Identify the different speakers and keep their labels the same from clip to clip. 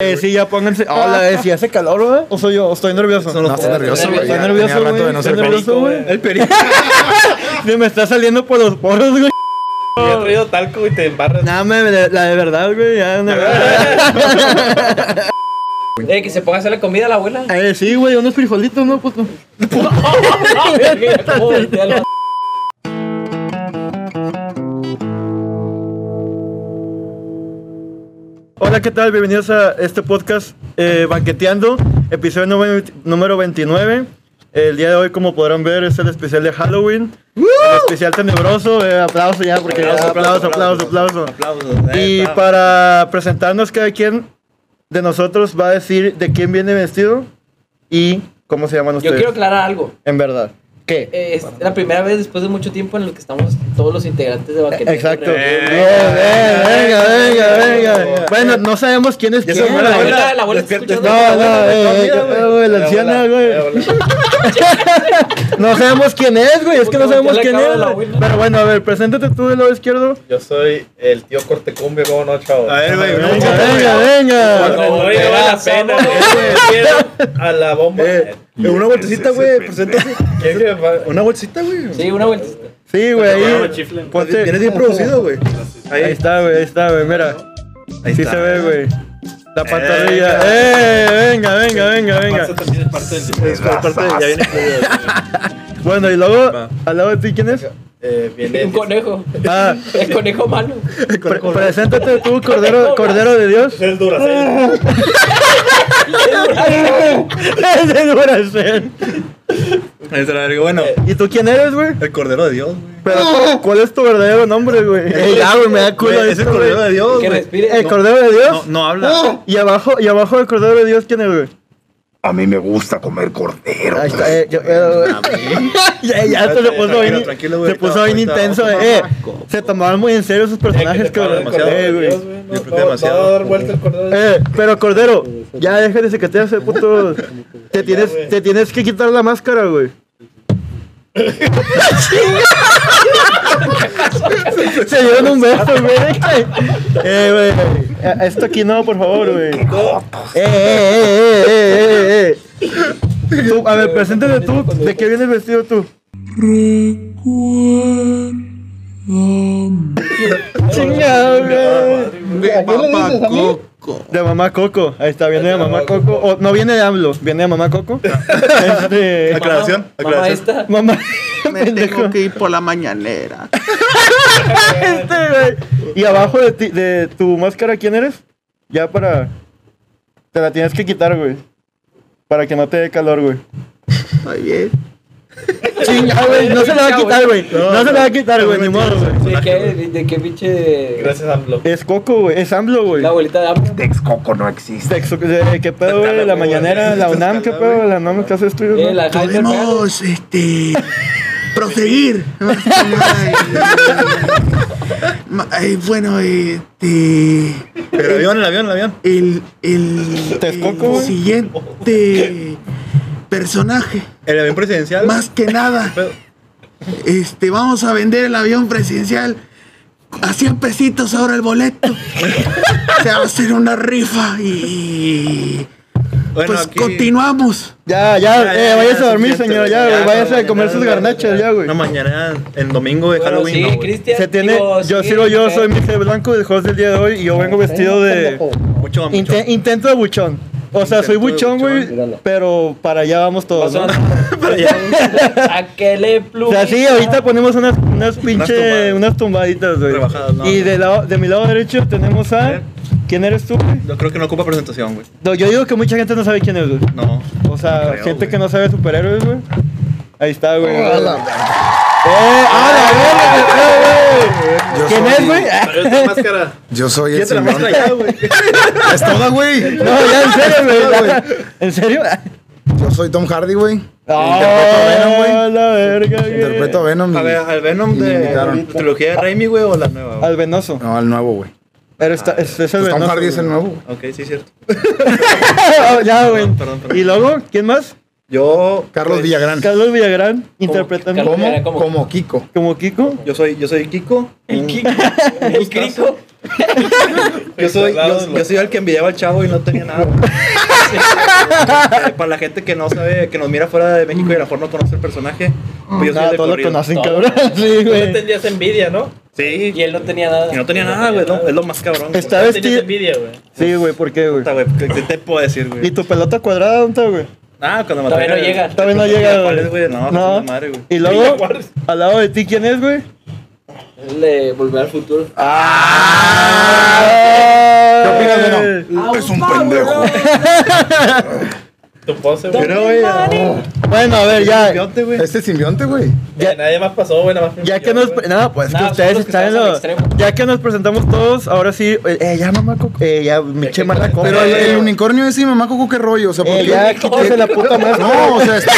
Speaker 1: Eh, sí, ya pónganse. Hola, eh, si hace calor, ¿verdad? O soy yo, o estoy nervioso.
Speaker 2: No, no, estoy nervioso, güey.
Speaker 1: Estoy
Speaker 2: Ya
Speaker 1: nervioso,
Speaker 2: tenía rato de
Speaker 1: güey.
Speaker 2: no
Speaker 1: Estoy
Speaker 2: ser
Speaker 1: nervioso,
Speaker 3: perico,
Speaker 1: güey.
Speaker 3: güey.
Speaker 1: El perico. Se me está saliendo por los poros, güey.
Speaker 3: Ya he traído talco y te embarras.
Speaker 1: Nah, me, de- la de verdad, güey. Ya, no.
Speaker 3: Eh, que se ponga a hacer la comida a la abuela.
Speaker 1: Eh, sí, güey, unos frijolitos, ¿no, puto? Ah,
Speaker 3: ¿Cómo voltea la-
Speaker 1: Hola, ¿qué tal? Bienvenidos a este podcast eh, Banqueteando, episodio nove- número 29. El día de hoy, como podrán ver, es el especial de Halloween. El especial tenebroso. eh, aplauso ya, porque ya, aplauso, aplauso, aplauso.
Speaker 2: eh,
Speaker 1: Y para presentarnos, cada quien de nosotros va a decir de quién viene vestido y cómo se llaman
Speaker 3: Yo
Speaker 1: ustedes.
Speaker 3: quiero aclarar algo.
Speaker 1: En verdad. ¿Qué?
Speaker 3: Eh, es la primera vez después de mucho tiempo en el que estamos todos los integrantes de Baquete.
Speaker 1: Exacto.
Speaker 3: Eh,
Speaker 1: Bien, venga, venga, venga, venga.
Speaker 2: eh,
Speaker 1: Bueno, no sabemos quién es quién.
Speaker 3: se fue la
Speaker 1: güey.
Speaker 3: abuela, la abuela está
Speaker 2: Despierta-
Speaker 3: escuchando.
Speaker 1: No, no, eh, eh,
Speaker 2: dormida,
Speaker 1: eh,
Speaker 2: güey.
Speaker 1: güey, la anciana, güey. No sabemos quién es, güey. Es que no
Speaker 3: Porque
Speaker 1: sabemos
Speaker 3: volteó la
Speaker 1: quién
Speaker 3: cara de
Speaker 1: es.
Speaker 3: la
Speaker 1: güey.
Speaker 3: abuela.
Speaker 1: Pero bueno, a ver, preséntate tú del lado izquierdo.
Speaker 4: Yo soy el tío Cortecumbio, ¿cómo no, chavo?
Speaker 2: A ver, güey.
Speaker 1: Venga,
Speaker 2: no,
Speaker 1: venga,
Speaker 2: güey.
Speaker 1: venga.
Speaker 3: No,
Speaker 4: Cuando
Speaker 3: güey,
Speaker 4: voltea
Speaker 3: no vale
Speaker 4: la
Speaker 3: la pena.
Speaker 4: pena, quiero a la bomba.
Speaker 2: Eh, una vueltecita, güey. Preséntate.
Speaker 4: ¿Quién que va?
Speaker 2: Una vueltecita,
Speaker 1: eh.
Speaker 2: güey.
Speaker 3: Sí, una vuelta.
Speaker 1: Sí, güey.
Speaker 3: no me
Speaker 1: ahí.
Speaker 3: chiflen.
Speaker 1: Ponte-
Speaker 2: Vienes bien producido, güey.
Speaker 1: Ahí está, güey, ahí está, güey. Mira.
Speaker 2: Ahí
Speaker 1: Sí
Speaker 2: está.
Speaker 1: se ve, güey. La pantorrilla.
Speaker 2: Venga.
Speaker 1: Eh, venga, venga, venga, venga. Es por parte de- ya viene incluido, güey. Bueno, y luego, al lado de ti, ¿quién es?
Speaker 4: Eh, viene
Speaker 3: Un conejo.
Speaker 1: Ah,
Speaker 3: El conejo malo.
Speaker 1: pre- preséntate tú, Cordero, Cordero de Dios.
Speaker 4: el Duracell.
Speaker 1: Es de Duracell.
Speaker 2: Ahí está, la verga. Bueno,
Speaker 1: ¿Y tú quién eres, güey?
Speaker 2: el Cordero de Dios, güey.
Speaker 1: Pero, ¿cuál es tu verdadero nombre, güey? Ey, Eh, ya, güey, me da culo
Speaker 2: Güey, Es el
Speaker 1: esto,
Speaker 2: Cordero
Speaker 1: güey.
Speaker 2: de Dios,
Speaker 3: Que
Speaker 2: güey.
Speaker 3: respire.
Speaker 1: ¿El
Speaker 3: No,
Speaker 1: Cordero de
Speaker 2: No,
Speaker 1: Dios?
Speaker 2: no habla.
Speaker 1: Y abajo, y abajo del Cordero de Dios, ¿quién es, güey?
Speaker 5: A mí me gusta comer cordero.
Speaker 1: Ahí está, eh, yo- eh, güey. ya, ya se lo puso
Speaker 2: Tranquilo,
Speaker 1: bien,
Speaker 2: tranquilo, güey.
Speaker 1: se puso bien
Speaker 2: Ahorita,
Speaker 1: intenso,
Speaker 2: ahorita
Speaker 1: eh.
Speaker 2: vamos a tomar
Speaker 1: Se tomaban muy en serio sus personajes, cabrón.
Speaker 2: demasiado,
Speaker 1: Eh, güey.
Speaker 4: No,
Speaker 2: Yo creo que
Speaker 4: no,
Speaker 2: demasiado.
Speaker 4: no va a dar vuelta el Cordero de
Speaker 1: Eh, pero Cordero, ya deja de secatear ese puto. Te tienes,
Speaker 4: güey.
Speaker 1: te tienes que quitar la máscara, güey. Se dieron un beso, güey. Eh, güey. eh, Esto aquí no, por favor, güey. Eh, eh, eh, eh, eh, eh, eh. Tú, a ver, preséntate tú. ¿De qué vienes vestido tú? Chingado, güey.
Speaker 2: De Papa Coco.
Speaker 1: De mamá Coco, ahí está, viene de mamá Coco. O, no viene de AMLO, viene de mamá Coco. Este,
Speaker 3: mamá-
Speaker 2: Aclaración,
Speaker 3: Mamá
Speaker 2: aclaración.
Speaker 3: esta.
Speaker 1: mamá.
Speaker 6: Me
Speaker 1: pendejo.
Speaker 6: tengo que ir por la mañanera.
Speaker 1: Este, güey. Y abajo de, ti- de tu máscara, ¿quién eres? Ya para. Te la tienes que quitar, güey. Para que no te dé calor, güey.
Speaker 6: Muy bien.
Speaker 1: Chinga, güey. No se la va a quitar, güey. No se la va a quitar, güey. Ni modo, güey.
Speaker 3: ¿De qué, de qué pinche.
Speaker 4: Gracias, AMLO.
Speaker 1: Es Coco, güey. Es AMLO, güey.
Speaker 3: La abuelita de AMLO.
Speaker 5: Texcoco no existe.
Speaker 1: Texo- eh, ¿Qué pedo, güey? La mañanera, la UNAM, ¿qué pedo? La UNAM, ¿qué haces tú?
Speaker 3: Eh, la Jaime Organo.
Speaker 6: Podemos, este, proseguir. Ma- eh, bueno, este,
Speaker 2: El avión, el avión, el avión.
Speaker 6: el, el,
Speaker 1: Texcoco,
Speaker 6: el
Speaker 1: güey.
Speaker 6: siguiente personaje,
Speaker 2: El avión presidencial.
Speaker 6: más que nada, este, vamos a vender el avión presidencial a 100 pesitos ahora el boleto. Se va a hacer una rifa y,
Speaker 2: Bueno,
Speaker 6: pues
Speaker 2: aquí-
Speaker 6: continuamos.
Speaker 1: Ya, ya,
Speaker 2: Ya,
Speaker 1: eh,
Speaker 2: ya,
Speaker 1: váyase a dormir,
Speaker 2: suficiente,
Speaker 1: señora, ya,
Speaker 2: güey.
Speaker 1: güey.
Speaker 2: Ya,
Speaker 1: Váyase
Speaker 2: no,
Speaker 1: a comer
Speaker 2: ya,
Speaker 1: sus
Speaker 2: ya,
Speaker 1: garnachas, ya, güey.
Speaker 2: Una mañana, en domingo de
Speaker 3: Bueno,
Speaker 2: Halloween,
Speaker 3: sí,
Speaker 2: no, güey.
Speaker 3: Cristian.
Speaker 1: Se tiene,
Speaker 3: digo,
Speaker 1: yo
Speaker 3: sí,
Speaker 1: sigo yo,
Speaker 3: ok.
Speaker 1: soy Mice Blanco, el host del día de hoy, y yo vengo vestido de
Speaker 2: Mucho amor.
Speaker 1: inte- intento de buchón. O sea, soy
Speaker 2: Intento de
Speaker 1: buchón,
Speaker 2: buchón.
Speaker 1: güey, pero para allá vamos todos, ¿no?
Speaker 3: Pasó una-
Speaker 2: Para allá.
Speaker 3: ¿A qué le
Speaker 1: O
Speaker 3: pluma?
Speaker 1: sea, sí, ahorita ponemos unas, unas pinche,
Speaker 2: tumbadas.
Speaker 1: unas tumbaditas, güey.
Speaker 2: Rebajadas, no,
Speaker 1: Y
Speaker 2: no.
Speaker 1: de, lado- de mi lado derecho tenemos a...
Speaker 2: ver.
Speaker 1: ¿Quién eres tú, güey?
Speaker 2: Yo creo que no ocupa presentación, güey.
Speaker 1: No, yo digo que mucha gente no sabe quién es, güey.
Speaker 2: No.
Speaker 1: O sea,
Speaker 2: No creo,
Speaker 1: gente
Speaker 2: güey.
Speaker 1: que no sabe de superhéroes, güey. Ahí está, güey. ¡Eh!
Speaker 5: Hola,
Speaker 1: ¡A la verga!
Speaker 5: Yo
Speaker 1: ¿Quién
Speaker 5: soy-
Speaker 1: es, güey?
Speaker 4: Esta máscara.
Speaker 5: Yo soy el
Speaker 2: Quédate la
Speaker 5: señor.
Speaker 2: máscara ya, güey.
Speaker 5: Es toda, güey.
Speaker 1: No, ya, en serio, ah, güey. ¿En serio?
Speaker 5: Yo soy Tom Hardy,
Speaker 2: Eh,
Speaker 5: güey.
Speaker 1: a Venom, güey. Ah, la verga, güey.
Speaker 5: Interpreto a Venom. y-
Speaker 2: A ver, al Venom
Speaker 5: Y me
Speaker 2: de
Speaker 5: invitaron.
Speaker 2: la trilogía de Raimi, güey, o la nueva. güey?
Speaker 1: Al venoso.
Speaker 5: No, el nuevo,
Speaker 2: Este
Speaker 5: güey.
Speaker 1: Pero Ah. está, es, es el
Speaker 5: Pues Tom
Speaker 1: venoso.
Speaker 5: Hardy es el
Speaker 1: güey.
Speaker 5: nuevo. güey.
Speaker 2: Ok, sí, cierto.
Speaker 1: Ah, ya, güey.
Speaker 2: Perdón, perdón, perdón.
Speaker 1: ¿Y luego? ¿Quién más?
Speaker 2: Yo.
Speaker 5: Carlos
Speaker 2: pues,
Speaker 5: Villagrán.
Speaker 1: Carlos Villagrán interpretando
Speaker 3: Carlos
Speaker 5: ¿Cómo?
Speaker 3: Villagrán, ¿cómo?
Speaker 5: Como Kiko.
Speaker 1: como Kiko.
Speaker 2: Yo soy, yo soy Kiko.
Speaker 3: El Kiko. El Kiko.
Speaker 2: Yo soy, yo,
Speaker 4: Soldados,
Speaker 2: yo soy el que envidiaba al chavo y no tenía nada. Eh, para la gente que no sabe, que nos mira fuera de México y a lo mejor no conoce el personaje, pues yo soy el
Speaker 1: Nada,
Speaker 2: de
Speaker 1: todos lo
Speaker 2: corrido.
Speaker 1: conocen,
Speaker 3: Todo.
Speaker 1: cabrón. Sí,
Speaker 4: Tú le
Speaker 1: güey.
Speaker 4: tendrías envidia, ¿no?
Speaker 2: Sí.
Speaker 3: Y él no tenía nada.
Speaker 2: Y no tenía nada, güey. no, es lo más cabrón. güey.
Speaker 1: Está
Speaker 4: No tenías
Speaker 1: vestido.
Speaker 4: envidia, güey.
Speaker 1: Sí, güey, ¿por qué, güey?
Speaker 2: Puta, güey, ¿Qué qué te puedo decir, güey?
Speaker 1: ¿Y tu pelota cuadrada dónde está, güey?
Speaker 2: Ah, cuando me
Speaker 3: Todavía no
Speaker 2: traigan-
Speaker 3: llega.
Speaker 1: Todavía no llega,
Speaker 2: ¿Cuál
Speaker 1: güey.
Speaker 2: es, güey? No, la madre, güey.
Speaker 1: Y
Speaker 4: Villa
Speaker 1: luego,
Speaker 4: Juárez.
Speaker 1: al lado de ti, ¿quién es, güey?
Speaker 3: El de volver al futuro.
Speaker 2: Ah,
Speaker 1: ¿Qué
Speaker 5: opinas de no?
Speaker 2: eh,
Speaker 5: Es un pendejo.
Speaker 4: Tu pose, güey.
Speaker 2: Pero, güey,
Speaker 3: Ah,
Speaker 2: no.
Speaker 1: Bueno, a ver, ya.
Speaker 2: Fíjate, güey.
Speaker 5: Este simbionte, güey.
Speaker 1: ya-
Speaker 4: Ya nadie más pasó, güey. Nada más.
Speaker 1: Ya que nos. Nada, pues que
Speaker 3: Nada,
Speaker 1: ustedes
Speaker 3: son los que
Speaker 1: están en
Speaker 3: estamos
Speaker 1: los.
Speaker 3: al extremo.
Speaker 1: Ya que nos presentamos todos, ahora sí. eh, Eh, ya, mamá, Coco, eh, ya, mi che, mala coca,
Speaker 5: Pero el,
Speaker 1: eh,
Speaker 5: el unicornio ese, mamá, coco, qué rollo. O sea,
Speaker 1: eh,
Speaker 5: porque.
Speaker 1: ya, quítese la puta más.
Speaker 5: No, o sea, este-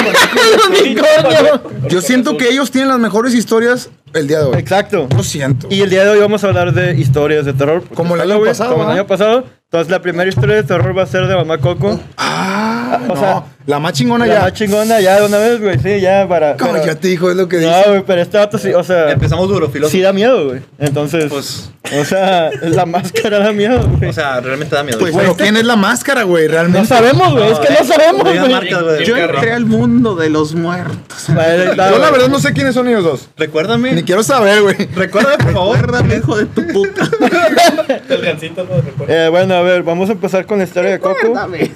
Speaker 1: unicornio!
Speaker 5: yo siento que ellos tienen las mejores historias el día de hoy.
Speaker 1: Exacto.
Speaker 5: Lo siento.
Speaker 1: Y el día de hoy vamos a hablar de historias de terror. porque
Speaker 5: Como el
Speaker 1: es
Speaker 5: año
Speaker 1: Halloween,
Speaker 5: pasado,
Speaker 1: Como el
Speaker 5: ¿ah?
Speaker 1: año pasado. Entonces, la primera historia de terror va a ser de Mamá Coco.
Speaker 5: Ah,
Speaker 1: O
Speaker 5: no.
Speaker 1: sea,
Speaker 5: la más chingona
Speaker 1: La más
Speaker 5: ya.
Speaker 1: chingona, ya de una vez, güey. Sí, ya para.
Speaker 5: Como
Speaker 1: para-
Speaker 5: ya te dijo, es lo que
Speaker 1: No,
Speaker 5: dice.
Speaker 1: güey, pero este dato sí, o sea.
Speaker 2: Empezamos duro, filósofo.
Speaker 1: Sí da miedo, güey. Entonces.
Speaker 2: Pues-
Speaker 1: O sea, la máscara da miedo, güey.
Speaker 2: O sea, realmente da miedo.
Speaker 5: Pues,
Speaker 2: güey.
Speaker 5: pero ¿quién es la máscara, güey? Realmente.
Speaker 1: no sabemos, güey. es que no sabemos,
Speaker 2: eh, Digan
Speaker 1: güey.
Speaker 2: marcas, güey.
Speaker 6: Yo entré al mundo de los muertos.
Speaker 1: Vale, ahí está,
Speaker 5: Yo la
Speaker 1: güey.
Speaker 5: verdad no sé quiénes son ellos dos.
Speaker 2: Recuérdame.
Speaker 5: Ni quiero saber, güey.
Speaker 2: Recuérdame, por favor.
Speaker 6: Recuérdame, hijo de tu puta.
Speaker 4: El gancito no recuerdo.
Speaker 1: Eh, bueno, a ver, vamos a empezar con la historia de Coco.
Speaker 6: Recuérdame.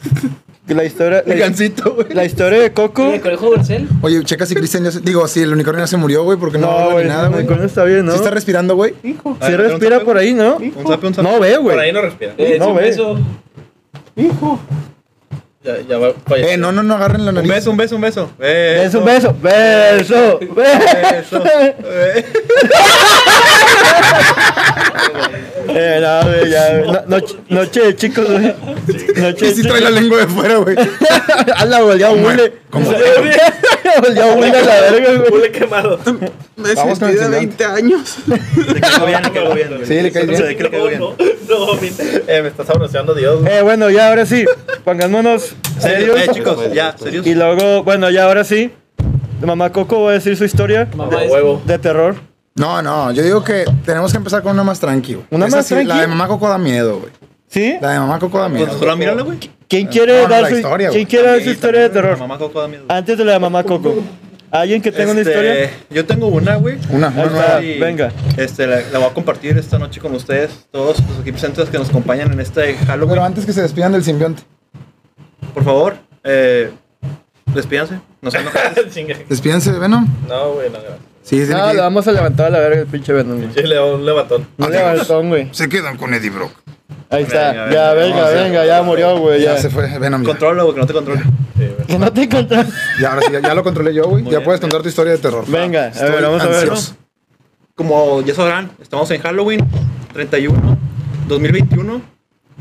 Speaker 1: La historia.
Speaker 2: El
Speaker 1: La,
Speaker 2: gancito, güey.
Speaker 1: la historia de Coco.
Speaker 3: ¿El conejo Garcel?
Speaker 5: Oye, checa si Cristian ya se... Digo, si el unicornio ya se murió, güey, porque no,
Speaker 1: No,
Speaker 5: habla
Speaker 1: güey.
Speaker 5: ni nada,
Speaker 1: No,
Speaker 5: güey.
Speaker 1: no está bien, ¿no?
Speaker 5: ¿Sí está respirando, güey?
Speaker 1: Sí respira por ahí, ¿no?
Speaker 2: Un sape, un sape.
Speaker 1: No ve,
Speaker 4: Por ahí
Speaker 1: güey.
Speaker 4: no respira.
Speaker 3: Eh,
Speaker 1: No,
Speaker 3: no,
Speaker 1: güey.
Speaker 3: eso.
Speaker 4: Ya, ya va.
Speaker 5: Eh, no, no, no agarren la
Speaker 2: Un
Speaker 5: nariz.
Speaker 2: beso, un beso, un beso. Eh,
Speaker 1: Es un beso. Beso. Beso. Eh, no, güey, ya. güey. No- noche- Noche de chicos, güey. Noche
Speaker 5: Y
Speaker 1: de
Speaker 5: si trae la lengua de fuera, güey.
Speaker 1: Ala, güey, ya huele.
Speaker 5: ¿Cómo?
Speaker 1: Ya huele a la verga, güey.
Speaker 4: Pule quemado.
Speaker 6: Me
Speaker 5: Vamos con
Speaker 6: sentí
Speaker 5: el
Speaker 6: de 20
Speaker 5: siguiente.
Speaker 6: años.
Speaker 2: Le caigo bien, le caigo bien. güey.
Speaker 5: Sí, le cae bien.
Speaker 2: Se ve que le caigo bien.
Speaker 4: No, no, mi- Eh, me estás abrazando, Dios. güey.
Speaker 1: Eh, bueno, ya ahora sí. Pongámonos serios.
Speaker 2: Serios, eh, chicos, ya, serios.
Speaker 1: Y luego, bueno, ya ahora sí. Mamá Coco va a decir su historia
Speaker 3: Mamá
Speaker 4: De
Speaker 3: es-
Speaker 4: huevo.
Speaker 1: de terror.
Speaker 5: No, no, yo digo que tenemos que empezar con una más tranqui, güey.
Speaker 1: ¿Una
Speaker 5: Esa
Speaker 1: más
Speaker 5: sí,
Speaker 1: tranqui?
Speaker 5: La de mamá Coco da miedo, güey.
Speaker 1: ¿Sí?
Speaker 5: La de mamá Coco da miedo.
Speaker 2: Pues, solo mírala, güey.
Speaker 1: ¿Quién quiere
Speaker 5: No, no,
Speaker 1: dar
Speaker 5: la
Speaker 1: su,
Speaker 5: historia,
Speaker 1: ¿quién
Speaker 5: güey.
Speaker 1: quiere dar su
Speaker 2: Sí,
Speaker 1: historia de
Speaker 2: también,
Speaker 1: terror?
Speaker 2: Mamá Coco da miedo.
Speaker 1: Antes de la de Mamá Coco. ¿Alguien que tenga una
Speaker 2: Este,
Speaker 1: historia?
Speaker 2: Yo tengo una, güey.
Speaker 5: Una,
Speaker 1: Ahí
Speaker 5: una
Speaker 1: está.
Speaker 5: nueva.
Speaker 2: Y,
Speaker 1: venga.
Speaker 2: Este, la, la voy a compartir esta noche con ustedes, todos los aquí presentes que nos acompañan en este Halloween.
Speaker 5: Pero antes que se despidan del simbionte.
Speaker 2: Por favor, eh, despídanse. No sean enojados.
Speaker 4: Chingue.
Speaker 5: Despídense de Venom.
Speaker 4: No, güey, no, Ah, gracias.
Speaker 5: Sí, tiene
Speaker 1: No,
Speaker 5: que-
Speaker 1: le vamos a levantar a Ah, la verga el pinche Venom. güey.
Speaker 4: Yo le doy un levantón.
Speaker 1: Un
Speaker 5: Adiós.
Speaker 1: levantón, güey.
Speaker 5: Se quedan con Eddie Brock.
Speaker 1: Ahí
Speaker 2: Venga,
Speaker 1: está.
Speaker 2: venga,
Speaker 1: Ya, venga,
Speaker 5: vamos, ya.
Speaker 1: venga. Ya murió, güey.
Speaker 5: Ya
Speaker 1: Ya.
Speaker 5: se fue Venom. ya.
Speaker 2: Controla, güey, que no te controle.
Speaker 4: Sí, güey.
Speaker 1: Que no te encontraste.
Speaker 5: Ya, ahora sí, ya, ya lo controlé yo, güey.
Speaker 2: Muy
Speaker 5: Ya
Speaker 2: bien,
Speaker 5: puedes
Speaker 2: bien.
Speaker 5: contar tu historia de terror.
Speaker 1: Venga, a
Speaker 5: Estoy
Speaker 1: ver, vamos a ver,
Speaker 5: ansioso.
Speaker 2: Como ya sabrán, estamos en Halloween 31, 2021.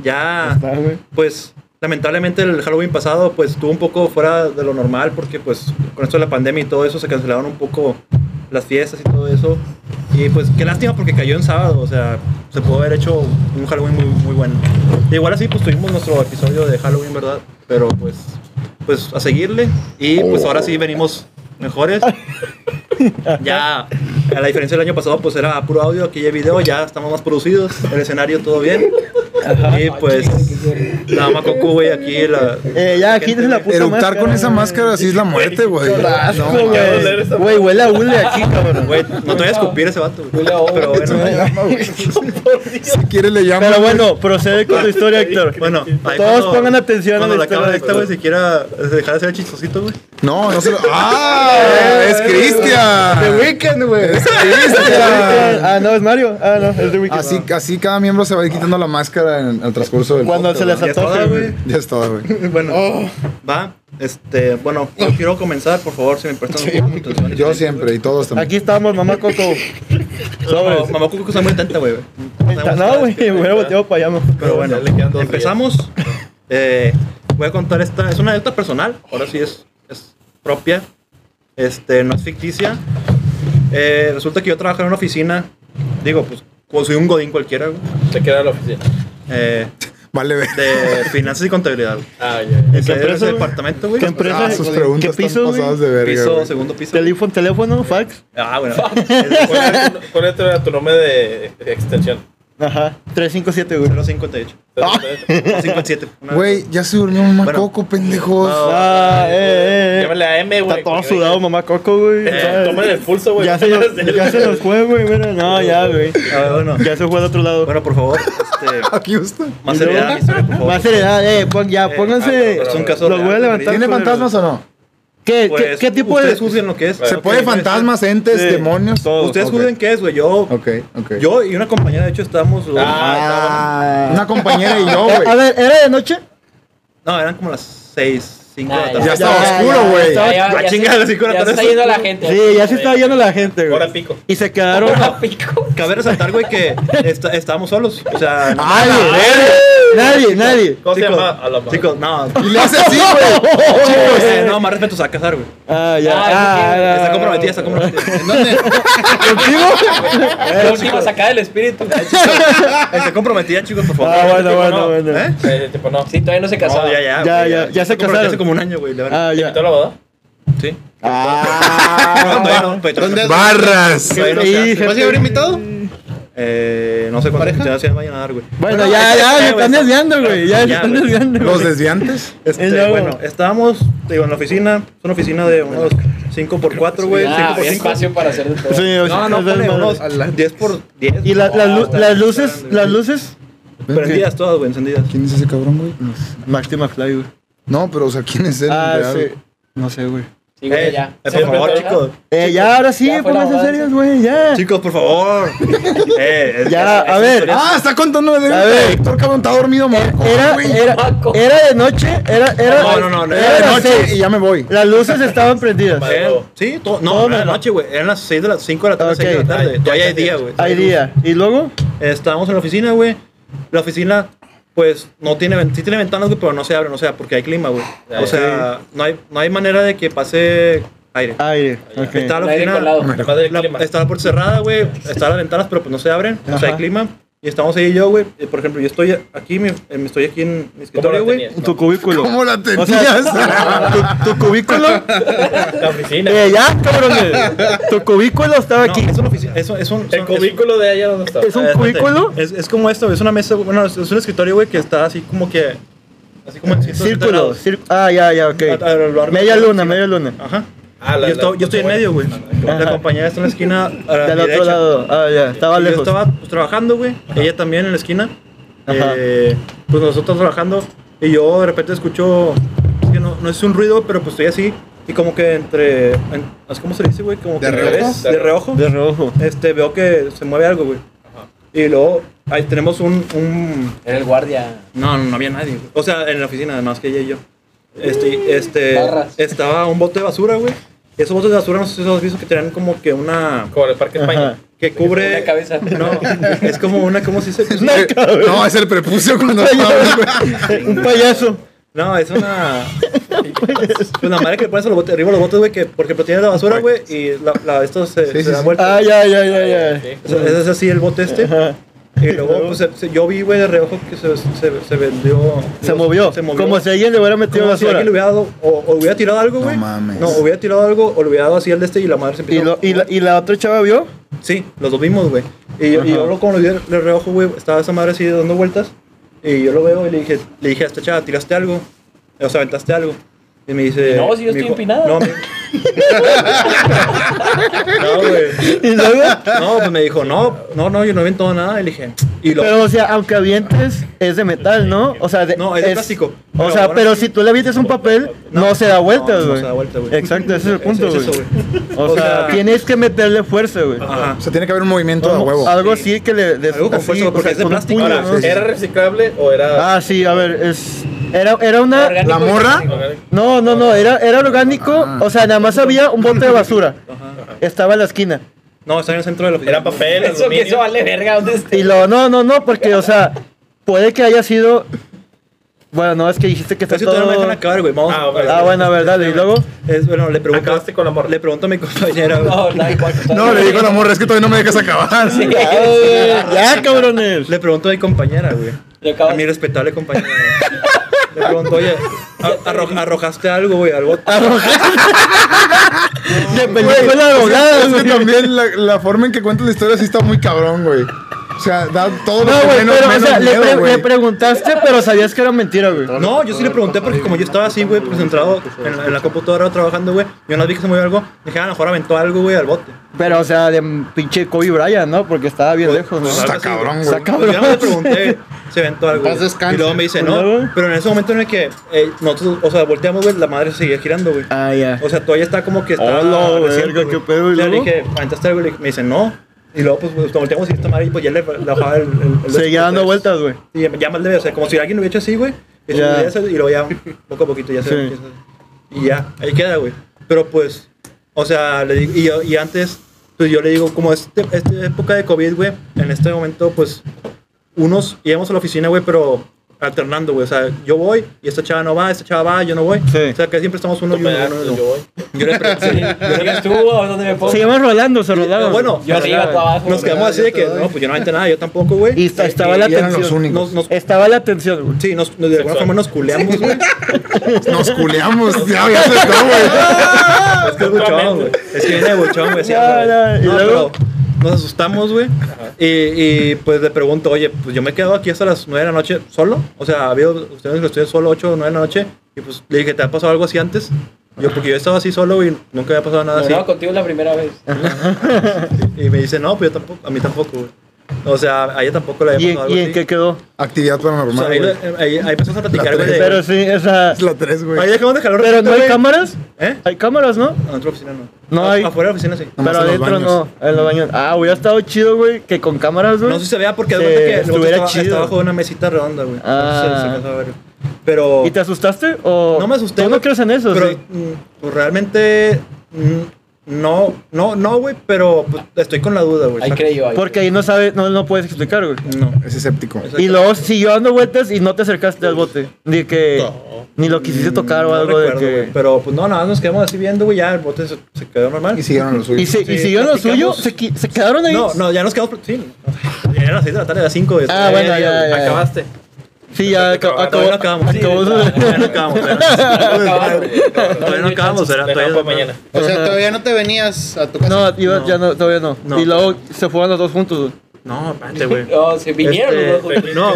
Speaker 2: Ya,
Speaker 1: Está, güey.
Speaker 2: pues, lamentablemente el Halloween pasado, pues, estuvo un poco fuera de lo normal porque, pues, con esto de la pandemia y todo eso, se cancelaron un poco las fiestas y todo eso. Y, pues, qué lástima porque cayó en sábado. O sea, se pudo haber hecho un Halloween muy, muy bueno. Igual así, pues, tuvimos nuestro episodio de Halloween, ¿verdad? Pero, pues, pues, a seguirle. Y, pues, ahora
Speaker 1: Oh.
Speaker 2: sí venimos mejores. Ya, a la diferencia del año pasado, pues era puro audio, aquí ya hay video, ya estamos más producidos, el escenario todo bien. Y pues, la mamá Coco, güey, aquí la.
Speaker 1: Eh, ya, quítese la puta
Speaker 5: Eructar con
Speaker 1: máscara,
Speaker 5: esa
Speaker 1: güey.
Speaker 5: máscara así es la muerte, güey.
Speaker 1: Qué asco,
Speaker 5: No,
Speaker 1: güey.
Speaker 5: mames.
Speaker 4: oler esa
Speaker 1: Güey, huele a hule aquí, cabrón.
Speaker 2: Güey, no te voy a escupir ese vato, güey.
Speaker 3: Huele a ovo.
Speaker 2: Pero
Speaker 5: Se le
Speaker 2: bueno,
Speaker 5: llama, güey. Si quieres le llama.
Speaker 1: Pero bueno, procede con tu historia, Héctor.
Speaker 2: bueno, ahí
Speaker 1: Todos
Speaker 2: cuando-
Speaker 1: pongan atención este a
Speaker 2: Cuando
Speaker 1: la
Speaker 2: la
Speaker 1: historia
Speaker 2: cámara
Speaker 1: de
Speaker 2: esta, güey, si quiera dejar de ser chistosito, güey.
Speaker 5: No, no se lo. ¡Ah! es Cristian.
Speaker 1: The Weeknd, güey.
Speaker 5: Es
Speaker 1: Cristian.
Speaker 5: Cristian.
Speaker 1: Ah, no, es Mario. Ah, no, es The Weeknd.
Speaker 5: Así, así cada miembro se va a ir quitando la máscara en el transcurso del.
Speaker 1: Cuando
Speaker 5: podcast,
Speaker 1: se les
Speaker 2: Ya está,
Speaker 5: ¿verdad?
Speaker 1: antoje, güey. Oh.
Speaker 2: güey.
Speaker 5: Ya es todo, güey.
Speaker 2: Bueno, va. Este, bueno, yo quiero comenzar, por favor, si me prestan un poco de atención.
Speaker 5: Yo siempre y todos también.
Speaker 1: Aquí estamos, mamá Coco.
Speaker 2: No,
Speaker 1: Sobres.
Speaker 2: Mamá Coco está muy atenta, güey.
Speaker 1: No, güey, hubiera volteado para allá. mo.
Speaker 2: este Pero bueno,
Speaker 4: Ya le quedan dos
Speaker 2: empezamos. Eh, voy a contar esta. Es una anécdota personal. Ahora sí es, es propia. Este, no es ficticia. Eh, resulta que yo trabajaba en una oficina. Digo, pues, como soy un godín cualquiera, güey,
Speaker 4: Te queda la oficina.
Speaker 2: eh,
Speaker 5: Vale, ve.
Speaker 2: de finanzas y contabilidad. güey.
Speaker 4: Ah, ya. ya.
Speaker 2: Ese era
Speaker 1: empresa,
Speaker 2: ese
Speaker 1: güey?
Speaker 2: departamento, güey.
Speaker 1: ¿Qué empresa?
Speaker 5: Ah, sus
Speaker 1: ¿Qué
Speaker 5: preguntas están
Speaker 1: piso, güey?
Speaker 5: pasadas de verga.
Speaker 2: Piso,
Speaker 5: güey.
Speaker 2: segundo piso.
Speaker 1: Teléfono, teléfono, fax.
Speaker 2: Ah, bueno.
Speaker 4: ¿Cuál, era tu, cuál era tu nombre de extensión?
Speaker 1: Ajá. 357, güey.
Speaker 2: 058.
Speaker 4: Ah.
Speaker 2: 057. una-
Speaker 5: Güey, ya se durmió mamá
Speaker 2: Bueno.
Speaker 5: Coco, pendejos.
Speaker 2: No.
Speaker 1: Ah, eh, eh, eh.
Speaker 4: Llámale a M, güey.
Speaker 1: Está todo
Speaker 4: porque-
Speaker 1: sudado, mamá Coco, güey.
Speaker 4: Eh,
Speaker 1: ¿sabes?
Speaker 4: Tomen el pulso, güey.
Speaker 1: Ya se, los, ya se los fue, güey. Mira, no, ya, güey.
Speaker 2: A ver, Ah, bueno.
Speaker 1: Ya se fue al otro lado.
Speaker 2: Bueno, por favor, este,
Speaker 5: Aquí está.
Speaker 2: más seriedad, Pues, en la historia, por favor.
Speaker 1: Más seriedad, eh. pon- ya,
Speaker 2: Eh,
Speaker 1: pónganse.
Speaker 2: ah, no, es un caso
Speaker 1: los voy a
Speaker 2: real,
Speaker 1: levantar.
Speaker 5: ¿Tiene
Speaker 1: con el-
Speaker 5: fantasmas o no?
Speaker 1: ¿Qué,
Speaker 2: Pues,
Speaker 1: qué, qué tipo de.?
Speaker 2: Ustedes juzguen lo que es.
Speaker 5: ¿Se
Speaker 2: Ok,
Speaker 5: puede
Speaker 2: es-
Speaker 5: fantasmas, entes,
Speaker 1: Sí,
Speaker 5: demonios?
Speaker 1: todo.
Speaker 2: Ustedes
Speaker 5: Ok.
Speaker 2: juzguen qué es, güey. Yo,
Speaker 5: Ok, Ah. ok.
Speaker 2: yo y una compañera, de hecho, estábamos. los-
Speaker 5: Ah, una compañera y yo,
Speaker 1: Eh, a
Speaker 5: güey.
Speaker 1: ver, ¿era de noche?
Speaker 2: No, eran como las 6, 5 de la
Speaker 3: Nah,
Speaker 2: tarde.
Speaker 5: Ya estaba
Speaker 1: ya,
Speaker 5: oscuro,
Speaker 1: ya,
Speaker 5: güey.
Speaker 1: ya
Speaker 3: Ah, ya,
Speaker 2: Ah,
Speaker 3: ya,
Speaker 2: chinga,
Speaker 3: se-
Speaker 2: las cinco de la
Speaker 3: ya se
Speaker 2: tarde.
Speaker 3: está yendo la gente.
Speaker 1: Sí, ya se estaba yendo la gente, güey.
Speaker 4: Ahora pico.
Speaker 1: Y se quedaron.
Speaker 3: Ahora pico.
Speaker 2: Cabe resaltar, güey, que esta- estábamos solos. O sea, no-
Speaker 5: ¡Ay, la verga!
Speaker 1: Nadie, nadie.
Speaker 4: ¿Cómo se
Speaker 2: Chicos,
Speaker 4: llama? A la madre.
Speaker 2: Chicos, no.
Speaker 5: Y le hace así, güey.
Speaker 2: Chicos, eh, no, más respeto se va a casar, güey.
Speaker 1: Ah, ya.
Speaker 3: Ah,
Speaker 1: Ah,
Speaker 3: sí, sí.
Speaker 1: ah,
Speaker 2: Está
Speaker 1: ah,
Speaker 2: comprometida, está comprometida.
Speaker 5: ¿En dónde?
Speaker 3: La última sacada del espíritu.
Speaker 2: Está comprometida, chicos, por favor.
Speaker 1: Ah, bueno,
Speaker 4: Tipo,
Speaker 1: bueno,
Speaker 4: no.
Speaker 1: bueno.
Speaker 2: ¿Eh?
Speaker 4: Eh, tipo, no.
Speaker 3: Sí, todavía no se casaba.
Speaker 2: No, ya, ya.
Speaker 1: Ya,
Speaker 2: güey,
Speaker 1: ya, ya se
Speaker 2: Está comprometida
Speaker 1: casaron.
Speaker 2: Hace como un año, güey. la verdad.
Speaker 1: Ah, ya.
Speaker 4: ¿Invitó a la boda?
Speaker 2: Sí. No, todavía
Speaker 5: Ah.
Speaker 2: no, todavía no.
Speaker 5: Barras.
Speaker 2: Todavía no se hace.
Speaker 1: Híjole.
Speaker 2: ¿Vas a llevar invitado? Eh, no sé cuándo se hace vayan a dar, güey.
Speaker 1: Bueno, ya, ya, se están desviando, güey. Ya, se
Speaker 2: Ya,
Speaker 1: están
Speaker 2: güey.
Speaker 1: desviando.
Speaker 5: Los
Speaker 1: güey.
Speaker 5: desviantes.
Speaker 2: Este,
Speaker 1: Ya, güey.
Speaker 2: bueno, estábamos, te digo, en la oficina. Es una oficina de unos 5x4, güey.
Speaker 3: Ah, había
Speaker 2: 5x5.
Speaker 3: espacio para hacer de todo.
Speaker 1: Sí, o sea,
Speaker 2: No, no,
Speaker 1: esas
Speaker 2: pone
Speaker 1: madres.
Speaker 2: unos 10x10.
Speaker 1: Y la- las lu- las luces, las luces.
Speaker 2: Prendidas todas, güey, encendidas.
Speaker 5: ¿Quién es ese cabrón, güey?
Speaker 1: Marty McFly, güey.
Speaker 5: No, pero, o sea, ¿quién es él?
Speaker 1: Ah,
Speaker 5: real?
Speaker 1: sí. No sé, güey.
Speaker 3: Sí, güey,
Speaker 2: Eh,
Speaker 3: ya.
Speaker 2: eh, por favor, chicos.
Speaker 1: Eh, ya, ahora sí,
Speaker 3: ya fue la
Speaker 1: pónganse
Speaker 3: boda,
Speaker 1: serios, güey, ya.
Speaker 2: Chicos, por favor. Eh, es-
Speaker 1: Ya,
Speaker 2: es-
Speaker 1: a
Speaker 2: es
Speaker 1: ver.
Speaker 2: historia.
Speaker 5: Ah, está contando de
Speaker 1: A ver. Eh,
Speaker 5: Héctor, cabrón, está dormido, Marco.
Speaker 1: Era, era,
Speaker 3: Marco.
Speaker 1: era de noche, era, era.
Speaker 2: No, no, no, no,
Speaker 1: era
Speaker 2: era
Speaker 5: de
Speaker 1: las
Speaker 5: Eh, noche
Speaker 1: seis.
Speaker 5: y ya me voy.
Speaker 1: Las luces estaban prendidas.
Speaker 4: Madre.
Speaker 2: Eh, sí, todo, no,
Speaker 1: Todo
Speaker 2: no era
Speaker 1: me-
Speaker 2: noche, güey. Eran las 6 de las 5 de la tarde,
Speaker 1: Ok.
Speaker 2: 6 de la tarde.
Speaker 4: Ay,
Speaker 2: Todavía
Speaker 4: ya
Speaker 2: hay día, güey.
Speaker 1: Hay día. ¿Y luego?
Speaker 2: Estábamos en la oficina, güey. La oficina, pues, no tiene, ven- sí tiene ventanas, güey, pero no se abren, o sea, porque hay clima, güey. O
Speaker 4: Ok.
Speaker 2: sea, no hay, no hay manera de que pase aire.
Speaker 1: Aire. Ah, ok.
Speaker 2: Está la
Speaker 3: Un aire
Speaker 2: oficina,
Speaker 3: colado.
Speaker 4: Además del
Speaker 2: la-
Speaker 4: clima.
Speaker 2: está la puerta cerrada, güey. Están las ventanas, pero pues no se abren, o sea,
Speaker 1: Ajá.
Speaker 2: hay clima. Y estamos ahí yo, güey. Eh, Por ejemplo, yo estoy aquí, mi- eh, estoy aquí en mi
Speaker 4: ¿Cómo la
Speaker 2: escritorio, güey.
Speaker 4: tenías?
Speaker 1: Tu cubículo.
Speaker 5: ¿Cómo la tenías?
Speaker 1: O sea, tu, tu cubículo.
Speaker 4: La oficina.
Speaker 1: Eh, ya, cabrones. Tu cubículo estaba
Speaker 2: No,
Speaker 1: aquí.
Speaker 2: es una oficina, es, un- es un...
Speaker 4: El
Speaker 2: son- es-
Speaker 4: cubículo Ah, de allá donde está.
Speaker 1: Es un
Speaker 2: Eh, espérate.
Speaker 1: cubículo.
Speaker 2: Es, es como esto, güey, es una mesa, güey, bueno, es, es un escritorio, güey, que está así como que. Así como en 180
Speaker 1: Círculo.
Speaker 2: grados.
Speaker 1: círculo. Ah, ya, ya, ok.
Speaker 2: A- a lo largo
Speaker 1: Media
Speaker 2: de-
Speaker 1: luna, media luna.
Speaker 2: Ajá.
Speaker 4: Ah, la-
Speaker 2: yo,
Speaker 4: la-
Speaker 2: estoy- yo estoy en medio, güey.
Speaker 1: Ajá.
Speaker 2: La compañera está en la esquina. a la
Speaker 1: Del
Speaker 2: derecha.
Speaker 1: otro lado. Ah, ya, estaba
Speaker 2: Y
Speaker 1: lejos.
Speaker 2: Yo estaba pues, trabajando, güey. Ella también en la esquina.
Speaker 1: Ajá.
Speaker 2: Eh, pues nosotros trabajando. Y yo de repente escucho. es que no, no es un ruido, pero pues estoy así. Y como que entre. en- ¿Cómo se dice, güey? Como
Speaker 5: ¿De
Speaker 2: que
Speaker 5: reojo?
Speaker 2: revés, De reojo
Speaker 1: De rojo.
Speaker 2: este, veo que se mueve algo, güey. Y luego ahí tenemos un, un...
Speaker 3: Era el guardia.
Speaker 2: No, no había nadie. güey. O sea, en la oficina, además que ella y yo. Este, este...
Speaker 3: Barras.
Speaker 2: Estaba un bote de basura, güey. Y esos botes de basura, no sé si los has visto, que tenían como que una...
Speaker 4: Como en el Parque España.
Speaker 1: Ajá.
Speaker 2: Que cubre...
Speaker 3: Una cabeza.
Speaker 2: No, es como una... ¿Cómo se dice?
Speaker 5: Eh, No, es el prepucio cuando
Speaker 1: Un payaso.
Speaker 2: No, es una... Es una madre que le pones a los botes, arriba de los botes, güey, que... Por ejemplo, tiene la basura, güey, y la, la, esto se,
Speaker 5: Sí,
Speaker 2: se
Speaker 5: sí,
Speaker 2: da
Speaker 5: sí.
Speaker 2: vuelta.
Speaker 1: Ah, ya, ya, ya, ya.
Speaker 4: Sí.
Speaker 2: O sea, es, es así el bote este.
Speaker 1: Ajá.
Speaker 2: Y luego, pues, se- se- yo vi, güey, de reojo que se, se, se vendió.
Speaker 1: Se movió.
Speaker 2: Se movió.
Speaker 1: Como si alguien le hubiera metido
Speaker 2: Como si
Speaker 1: basura.
Speaker 2: alguien le hubiera dado, o, o hubiera tirado algo,
Speaker 5: No
Speaker 2: güey.
Speaker 5: mames.
Speaker 2: No, hubiera tirado algo, o le hubiera dado así al de este y la madre se
Speaker 1: Y,
Speaker 2: empezó.
Speaker 1: lo- y la, y la otra chava vio.
Speaker 2: Sí, los dos vimos, güey. Y, yo- y yo lo, como lo vi de de reojo, güey, estaba esa madre así dando vueltas. Y yo lo veo y le dije, le dije a esta chava, tiraste algo. Eh, O sea, aventaste algo. Y me dice.
Speaker 3: No, si yo
Speaker 2: me
Speaker 3: estoy
Speaker 2: dijo,
Speaker 3: empinada.
Speaker 2: No, me- no, güey.
Speaker 1: Y luego.
Speaker 2: No, pues me dijo, no, no, no, yo no he aventado nada. Y le dije, y lo.
Speaker 1: Pero, o sea, aunque avientes, es de metal, ¿no? O sea, de-
Speaker 2: No, es de plástico.
Speaker 1: O
Speaker 2: Pero
Speaker 1: sea,
Speaker 2: ahora-
Speaker 1: pero si tú le avientes un papel, no,
Speaker 2: No,
Speaker 1: se da vueltas,
Speaker 2: no,
Speaker 1: güey.
Speaker 2: no se da vuelta, güey.
Speaker 1: Exacto, ese es el punto,
Speaker 2: es
Speaker 1: güey.
Speaker 2: eso, güey.
Speaker 1: o,
Speaker 2: O
Speaker 1: sea,
Speaker 2: sea-
Speaker 1: tienes que meterle fuerza, güey.
Speaker 2: Ajá.
Speaker 5: O sea, tiene que haber un movimiento a
Speaker 1: Como-
Speaker 5: huevo.
Speaker 1: Algo así que le... des-
Speaker 2: Algo con
Speaker 1: así,
Speaker 2: fuerza,
Speaker 1: o
Speaker 2: porque
Speaker 1: sea,
Speaker 2: es de
Speaker 1: con un
Speaker 2: plástico.
Speaker 1: puño,
Speaker 4: Ahora,
Speaker 1: ¿no?
Speaker 5: sí.
Speaker 4: ¿era reciclable o era
Speaker 1: Ah, sí, a ver, es... Era, era una...
Speaker 3: Orgánico.
Speaker 5: La morra,
Speaker 4: orgánico?
Speaker 1: No, no, no, era, era orgánico. O sea, nada más había un bote de basura. Estaba en la esquina.
Speaker 2: No, está en el centro de la oficina.
Speaker 4: Era papel,
Speaker 3: Eso que eso
Speaker 4: aluminio.
Speaker 3: vale verga. ¿Dónde está?
Speaker 1: Y lo, no, no, no, porque, o sea, puede que haya sido... Bueno, no, es que dijiste que está
Speaker 2: Casi todavía no me
Speaker 1: todo...
Speaker 2: dejan acabar, güey. Vamos.
Speaker 4: Ah, bueno.
Speaker 1: Ah, bueno, a ver, dale, y luego...
Speaker 2: Es, bueno, le pregunto.
Speaker 4: Acabaste con la morra.
Speaker 2: Le pregunto a mi compañera, güey.
Speaker 3: No, no, igual.
Speaker 5: No, le digo a la morra, es que todavía no me dejas acabar.
Speaker 1: Ya, ya, cabrones.
Speaker 2: Le pregunto a mi compañera, güey.
Speaker 3: Yo acabo-
Speaker 2: A mi respetable compañera. güey. Le pregunto, oye, a- arro- arrojaste algo, güey, algo.
Speaker 1: De
Speaker 5: Güey,
Speaker 1: película
Speaker 5: es que-
Speaker 1: abogada,
Speaker 5: es que
Speaker 1: güey.
Speaker 5: también la, la forma en que cuentas la historia sí está muy cabrón, güey. O sea, da todo
Speaker 1: No,
Speaker 5: lo que
Speaker 1: güey,
Speaker 5: menos,
Speaker 1: pero, o
Speaker 5: menos
Speaker 1: sea, le,
Speaker 5: miedo,
Speaker 1: pre-
Speaker 5: güey.
Speaker 1: le preguntaste, pero sabías que era mentira, güey.
Speaker 2: No, yo sí le pregunté porque como yo estaba así, güey, concentrado en, en la computadora trabajando, güey, yo no vi que se movió algo, dije, ah, a lo mejor aventó algo, güey, al bote.
Speaker 1: Pero, o sea, de mm, pinche Kobe Bryant, ¿no? Porque estaba bien lejos, ¿no?
Speaker 5: Está cabrón, güey.
Speaker 1: Está
Speaker 2: Yo
Speaker 1: cabrón.
Speaker 2: no le pregunté si aventó algo.
Speaker 6: Paz,
Speaker 2: güey.
Speaker 6: descansa.
Speaker 2: Y luego me dice,
Speaker 1: Cuidado, güey.
Speaker 2: no, pero en ese momento en el que eh, nosotros, o sea, volteamos, güey, la madre se seguía girando, güey.
Speaker 1: Ah, ya.
Speaker 2: O sea, todavía está como que está.
Speaker 1: Hola,
Speaker 2: reciente,
Speaker 1: Ah, verga,
Speaker 2: güey.
Speaker 1: qué pedo, ¿y
Speaker 2: O sea, Le
Speaker 1: luego?
Speaker 2: dije, aventaste algo, y le- me dice, no. Y luego, pues, pues, nos volteamos y esta madre, pues ya le le bajaba el. el- el-
Speaker 1: Seguía
Speaker 2: el-
Speaker 1: dando vueltas, güey.
Speaker 2: Sí, ya más leve, o sea, como si alguien lo hubiera hecho así, güey. Y, se
Speaker 1: Ya.
Speaker 2: volvía a hacer, y luego ya, poco a poquito, ya se
Speaker 1: Sí.
Speaker 2: empieza. Y ya, ahí queda, güey. Pero pues, o sea, le digo, y, yo- y antes, pues yo le digo, como este- esta época de COVID, güey, en este momento, pues, unos íbamos a la oficina, güey, pero alternando, güey. O sea, yo voy y esta chava no va, esta chava va, yo no voy.
Speaker 1: Sí.
Speaker 2: O sea, que siempre estamos uno y
Speaker 4: Pues Me
Speaker 2: uno.
Speaker 4: da-
Speaker 2: uno y uno.
Speaker 4: yo voy.
Speaker 2: Yo le pregunté.
Speaker 3: Digas tú, ¿a dónde me pongo?
Speaker 1: Seguimos rodando, se rodaban.
Speaker 2: bueno,
Speaker 3: yo arriba, tú abajo.
Speaker 2: nos quedamos así de que, no, pues yo no aventé nada, yo tampoco, güey.
Speaker 1: Y esta- estaba
Speaker 2: eh,
Speaker 1: la
Speaker 5: Y eran los
Speaker 1: tensión.
Speaker 5: únicos.
Speaker 2: Nos, nos,
Speaker 1: Estaba la tensión, güey.
Speaker 2: sí, nos, nos- de alguna forma nos culeamos, güey.
Speaker 5: Nos culeamos. Ya, ya se todo, güey.
Speaker 2: Es que es buchón, güey. Es que viene de buchón, güey. sí,
Speaker 1: Ya,
Speaker 2: güey.
Speaker 1: ya, y
Speaker 2: No,
Speaker 1: luego-
Speaker 2: pero nos asustamos, güey. Y, y, pues le pregunto, oye, pues yo me quedo aquí hasta las 9 de la noche solo. O sea, ha habido ustedes que estoy solo 8 o 9 de la noche. Y pues le dije, ¿te ha pasado algo así antes? Yo, porque yo estaba así solo y nunca había pasado nada así.
Speaker 3: No, contigo la primera vez.
Speaker 2: Y me dice, no, pues yo tampoco, a mí tampoco, güey. O sea, a ella tampoco le
Speaker 1: ¿Y,
Speaker 2: había
Speaker 1: en-
Speaker 2: pasado
Speaker 1: y
Speaker 2: algo
Speaker 1: en
Speaker 2: así.
Speaker 1: qué quedó?
Speaker 5: Actividad
Speaker 2: O sea,
Speaker 5: paranormal,
Speaker 2: ahí,
Speaker 5: güey.
Speaker 2: lo- ahí, ahí empezamos a platicar,
Speaker 5: La
Speaker 2: güey. de-
Speaker 1: Pero sí, esa.
Speaker 5: Es la 3,
Speaker 2: Ahí
Speaker 5: güey.
Speaker 2: dejamos de calor.
Speaker 1: Pero no hay
Speaker 2: güey.
Speaker 1: cámaras.
Speaker 2: ¿Eh?
Speaker 1: Hay cámaras, ¿no?
Speaker 2: No, en otra oficina no.
Speaker 1: No
Speaker 2: A-
Speaker 1: hay.
Speaker 2: Afuera de la oficina sí.
Speaker 5: Nomás
Speaker 1: Pero
Speaker 5: en los
Speaker 1: adentro no,
Speaker 5: baños.
Speaker 1: en los baños. Ah, hubiera estado chido, güey, que con cámaras, güey.
Speaker 2: No sé si se vea porque
Speaker 1: Sí,
Speaker 2: de cuenta que el bote
Speaker 1: estuviera
Speaker 2: estaba,
Speaker 1: chido.
Speaker 2: estaba bajo una mesita redonda, güey.
Speaker 1: Ah.
Speaker 2: Entonces, se alcanzaba a ver. Pero
Speaker 1: ¿Y te asustaste? O...
Speaker 2: no me asusté.
Speaker 1: ¿Tú no
Speaker 2: güey,
Speaker 1: crees en eso?
Speaker 2: Pero
Speaker 1: sí?
Speaker 2: mm, pues, realmente mm, no, no, no, güey, pero pues, estoy con la duda, güey.
Speaker 3: Ahí
Speaker 2: ¿sabes?
Speaker 3: creyó. ahí
Speaker 1: Porque ahí no sabes, no, no puedes explicar, güey.
Speaker 2: No.
Speaker 5: Es escéptico.
Speaker 2: Exacto.
Speaker 1: Y luego siguió dando vueltas y no te acercaste al bote. Ni que.
Speaker 4: No.
Speaker 1: Ni lo quisiste
Speaker 2: Mm,
Speaker 1: tocar o
Speaker 2: no
Speaker 1: algo
Speaker 2: recuerdo,
Speaker 1: de
Speaker 2: güey,
Speaker 1: que.
Speaker 2: Pero pues no, nada, más nos quedamos así viendo, güey, ya el bote se, se quedó normal.
Speaker 5: Y siguieron los suyos.
Speaker 1: ¿Y, se,
Speaker 2: Sí,
Speaker 1: ¿Y siguieron lo suyo?
Speaker 2: platicamos.
Speaker 1: ¿Se, qui- se quedaron ahí?
Speaker 2: No, no, ya nos quedamos. Sí, ya eran las 6 de la tarde, a las 5.
Speaker 1: Ah, bueno, ya, ya, ya.
Speaker 4: Acabaste.
Speaker 1: Sí, ya acabó.
Speaker 2: Ah, Todavía no acabamos.
Speaker 1: acabó- acabó su-
Speaker 2: Todavía no acabamos. Todavía no
Speaker 3: Pues
Speaker 2: acabamos. era-
Speaker 4: Pero no
Speaker 2: todavía-
Speaker 4: fue mañana.
Speaker 6: O sea, todavía no te venías a tu casa.
Speaker 1: No, iba-
Speaker 2: No.
Speaker 1: ya no, todavía no.
Speaker 2: No.
Speaker 1: Y luego se fueron los dos juntos, güey.
Speaker 2: No, espérate, güey.
Speaker 3: No, se vinieron
Speaker 2: Este,
Speaker 3: los dos juntos.
Speaker 2: No,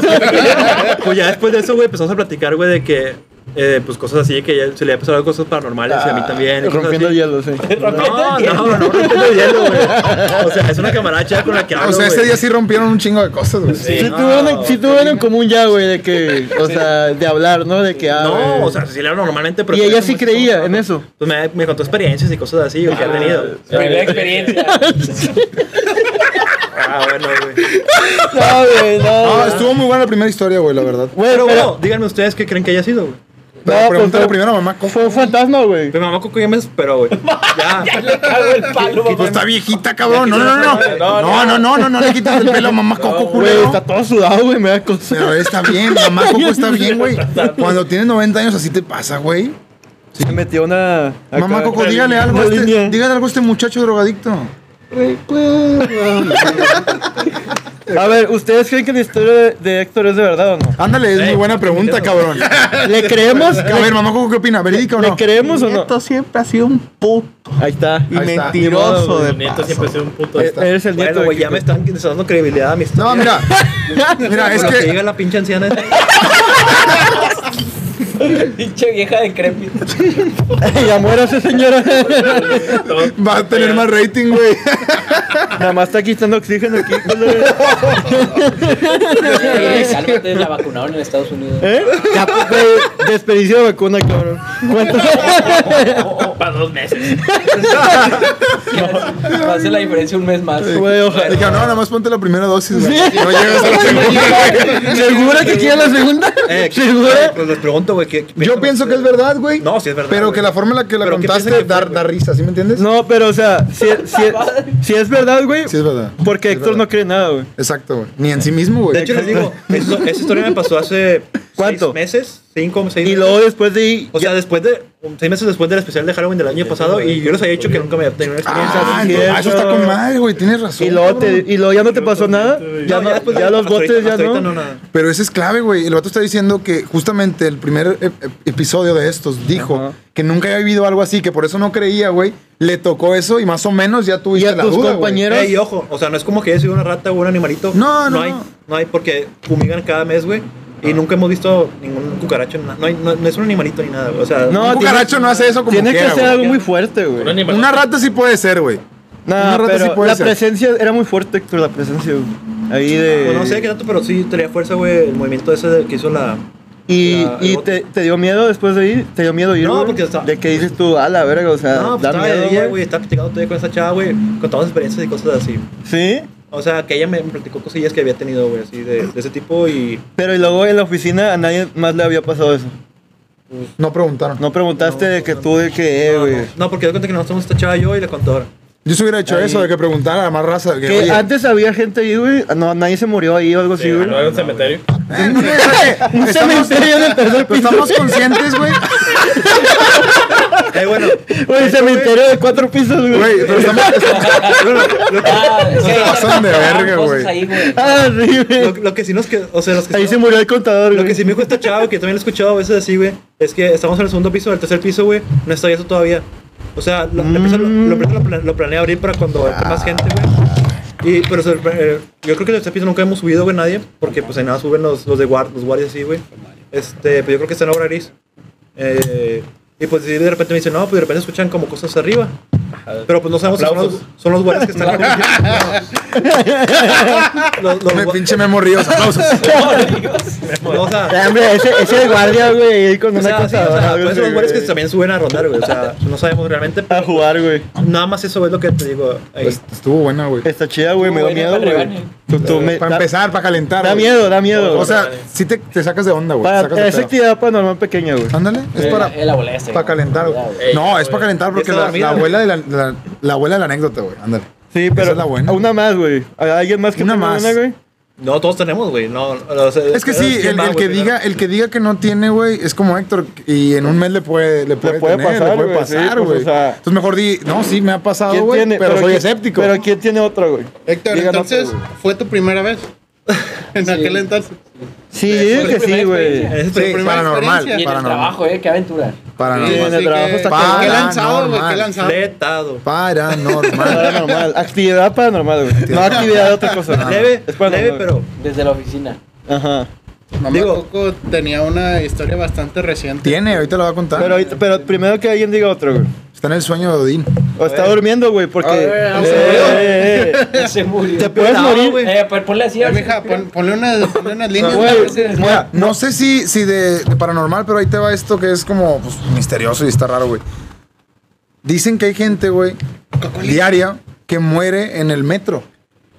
Speaker 2: pues ya después de eso, güey, empezamos a platicar, güey, de que, eh, pues cosas así, que ya se le había pasado cosas paranormales y a mí también. y cosas
Speaker 1: Ah, Rompiendo
Speaker 2: así.
Speaker 1: hielo, sí.
Speaker 2: No, no, no, no, rompiendo hielo, güey. O sea, es una camaracha con la que hablo.
Speaker 5: O sea, ese
Speaker 2: güey.
Speaker 5: día sí rompieron un chingo de cosas, güey.
Speaker 1: Sí,
Speaker 2: no,
Speaker 1: tuvieron, en- sí
Speaker 2: güey.
Speaker 1: tuvieron en común ya, güey, de que, o sea, de hablar, ¿no? De que, ah, güey.
Speaker 2: No, o sea, sí le hablo normalmente, pero.
Speaker 1: Y ella
Speaker 2: pues,
Speaker 1: sí
Speaker 2: como-
Speaker 1: creía en eso.
Speaker 2: Pues me, me contó experiencias y cosas así, güey, que ha tenido.
Speaker 3: Primera experiencia.
Speaker 2: Ah, bueno, güey.
Speaker 1: No, güey, no.
Speaker 5: Ah, estuvo muy buena la primera historia, güey, la verdad.
Speaker 1: Güey,
Speaker 2: Pero,
Speaker 1: pero-
Speaker 2: bueno, díganme ustedes qué creen que haya sido, güey.
Speaker 5: Pero
Speaker 1: No,
Speaker 5: pregúntale
Speaker 1: pues,
Speaker 5: primero a mamá. ¿cómo?
Speaker 1: Fue un fantasma, güey.
Speaker 2: Mi mamá Coco ya me esperó, güey. Ya.
Speaker 3: Le cago el palo,
Speaker 5: Pues
Speaker 3: papá.
Speaker 5: está viejita, cabrón. No, no, no. No, no, no, no, no, no le quitas el pelo a mamá Coco,
Speaker 1: Güey,
Speaker 5: culero.
Speaker 1: está todo sudado, güey, me da
Speaker 5: Pero
Speaker 1: cosa.
Speaker 5: está bien, mamá Coco está bien, güey. Cuando tienes 90 años así te pasa, güey.
Speaker 1: Se metió una... acá-
Speaker 5: Mamá Coco, dígale algo, a
Speaker 1: una
Speaker 5: este,
Speaker 1: línea.
Speaker 5: dígale algo a este muchacho drogadicto.
Speaker 1: A ver, ¿ustedes creen que la historia de, de Héctor es de verdad o no?
Speaker 5: Ándale, es muy buena pregunta, cabrón. A
Speaker 1: ¿Le creemos?
Speaker 5: ver, mamá Coco, ¿qué opina? ¿Verídica o
Speaker 1: ¿Le
Speaker 5: no?
Speaker 1: creemos o no?
Speaker 6: Esto siempre ha sido un puto
Speaker 1: Ahí está.
Speaker 6: y
Speaker 5: Ahí está.
Speaker 1: Ni modo,
Speaker 6: mentiroso
Speaker 1: güey.
Speaker 6: de
Speaker 4: El nieto
Speaker 6: paso.
Speaker 4: siempre ha sido un puto.
Speaker 1: E- Eres el nieto
Speaker 2: Bueno,
Speaker 1: de
Speaker 2: güey, ya
Speaker 1: Kiko.
Speaker 2: me están dando credibilidad a mi historia.
Speaker 5: No, mira, mira, es
Speaker 2: Lo que
Speaker 5: que
Speaker 2: diga la pinche anciana. esa.
Speaker 3: Pinche vieja de crepi.
Speaker 1: ya muérase, señora.
Speaker 5: va a tener más rating, güey.
Speaker 1: Nada más está quitando oxígeno aquí. culero.
Speaker 3: Cálmate, la vacunaron en Estados Unidos.
Speaker 1: ¿Eh? Ya, pues, güey, desperdicio de vacuna, cabrón. ¿Cuánto?
Speaker 4: Para dos meses.
Speaker 3: Hace la diferencia un mes más.
Speaker 1: Güey, ojalá.
Speaker 5: Dije, no, nada más ponte la primera dosis, güey.
Speaker 1: Sí.
Speaker 5: No llegas a la segunda.
Speaker 1: ¿Segura que quiere la segunda?
Speaker 2: Eh,
Speaker 1: ¿Segura?
Speaker 2: Pues les pregunto, güey. ¿qué- qué piensan
Speaker 5: Yo pienso que es
Speaker 2: ustedes?
Speaker 5: verdad, güey.
Speaker 2: No, sí es verdad,
Speaker 5: Pero
Speaker 2: güey.
Speaker 5: que la forma en la que la
Speaker 2: Pero ¿qué
Speaker 5: contaste
Speaker 2: piensan que
Speaker 5: da,
Speaker 2: fue,
Speaker 5: da risa, ¿sí me entiendes?
Speaker 1: No, pero o sea, si, si, pues, si es verdad, güey.
Speaker 5: Sí es verdad.
Speaker 1: Porque Héctor no cree nada, güey.
Speaker 5: Exacto, güey. Ni en sí mismo, güey.
Speaker 2: De hecho, les digo, eso- esa historia me pasó hace.
Speaker 1: ¿Cuánto?
Speaker 2: seis meses, cinco, seis
Speaker 1: Y
Speaker 2: meses.
Speaker 1: luego después de ahí.
Speaker 2: O sea, después de. como seis meses después del especial de Halloween del año pasado y yo les había dicho que nunca me había tenido una experiencia.
Speaker 5: Ah,
Speaker 1: sí,
Speaker 5: entonces, ah, eso está
Speaker 1: eso.
Speaker 5: con madre, güey. Tienes razón.
Speaker 1: Y luego, te-
Speaker 5: cabrón.
Speaker 1: y luego ya no te pasó nada. Ya, no-
Speaker 2: después de-
Speaker 1: ya los
Speaker 2: pues, hasta ahorita-
Speaker 1: botes ya
Speaker 2: hasta ahorita
Speaker 1: no.
Speaker 2: nada.
Speaker 5: Pero ese es clave, güey. El vato está diciendo que justamente el primer ep- ep- episodio de estos dijo
Speaker 1: Ajá.
Speaker 5: que nunca había vivido algo así, que por eso no creía, güey. Le tocó eso y más o menos ya
Speaker 1: Y
Speaker 5: tuviste
Speaker 1: a
Speaker 5: la
Speaker 1: tus
Speaker 5: duda, güey.
Speaker 1: compañeros.
Speaker 2: Ey, ojo, o sea, no es como que haya sido una rata o un animalito.
Speaker 5: No, no,
Speaker 2: hay,
Speaker 5: no.
Speaker 2: no hay porque fumigan cada mes, güey. Y nunca hemos visto ningún cucaracho, na- no, hay- no, no es un animalito ni nada, güey. O sea,
Speaker 1: No,
Speaker 5: Un
Speaker 1: tiene-
Speaker 5: cucaracho no hace eso como
Speaker 1: Tiene que
Speaker 5: quiera,
Speaker 1: ser
Speaker 5: güey.
Speaker 1: algo muy fuerte,
Speaker 4: Un
Speaker 1: güey.
Speaker 4: animal.
Speaker 5: Una rata sí puede ser, güey.
Speaker 1: No,
Speaker 5: Una rata
Speaker 1: pero
Speaker 5: sí puede
Speaker 1: la
Speaker 5: ser.
Speaker 1: presencia era muy fuerte, Héctor, la presencia, güey. Ahí de.
Speaker 2: pues no sé qué tanto, pero sí tenía fuerza, güey, el movimiento ese de- que hizo la.
Speaker 1: Y,
Speaker 2: Ya,
Speaker 1: y
Speaker 2: luego-
Speaker 1: te, te dio miedo después de ir, te dio miedo ir,
Speaker 2: No,
Speaker 1: güey?
Speaker 2: porque está-
Speaker 1: De que dices tú, a la verga, o sea,
Speaker 2: no,
Speaker 1: Ah,
Speaker 2: pues
Speaker 1: da
Speaker 2: estaba de
Speaker 1: miedo,
Speaker 2: día,
Speaker 1: güey.
Speaker 2: güey, estaba platicando todavía con esa chava, güey, con todas las experiencias y cosas así.
Speaker 1: Sí,
Speaker 2: O sea, que ella me me platicó cosillas que había tenido, güey, así de, de ese tipo y.
Speaker 1: pero y luego en la oficina a nadie más le había pasado eso.
Speaker 5: No preguntaron.
Speaker 1: No preguntaste de que tú, de que, eh,
Speaker 2: No,
Speaker 1: güey.
Speaker 2: no, no, porque de cuenta que nos estamos esta chava yo y la contadora.
Speaker 5: Yo se hubiera hecho
Speaker 1: Ahí.
Speaker 5: eso de que preguntara a la más raza. que,
Speaker 1: Que
Speaker 5: oye, eh,
Speaker 1: antes había gente ahí, güey. ah, No, nadie se murió ahí o algo así, güey.
Speaker 4: en un cementerio.
Speaker 5: eh, no, no, no,
Speaker 1: Un
Speaker 5: estamos,
Speaker 1: cementerio en el tercer
Speaker 5: pero estamos conscientes, güey.
Speaker 2: Eh, bueno.
Speaker 1: piso. Un cementerio de cuatro pisos,
Speaker 5: Güey,
Speaker 1: güey.
Speaker 5: pero estamos.
Speaker 3: Ah, es que
Speaker 5: Se pasan de
Speaker 3: estaban
Speaker 5: verga,
Speaker 3: cosas
Speaker 5: güey.
Speaker 3: ahí, güey.
Speaker 1: Ah, sí,
Speaker 2: Lo,
Speaker 1: güey.
Speaker 2: lo que sí nos quedó, o sea, los que
Speaker 1: Ahí
Speaker 2: sí-
Speaker 1: se murió el contador,
Speaker 2: Lo
Speaker 1: güey.
Speaker 2: que sí me dijo este chavo, que también lo he escuchado a veces así, güey, es que estamos en el segundo piso, en el tercer piso, güey, no está abierto todavía. O sea, la, la empresa lo, la empresa lo pla- lo planea abrir para cuando entre más gente, güey. Y, pero se- eh, yo creo que en el tercer piso nunca hemos subido, güey, nadie, porque pues en nada suben los, los de guard, los guardias así, güey. Este, pues yo creo que está en obra gris. Eh, y pues sí, de repente me dicen, no, pues de repente escuchan como cosas arriba. Pero pues no sabemos si son los, son los guardias que están... los, los
Speaker 5: Me
Speaker 2: gua-
Speaker 5: pinche Memo Ríos. Aplausos.
Speaker 2: no, o sea,
Speaker 1: Ah, Hombre, ese, ese guardia, güey, ahí con
Speaker 2: O
Speaker 1: una
Speaker 2: sea, sí, o
Speaker 1: contadora.
Speaker 2: sea,
Speaker 1: algo
Speaker 2: por
Speaker 1: así,
Speaker 2: eso los güeyes que
Speaker 1: güey.
Speaker 2: también suben a rondar, güey. O sea, no sabemos realmente.
Speaker 1: A
Speaker 2: pero
Speaker 1: jugar, güey.
Speaker 2: Nada más eso es lo que te digo. ahí.
Speaker 5: Pues, Estuvo buena, güey.
Speaker 1: Está chida, güey, me da
Speaker 3: Güey,
Speaker 1: miedo,
Speaker 3: para
Speaker 1: güey.
Speaker 3: rebaño.
Speaker 1: Tú- tú me-
Speaker 5: Para
Speaker 1: da-
Speaker 5: empezar, para calentar.
Speaker 1: Da
Speaker 5: güey.
Speaker 1: miedo, da miedo.
Speaker 5: O sea,
Speaker 4: Órale.
Speaker 5: sí te, te sacas de onda, güey. te sacas
Speaker 1: para,
Speaker 5: de
Speaker 1: es
Speaker 5: pedo.
Speaker 1: actividad paranormal pequeña, güey.
Speaker 5: Ándale, es
Speaker 3: Eh,
Speaker 5: para,
Speaker 3: eh, la volea esta,
Speaker 5: para
Speaker 3: güey.
Speaker 5: calentar. güey.
Speaker 3: Ya,
Speaker 4: güey.
Speaker 5: No,
Speaker 4: Ey,
Speaker 5: es para
Speaker 4: güey.
Speaker 5: calentar porque
Speaker 2: Está
Speaker 5: la,
Speaker 2: dormida,
Speaker 5: la
Speaker 2: güey.
Speaker 5: abuela de la, la- la abuela de la anécdota, güey. Ándale.
Speaker 1: Sí,
Speaker 5: Esa
Speaker 1: pero
Speaker 5: es la buena.
Speaker 1: una más, güey. ¿Alguien más que
Speaker 5: Una
Speaker 1: tenga
Speaker 5: más.
Speaker 1: güey?
Speaker 2: No, todos tenemos, güey. No, o sea,
Speaker 5: Es que sí,
Speaker 2: ¿quién
Speaker 5: el,
Speaker 2: va,
Speaker 5: el
Speaker 2: güey,
Speaker 5: que
Speaker 2: primero?
Speaker 5: diga, el que diga que no tiene, güey, es como Héctor y en un mes le puede, le puede,
Speaker 1: puede
Speaker 5: tener,
Speaker 1: pasar,
Speaker 5: le puede
Speaker 1: güey, sí,
Speaker 5: pasar,
Speaker 1: pues,
Speaker 5: güey.
Speaker 1: o sea-
Speaker 5: Entonces mejor di, no, sí me ha pasado, Ah, güey, pero, soy
Speaker 1: quién-
Speaker 5: escéptico.
Speaker 1: Pero ¿quién tiene otra, güey?
Speaker 6: Héctor,
Speaker 1: Digan
Speaker 6: entonces
Speaker 1: otra, güey.
Speaker 6: fue tu primera vez. En aquel entonces.
Speaker 1: Sí, yo digo
Speaker 3: fue
Speaker 1: que sí,
Speaker 3: mi primera
Speaker 1: güey.
Speaker 3: experiencia.
Speaker 2: Es-
Speaker 5: Sí,
Speaker 6: primera
Speaker 5: paranormal,
Speaker 6: experiencia.
Speaker 3: Y en el
Speaker 5: paranormal,
Speaker 3: trabajo, eh, qué aventura.
Speaker 1: Sí, en
Speaker 5: paranormal,
Speaker 1: el trabajo está
Speaker 5: cabrón.
Speaker 6: Qué lanzado, güey, qué
Speaker 5: Paranormal.
Speaker 6: lanzado.
Speaker 2: Letado.
Speaker 5: paranormal.
Speaker 1: Paranormal. Actividad paranormal, güey. No actividad de otra cosa.
Speaker 2: Leve,
Speaker 1: Es paranormal.
Speaker 2: leve, pero.
Speaker 3: Desde la oficina.
Speaker 1: Ajá.
Speaker 6: Mamá
Speaker 2: Digo-
Speaker 6: Coco tenía una historia bastante reciente.
Speaker 5: Tiene, ahorita lo va a contar.
Speaker 1: Pero, ahorita- pero primero que alguien diga otro, güey.
Speaker 5: está en el sueño de Odín.
Speaker 1: O está durmiendo, güey, porque...
Speaker 6: A ver, vamos a
Speaker 1: Eh,
Speaker 6: ver.
Speaker 1: eh, eh, eh.
Speaker 3: Se murió.
Speaker 1: Te puedes morir, güey.
Speaker 3: Eh, pues ponle así. a
Speaker 6: Ya,
Speaker 3: ver si
Speaker 6: mija,
Speaker 3: respira.
Speaker 6: pon- ponle, unas, ponle unas líneas.
Speaker 1: Güey,
Speaker 3: Sí, sí.
Speaker 1: mira,
Speaker 5: No sé si, si de, de paranormal, pero ahí te va esto que es como pues, misterioso y está raro, güey. Dicen que hay gente, güey, diaria, que muere en el metro,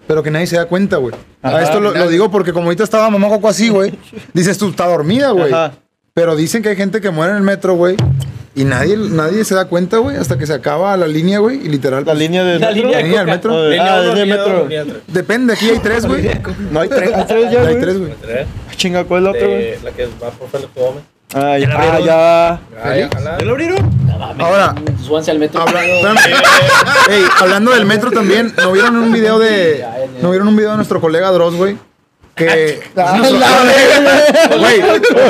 Speaker 5: pero que nadie se da cuenta, güey. A esto lo, lo digo porque como ahorita estaba mamá coco así, güey, dices tú, está dormida, güey.
Speaker 1: Ajá.
Speaker 5: Pero dicen que hay gente que muere en el metro, güey, y nadie, nadie se da cuenta, güey, hasta que se acaba la línea, güey, y literal.
Speaker 1: La
Speaker 5: pues,
Speaker 1: línea del
Speaker 3: La
Speaker 1: metro.
Speaker 3: línea de
Speaker 5: línea del
Speaker 3: coca.
Speaker 5: metro.
Speaker 1: Ah,
Speaker 4: uno,
Speaker 1: línea
Speaker 4: línea
Speaker 1: metro.
Speaker 4: dos, línea tres.
Speaker 5: Depende, aquí hay tres, güey.
Speaker 1: No hay tres, hay tres ya,
Speaker 5: Hay
Speaker 1: güey.
Speaker 5: tres, güey.
Speaker 4: Tres.
Speaker 1: Ah, Chinga, ¿cuál es la otra, güey?
Speaker 4: Eh, La que va por Félix Gómez.
Speaker 1: Ah,
Speaker 2: Ya
Speaker 1: ya,
Speaker 2: la abrieron.
Speaker 1: ya.
Speaker 4: Ay, ojalá.
Speaker 2: ¿Ya lo abrieron?
Speaker 5: Ahora,
Speaker 3: Súbanse al metro.
Speaker 5: Habla-
Speaker 3: güey.
Speaker 5: espérame. Ey, hablando del metro también, ¿no vieron un video de. ¿No vieron un video de nuestro colega Dross, güey? Que. Güey, es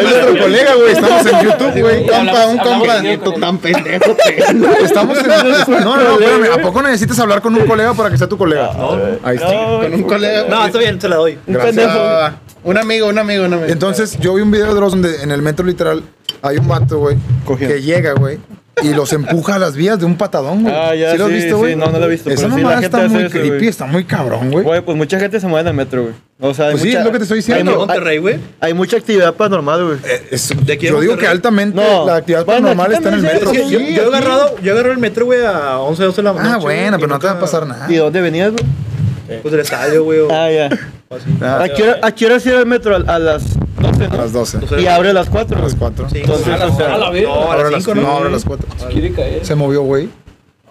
Speaker 5: nuestro colega, güey. Estamos en YouTube, güey.
Speaker 6: Compa, un
Speaker 3: Hablamos
Speaker 6: compa.
Speaker 3: seguido con él.
Speaker 6: Tan pendejo. te-
Speaker 5: Estamos en. No, no, no, espérame. ¿A poco necesitas hablar con un colega para que sea tu colega?
Speaker 2: No.
Speaker 5: Ahí está.
Speaker 6: Con un colega.
Speaker 2: No, está bien, se la doy.
Speaker 1: Un
Speaker 5: Gracias.
Speaker 1: pendejo.
Speaker 6: Ah, un amigo, un amigo, un amigo.
Speaker 5: Entonces, yo vi un video de Dross donde en el metro literal hay un vato, güey,
Speaker 1: Cogiendo.
Speaker 5: que llega, güey. Y los empuja a las vías de un patadón, güey.
Speaker 1: Ah, ya,
Speaker 5: ¿Sí lo has
Speaker 1: sí,
Speaker 5: visto,
Speaker 1: sí,
Speaker 5: güey?
Speaker 1: no, no lo he visto,
Speaker 5: Esa
Speaker 1: pero sí, la
Speaker 5: mamada
Speaker 1: gente
Speaker 5: está
Speaker 1: hace
Speaker 5: muy
Speaker 1: eso,
Speaker 5: creepy,
Speaker 1: güey.
Speaker 5: está muy cabrón, güey.
Speaker 1: Güey, pues mucha gente se mueve en el metro, güey. O sea, hay
Speaker 5: Pues sí,
Speaker 1: mucha,
Speaker 5: es lo que te estoy diciendo.
Speaker 1: Hay,
Speaker 2: En
Speaker 1: mu- hay-
Speaker 2: Monterrey, güey.
Speaker 1: hay mucha actividad paranormal, güey.
Speaker 5: Eh, Es-
Speaker 2: ¿De aquí a
Speaker 5: yo digo
Speaker 2: Monterrey?
Speaker 5: que altamente
Speaker 1: No.
Speaker 5: la actividad
Speaker 1: Bueno,
Speaker 5: paranormal
Speaker 1: aquí
Speaker 5: está en el
Speaker 1: también
Speaker 5: metro.
Speaker 2: Es que
Speaker 1: sí,
Speaker 2: yo,
Speaker 1: aquí.
Speaker 2: yo he agarrado, yo agarro el metro, güey, a 11, 12 de la noche.
Speaker 5: Ah, bueno,
Speaker 2: güey,
Speaker 5: pero
Speaker 2: y
Speaker 5: no te va a
Speaker 2: nunca-
Speaker 5: pasar nada.
Speaker 1: ¿Y dónde venías, güey?
Speaker 2: Pues del estadio, güey. o-
Speaker 1: Ah, ya.
Speaker 2: o así.
Speaker 5: Ah,
Speaker 1: ¿A qué hora, a qué hora se iba el metro? A, a las 12,
Speaker 5: a
Speaker 1: ¿no?
Speaker 5: las 12.
Speaker 2: Entonces,
Speaker 1: Y abre a las 4.
Speaker 5: A las 4.
Speaker 2: Sí,
Speaker 1: Entonces,
Speaker 2: a las-
Speaker 1: o sea,
Speaker 2: a la-
Speaker 3: a la
Speaker 2: No, a
Speaker 5: ahora
Speaker 2: las 5,
Speaker 5: no,
Speaker 2: ¿no?
Speaker 5: ahora a las 4.
Speaker 3: Quiere caer.
Speaker 5: Se movió, güey.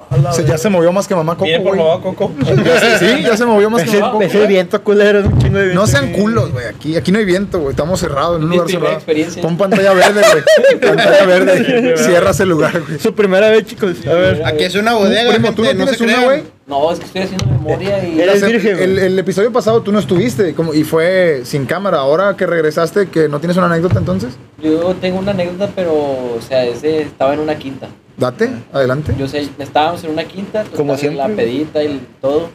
Speaker 2: A
Speaker 5: Se- ya se movió más que mamá Coco.
Speaker 4: Viene por
Speaker 5: güey.
Speaker 4: modo Coco.
Speaker 5: Ya se- sí, ya se movió más que
Speaker 1: Ese,
Speaker 5: mamá Coco.
Speaker 1: ese pues viento culero es un chingo de viento.
Speaker 5: No sean culos, güey. Aquí, aquí no hay viento, güey. Estamos cerrados en un
Speaker 3: Mi
Speaker 5: lugar
Speaker 3: primera
Speaker 5: cerrado.
Speaker 3: experiencia.
Speaker 5: Pon pantalla verde, güey. Pantalla verde. Cierra ese lugar, güey.
Speaker 1: Su primera vez, chicos. A ver.
Speaker 7: Aquí es una bodega,
Speaker 5: Primo, tú no
Speaker 7: gente, no
Speaker 5: tienes
Speaker 7: se
Speaker 5: una,
Speaker 7: crean.
Speaker 5: güey.
Speaker 3: No, es que estoy haciendo memoria y.
Speaker 1: Eres
Speaker 5: O sea,
Speaker 1: virgen, güey.
Speaker 5: El, el episodio pasado tú no estuviste como, y fue sin cámara. Ahora que regresaste, que no tienes una anécdota entonces,
Speaker 3: Yo tengo una anécdota, pero, o sea, es de- estaba en una quinta.
Speaker 5: date, adelante.
Speaker 3: Yo sé, estábamos en una quinta, pues,
Speaker 1: Como
Speaker 3: estaba
Speaker 1: siempre.
Speaker 3: la pedita y todo.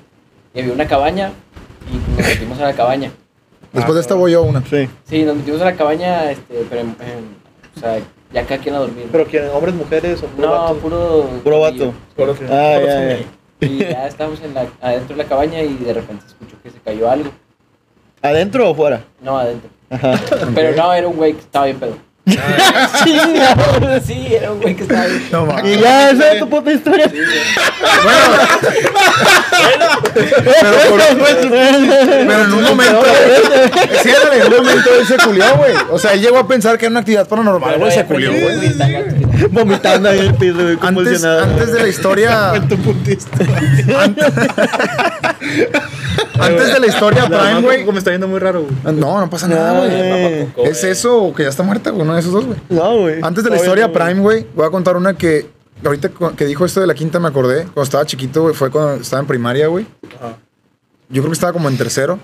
Speaker 3: Y había una cabaña y nos metimos a la cabaña.
Speaker 5: Después de esta voy yo a una.
Speaker 1: Sí.
Speaker 3: Ah, Sí, nos metimos a la cabaña, este, pero en, en- o sea, ya cada quien a dormir.
Speaker 2: Pero que hombres, mujeres o puro
Speaker 3: no,
Speaker 2: vato?
Speaker 3: puro.
Speaker 1: Puro vato. Ah, ya, ya.
Speaker 3: Y ya estábamos en la, adentro de la cabaña y de repente escucho que se cayó algo.
Speaker 1: ¿Adentro o fuera?
Speaker 3: No, adentro. Pero no, era un güey que estaba bien pedo. sí, era un güey que estaba bien pedo.
Speaker 5: No, mames.
Speaker 1: Y ya, esa es tu puta historia.
Speaker 5: Pero, por- pero en un momento, ciérrale, en un momento él se culió, güey. O sea, él llegó a pensar que era una actividad paranormal, güey. Se culió, güey.
Speaker 1: Vomitando ahí en el piso, güey,
Speaker 5: Antes,
Speaker 1: convulsionado.
Speaker 5: antes de la historia. Antes de la historia Prime, güey.
Speaker 2: me está viendo muy raro, güey.
Speaker 5: No, no pasa nada, güey.
Speaker 1: Eh,
Speaker 5: ¿Es eso o que ya está muerta, güey? Uno de esos dos, güey.
Speaker 1: No, güey.
Speaker 5: Antes de la
Speaker 1: Obvio,
Speaker 5: historia
Speaker 1: güey.
Speaker 5: Prime, güey, voy a contar una que ahorita cu- que dijo esto de la quinta me acordé. Cuando estaba chiquito, güey, fue cuando estaba en primaria, güey. Yo creo que estaba como en tercero.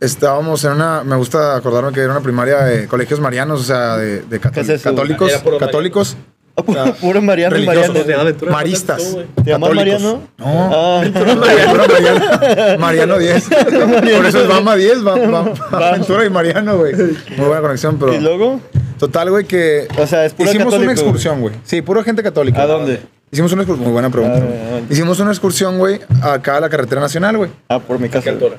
Speaker 5: Estábamos en una, me gusta acordarme que era una primaria de colegios marianos, o sea, de, de cató-
Speaker 1: ¿Qué es eso?
Speaker 5: católicos,
Speaker 4: Era puro
Speaker 5: católicos,
Speaker 1: Puro Mariano,
Speaker 5: religiosos,
Speaker 1: Mariano.
Speaker 2: de aventura.
Speaker 5: maristas.
Speaker 1: ¿Te llamas Mariano?
Speaker 5: No.
Speaker 1: Ah,
Speaker 5: Mariano, Mariano, Mariano 10. Por eso es Bama 10, va, va- va Aventura y Mariano, güey. Muy buena conexión, pero.
Speaker 1: Ah, ¿Y luego?
Speaker 5: Total, güey, que.
Speaker 1: O sea, es puro
Speaker 5: Hicimos
Speaker 1: católico,
Speaker 5: una excursión, güey. Sí, pura gente católica.
Speaker 1: ¿A dónde?
Speaker 5: Hicimos una excursión. Muy buena pregunta.
Speaker 1: Ah,
Speaker 5: güey.
Speaker 1: ¿a dónde?
Speaker 5: Hicimos una excursión, güey, acá a la carretera nacional, güey.
Speaker 1: Ah, por mi casa.
Speaker 4: Altura.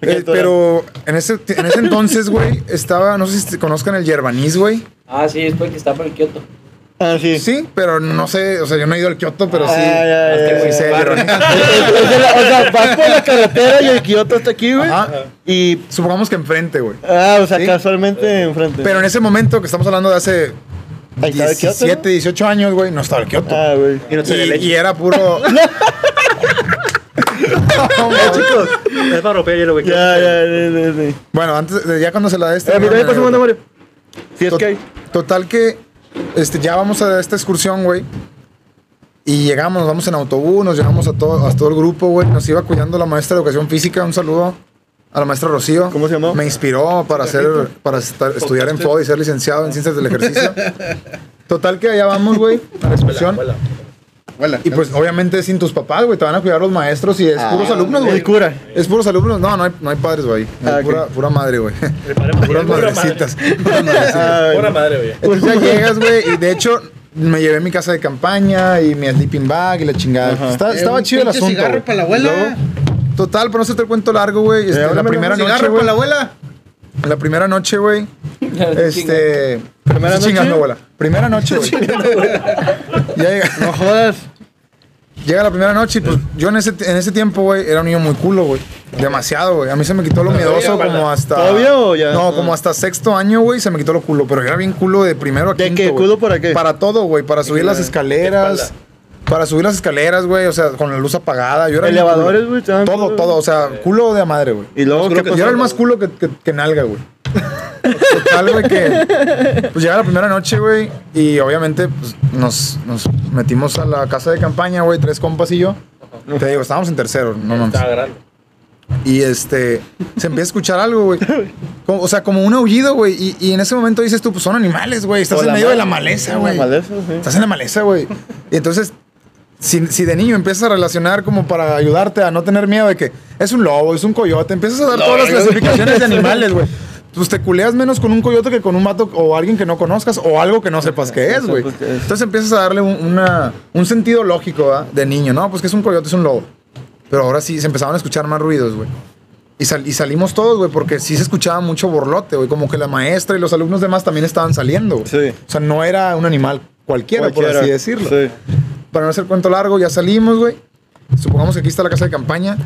Speaker 1: ¿Qué
Speaker 5: Eh,
Speaker 1: altura?
Speaker 5: pero en ese, en ese entonces, güey, estaba. No sé si te- conozcan el yerbanís, güey.
Speaker 3: Ah, sí, es porque está por el Kioto.
Speaker 1: Ah, sí.
Speaker 5: Sí, pero no sé. O sea, yo no he ido al Kioto, pero sí.
Speaker 1: Ah, ya, ya,
Speaker 5: Este güey
Speaker 1: ya.
Speaker 5: sé el yerbanís.
Speaker 1: O sea, o sea, vas por la carretera y el Kioto está aquí, güey.
Speaker 5: Ajá.
Speaker 1: Y.
Speaker 5: Supongamos que enfrente, güey.
Speaker 1: Ah, o sea,
Speaker 5: Sí.
Speaker 1: casualmente enfrente.
Speaker 5: Pero en ese momento, que estamos hablando de hace
Speaker 1: Ahí estaba el Kioto,
Speaker 5: 17, 18 años, güey, no estaba el Kioto.
Speaker 1: Ah, güey.
Speaker 2: Y no
Speaker 5: y,
Speaker 2: se
Speaker 5: y era puro.
Speaker 2: chicos. Es para romper hielo, güey.
Speaker 1: Ya, ya, ya, ya, ya.
Speaker 5: bueno, antes, de- ya cuando se la de este.
Speaker 1: Eh, mira, ahí pasó una, Mario. Si es
Speaker 5: Tot-
Speaker 1: que hay.
Speaker 5: Total que este, ya vamos a esta excursión, güey. Y llegamos, vamos en autobús, nos llevamos a todo, a todo el grupo, güey. Nos iba cuidando la maestra de educación física. Un saludo a la maestra Rocío.
Speaker 1: ¿Cómo se llamó?
Speaker 5: Me inspiró para, hacer, para estar- estudiar en FOD y ser licenciado en ciencias del ejercicio. Total que allá vamos, güey, a la excursión.
Speaker 7: Huela.
Speaker 5: Y pues obviamente sin tus papás, güey, te van a cuidar los maestros y es puros alumnos, güey.
Speaker 1: Ah, El cura.
Speaker 5: Es puros alumnos, no, no hay, no hay padres, güey.
Speaker 1: Ah,
Speaker 5: Es pura,
Speaker 1: ok.
Speaker 5: pura madre, güey.
Speaker 4: El padre María,
Speaker 5: Puras
Speaker 4: pura
Speaker 5: madrecitas.
Speaker 1: Ah,
Speaker 4: madre. Pura
Speaker 1: güey.
Speaker 4: madre, güey.
Speaker 5: Entonces ya llegas, güey, y de hecho me llevé mi casa de campaña y mi sleeping bag y la chingada.
Speaker 1: Ajá.
Speaker 5: Está-
Speaker 7: Eh,
Speaker 5: estaba
Speaker 7: un
Speaker 5: chido el
Speaker 7: pinche
Speaker 5: asunto.
Speaker 7: cigarro
Speaker 5: güey.
Speaker 7: para la abuela.
Speaker 5: Luego, total, pero no se te cuento largo, güey. este, la
Speaker 1: háblamelo,
Speaker 5: primera
Speaker 7: Un
Speaker 5: noche,
Speaker 7: cigarro para
Speaker 5: güey.
Speaker 7: la abuela.
Speaker 5: La primera noche, güey. Este.
Speaker 1: ¿Primera
Speaker 5: Estoy
Speaker 1: noche?
Speaker 5: chingando, abuela. Primera noche, güey. ya llega.
Speaker 1: No jodas.
Speaker 5: Llega la primera noche y pues yo en ese, en ese tiempo, güey, era un niño muy culo, güey. Demasiado, güey. A mí se me quitó lo miedoso como hasta...
Speaker 1: ¿Todavía o ya?
Speaker 5: No,
Speaker 1: Ah.
Speaker 5: como hasta sexto año, güey, se me quitó lo culo. Pero yo era bien culo de primero a
Speaker 1: ¿De
Speaker 5: quinto,
Speaker 1: qué?
Speaker 5: güey.
Speaker 1: ¿Culo para qué?
Speaker 5: Para todo, güey. Para subir las
Speaker 4: de
Speaker 5: escaleras.
Speaker 4: espalda.
Speaker 5: Para subir las escaleras, güey. O sea, con la luz apagada. Yo era bien
Speaker 1: Elevadores,
Speaker 5: culo.
Speaker 1: güey, te dan
Speaker 5: Todo,
Speaker 1: culo.
Speaker 5: todo. O sea, culo de madre, güey.
Speaker 1: Y luego, ¿qué
Speaker 5: Yo era el más culo que, que, que nalga, güey. Total, güey, que. Pues llega la primera noche, güey. Y obviamente, pues nos, nos metimos a la casa de campaña, güey, tres compas y yo. Te digo, estábamos en tercero, no mames.
Speaker 4: Estaba grande.
Speaker 5: Y este. Se empieza a escuchar algo, güey. Como- O sea, como un aullido, güey. Y, y en ese momento dices tú, pues son animales, güey. Estás
Speaker 1: O
Speaker 5: en
Speaker 1: la
Speaker 5: medio
Speaker 1: ma-
Speaker 5: de la maleza, güey.
Speaker 1: La maleza, sí.
Speaker 5: Estás en la maleza, güey. Y entonces, si, si de niño empiezas a relacionar como para ayudarte a no tener miedo de que es un lobo, es un coyote, empiezas a dar todas las clasificaciones de animales, güey. Pues te culeas menos con un coyote que con un vato o alguien que no conozcas o algo que no sepas qué es, güey.
Speaker 1: sepas qué es.
Speaker 5: Entonces empiezas a darle un, una- un sentido lógico ¿verdad? de niño, ¿no? Pues que es un coyote, es un lobo. Pero ahora sí se empezaban a escuchar más ruidos, güey. Y, sal- y salimos todos, güey, porque sí se escuchaba mucho borlote, güey. Como que la maestra y los alumnos demás también estaban saliendo, güey.
Speaker 1: Sí.
Speaker 5: O sea, no era un animal cualquiera,
Speaker 1: Cualquiera.
Speaker 5: por así decirlo.
Speaker 1: Sí.
Speaker 5: Para no hacer cuento largo, ya salimos, güey. Supongamos que aquí está la casa de campaña.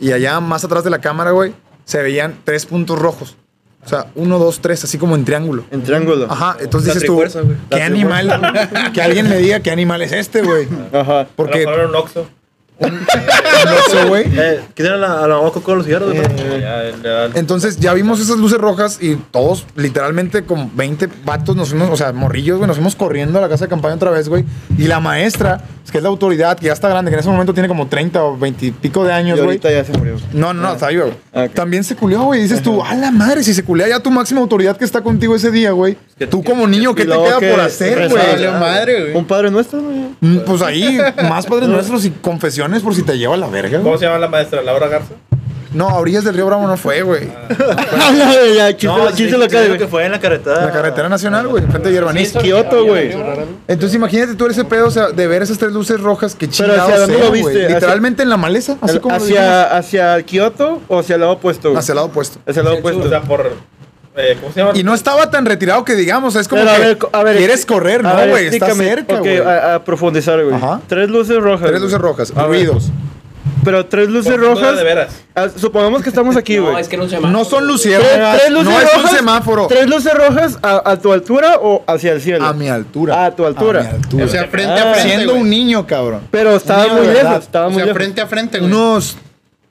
Speaker 5: Y allá, más atrás de la cámara, güey, se veían tres puntos rojos. O sea, uno, dos, tres, así como en triángulo.
Speaker 1: En triángulo. Ajá.
Speaker 5: Ajá, entonces
Speaker 2: La
Speaker 5: dices tú,
Speaker 2: trifuerza, güey.
Speaker 5: ¿qué
Speaker 1: La
Speaker 5: animal? que alguien me diga qué animal es este, güey. Porque
Speaker 4: A lo mejor era un oxo.
Speaker 5: no sé, güey.
Speaker 2: Eh, ¿Quién era la, la boca con los cigarros?
Speaker 5: Eh,
Speaker 4: Ya, le dan-
Speaker 5: Entonces ya vimos esas luces rojas y todos, literalmente, como 20 vatos, nos fuimos, o sea, morrillos, güey, nos fuimos corriendo a la casa de campaña otra vez, güey. Y la maestra, que es la autoridad, que ya está grande, que en ese momento tiene como 30 o 20 y pico de
Speaker 1: Y
Speaker 5: años, güey.
Speaker 1: ahorita ya se murió.
Speaker 5: No, no, no, está vivo.
Speaker 1: Ah, ok.
Speaker 5: También se culió, güey. Dices tú, a la madre, si se culea ya tu máxima autoridad que está contigo ese día, güey.
Speaker 2: que-
Speaker 5: Tú como niño, ¿qué
Speaker 1: y
Speaker 5: te
Speaker 1: luego
Speaker 5: queda
Speaker 1: que
Speaker 5: por hacer,
Speaker 1: rezar,
Speaker 5: güey?
Speaker 7: Valió madre, güey.
Speaker 1: Un padre nuestro, güey.
Speaker 5: Mm, Pues ahí, más padres nuestros y confesiones por si te lleva a la verga, güey.
Speaker 4: ¿Cómo se llama la maestra? ¿Laura Garza?
Speaker 5: No, a orillas del río Bravo no fue, güey.
Speaker 1: ya, chiste,
Speaker 2: sí,
Speaker 1: chiste local,
Speaker 2: creo
Speaker 1: güey.
Speaker 2: que fue en la carretera.
Speaker 5: La carretera nacional, güey, frente de Yerbanis.
Speaker 1: Kioto, güey.
Speaker 5: Entonces imagínate tú eres ese pedo, o sea, de ver esas tres luces rojas que
Speaker 1: Pero hacia
Speaker 5: chingados
Speaker 1: dónde
Speaker 5: eran,
Speaker 1: lo
Speaker 5: güey.
Speaker 1: viste, hacia-
Speaker 5: Literalmente en la maleza, así como lo dijimos.
Speaker 1: ¿Hacia, hacia Kioto o hacia el lado opuesto? güey?
Speaker 5: hacia el lado opuesto.
Speaker 1: Hacia el lado
Speaker 4: Pues, O
Speaker 1: opuesto.
Speaker 4: sea, por. eh, ¿Cómo se llama?
Speaker 5: Y no estaba tan retirado que digamos, es como
Speaker 1: Pero a
Speaker 5: que
Speaker 1: ver, co- a ver,
Speaker 5: quieres
Speaker 1: expli-
Speaker 5: correr,
Speaker 1: a
Speaker 5: no,
Speaker 1: ver,
Speaker 5: güey, está
Speaker 1: explícame,
Speaker 5: cerca,
Speaker 1: ok,
Speaker 5: güey.
Speaker 1: a, a profundizar, güey.
Speaker 5: Ajá.
Speaker 1: Tres luces rojas.
Speaker 5: Tres luces
Speaker 1: güey.
Speaker 5: rojas,
Speaker 1: A ver,
Speaker 5: ruidos.
Speaker 1: Pero tres luces
Speaker 4: Confundida
Speaker 1: rojas.
Speaker 4: de veras.
Speaker 1: ah, supongamos que estamos aquí, güey.
Speaker 3: No, es que era un semáforo.
Speaker 5: No son
Speaker 3: güey.
Speaker 1: Tres,
Speaker 5: luciérnagas,
Speaker 1: tres luces
Speaker 5: no es
Speaker 1: rojas.
Speaker 5: un semáforo.
Speaker 1: Tres luces rojas a, a tu altura o hacia el cielo.
Speaker 5: A mi altura.
Speaker 1: A Ah, tu altura.
Speaker 5: A mi altura.
Speaker 7: O sea, frente
Speaker 1: Ah.
Speaker 7: a frente,
Speaker 5: siendo
Speaker 7: güey.
Speaker 5: un niño, cabrón.
Speaker 1: Pero estaba
Speaker 5: Niño,
Speaker 1: muy
Speaker 5: ¿verdad?
Speaker 1: lejos. Estaba
Speaker 7: O
Speaker 1: muy
Speaker 7: sea,
Speaker 1: lejos.
Speaker 7: frente a frente, güey.
Speaker 5: Unos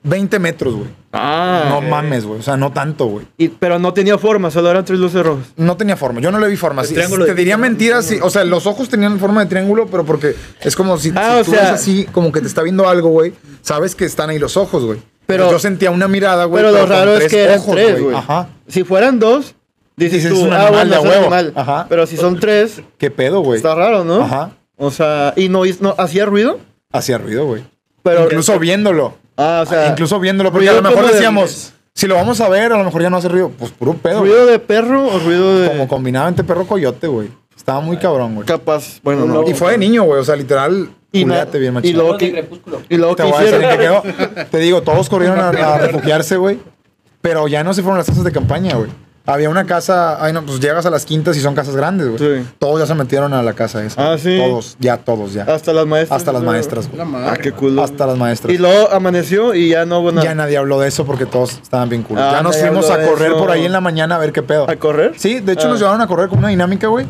Speaker 5: 20 metros, güey.
Speaker 1: Ah,
Speaker 5: No mames, güey. O sea, no tanto, güey.
Speaker 1: Y- pero no tenía forma, solo eran tres luces rojas.
Speaker 5: No tenía forma. Yo no le vi forma. Sí,
Speaker 2: triángulo
Speaker 5: te
Speaker 2: de-
Speaker 5: diría mentiras. sí. O sea, los ojos tenían forma de triángulo, pero porque es como si,
Speaker 1: Ah,
Speaker 5: si
Speaker 1: o
Speaker 5: tú
Speaker 1: sea-
Speaker 5: ves así, como que te está viendo algo, güey. Sabes que están ahí los ojos, güey.
Speaker 1: Pero-
Speaker 5: Pero yo sentía una mirada, güey.
Speaker 1: pero lo
Speaker 5: con
Speaker 1: raro es
Speaker 5: tres
Speaker 1: que eran
Speaker 5: ojos,
Speaker 1: tres, güey.
Speaker 5: Ajá.
Speaker 1: Si fueran dos, dices,
Speaker 5: Dices,
Speaker 1: tú,
Speaker 5: es un
Speaker 1: ah,
Speaker 5: animal
Speaker 1: bueno,
Speaker 5: de
Speaker 1: es un
Speaker 5: huevo.
Speaker 1: animal.
Speaker 5: Ajá.
Speaker 1: Pero si son tres,
Speaker 5: ¿Qué pedo, güey?
Speaker 1: está raro, ¿no?
Speaker 5: Ajá.
Speaker 1: O sea, y no, hiz- no hacía ruido,
Speaker 5: Hacía ruido, güey.
Speaker 1: pero...
Speaker 5: Incluso viéndolo.
Speaker 1: ah, o sea,
Speaker 5: incluso viéndolo. Porque a
Speaker 1: ruido
Speaker 5: lo mejor
Speaker 1: como de-
Speaker 5: decíamos, si lo vamos a ver, a lo mejor ya no hace ruido. Pues puro pedo. güey.
Speaker 1: ¿Ruido de perro o ruido de...?
Speaker 5: Como combinado entre perro coyote, güey. Estaba muy cabrón, güey.
Speaker 1: Capaz, bueno, no.
Speaker 5: Y fue de niño, güey. O sea, literal,
Speaker 1: Y na-
Speaker 5: culiate bien,
Speaker 1: y
Speaker 5: machín.
Speaker 1: luego
Speaker 3: Los de
Speaker 1: que-
Speaker 3: Crepúsculo.
Speaker 1: Y luego
Speaker 5: Te
Speaker 1: que
Speaker 5: voy a decir
Speaker 1: hicieron...
Speaker 5: que quedó. Te digo, todos corrieron a, a refugiarse, güey. Pero ya no se fueron las casas de campaña, güey. Había una casa, ay no, pues llegas a las quintas y son casas grandes, güey.
Speaker 1: Sí.
Speaker 5: Todos ya se metieron a la casa esa.
Speaker 1: Ah, sí.
Speaker 5: Todos, ya, todos, ya.
Speaker 1: Hasta las maestras.
Speaker 5: Hasta las
Speaker 1: güey.
Speaker 5: maestras,
Speaker 7: La
Speaker 5: güey.
Speaker 7: madre.
Speaker 1: Ah, qué culo.
Speaker 5: Hasta las maestras.
Speaker 1: Y luego amaneció y ya no hubo nada.
Speaker 5: Ya nadie habló de eso porque todos estaban bien culos.
Speaker 1: Ah,
Speaker 5: ya nos
Speaker 1: nadie
Speaker 5: fuimos
Speaker 1: habló
Speaker 5: a
Speaker 1: de
Speaker 5: correr
Speaker 1: eso.
Speaker 5: por ahí en la mañana a ver qué pedo.
Speaker 1: ¿A correr?
Speaker 5: Sí, de hecho
Speaker 1: Ah.
Speaker 5: nos llevaron a correr con una dinámica, güey.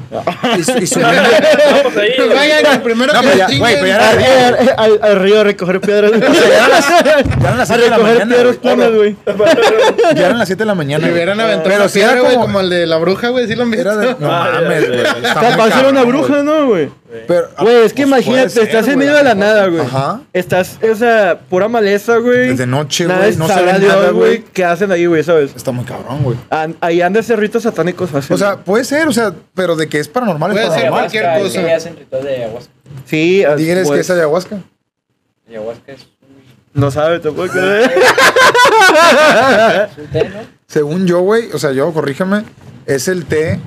Speaker 5: Y, y subiendo.
Speaker 4: Vamos ahí.
Speaker 7: Pues vayan, el primero
Speaker 5: No,
Speaker 7: que
Speaker 5: pero ya-
Speaker 7: distinguen-
Speaker 5: güey, pero ya era-
Speaker 1: Al, al- al río a recoger piedras.
Speaker 5: ya eran las
Speaker 1: a
Speaker 5: siete de la
Speaker 1: recoger
Speaker 5: mañana,
Speaker 1: piedras
Speaker 5: güey.
Speaker 1: planas, güey.
Speaker 5: Ya eran las 7 de la mañana.
Speaker 7: Si
Speaker 5: güey.
Speaker 7: hubieran aventado
Speaker 5: Pero
Speaker 7: una
Speaker 5: sí era
Speaker 7: piedra, güey,
Speaker 5: como-
Speaker 7: como el de la bruja, güey, sí lo han visto.
Speaker 5: Era de- No
Speaker 1: Ah,
Speaker 5: mames, güey. Está muy
Speaker 1: Capaz era una
Speaker 5: cabrón,
Speaker 1: bruja,
Speaker 5: güey.
Speaker 1: ¿no, güey?
Speaker 5: Pero-
Speaker 1: Güey, es que
Speaker 5: pues
Speaker 1: imagínate,
Speaker 5: puede ser,
Speaker 1: estás en
Speaker 5: güey,
Speaker 1: medio
Speaker 5: a
Speaker 1: de
Speaker 5: lo
Speaker 1: la
Speaker 5: mejor.
Speaker 1: nada, güey.
Speaker 5: Ajá.
Speaker 1: Estás, o sea, pura maleza, güey.
Speaker 5: Desde noche,
Speaker 1: Nada
Speaker 5: güey,
Speaker 1: es
Speaker 5: no se
Speaker 1: sabrá
Speaker 5: ve
Speaker 1: Dios,
Speaker 5: nada,
Speaker 1: güey.
Speaker 5: güey.
Speaker 1: ¿Qué hacen ahí, güey, sabes?
Speaker 5: Está muy cabrón, güey.
Speaker 1: An- ahí andan cerritos satánicos así.
Speaker 5: O sea, puede ser, o sea, pero de que es paranormal es
Speaker 7: Puede ser,
Speaker 5: paranormal.
Speaker 7: cualquier
Speaker 3: Ayahuasca,
Speaker 7: cosa.
Speaker 3: es que hacen ritual de ayahuasca.
Speaker 1: sí, así,
Speaker 5: Dijeres que
Speaker 1: pues,
Speaker 5: es ayahuasca.
Speaker 3: Ayahuasca es un-
Speaker 1: No sabe tampoco. ¿eh?
Speaker 3: es un té, ¿no?
Speaker 5: Según yo, güey, o sea, yo, corrígeme, es el té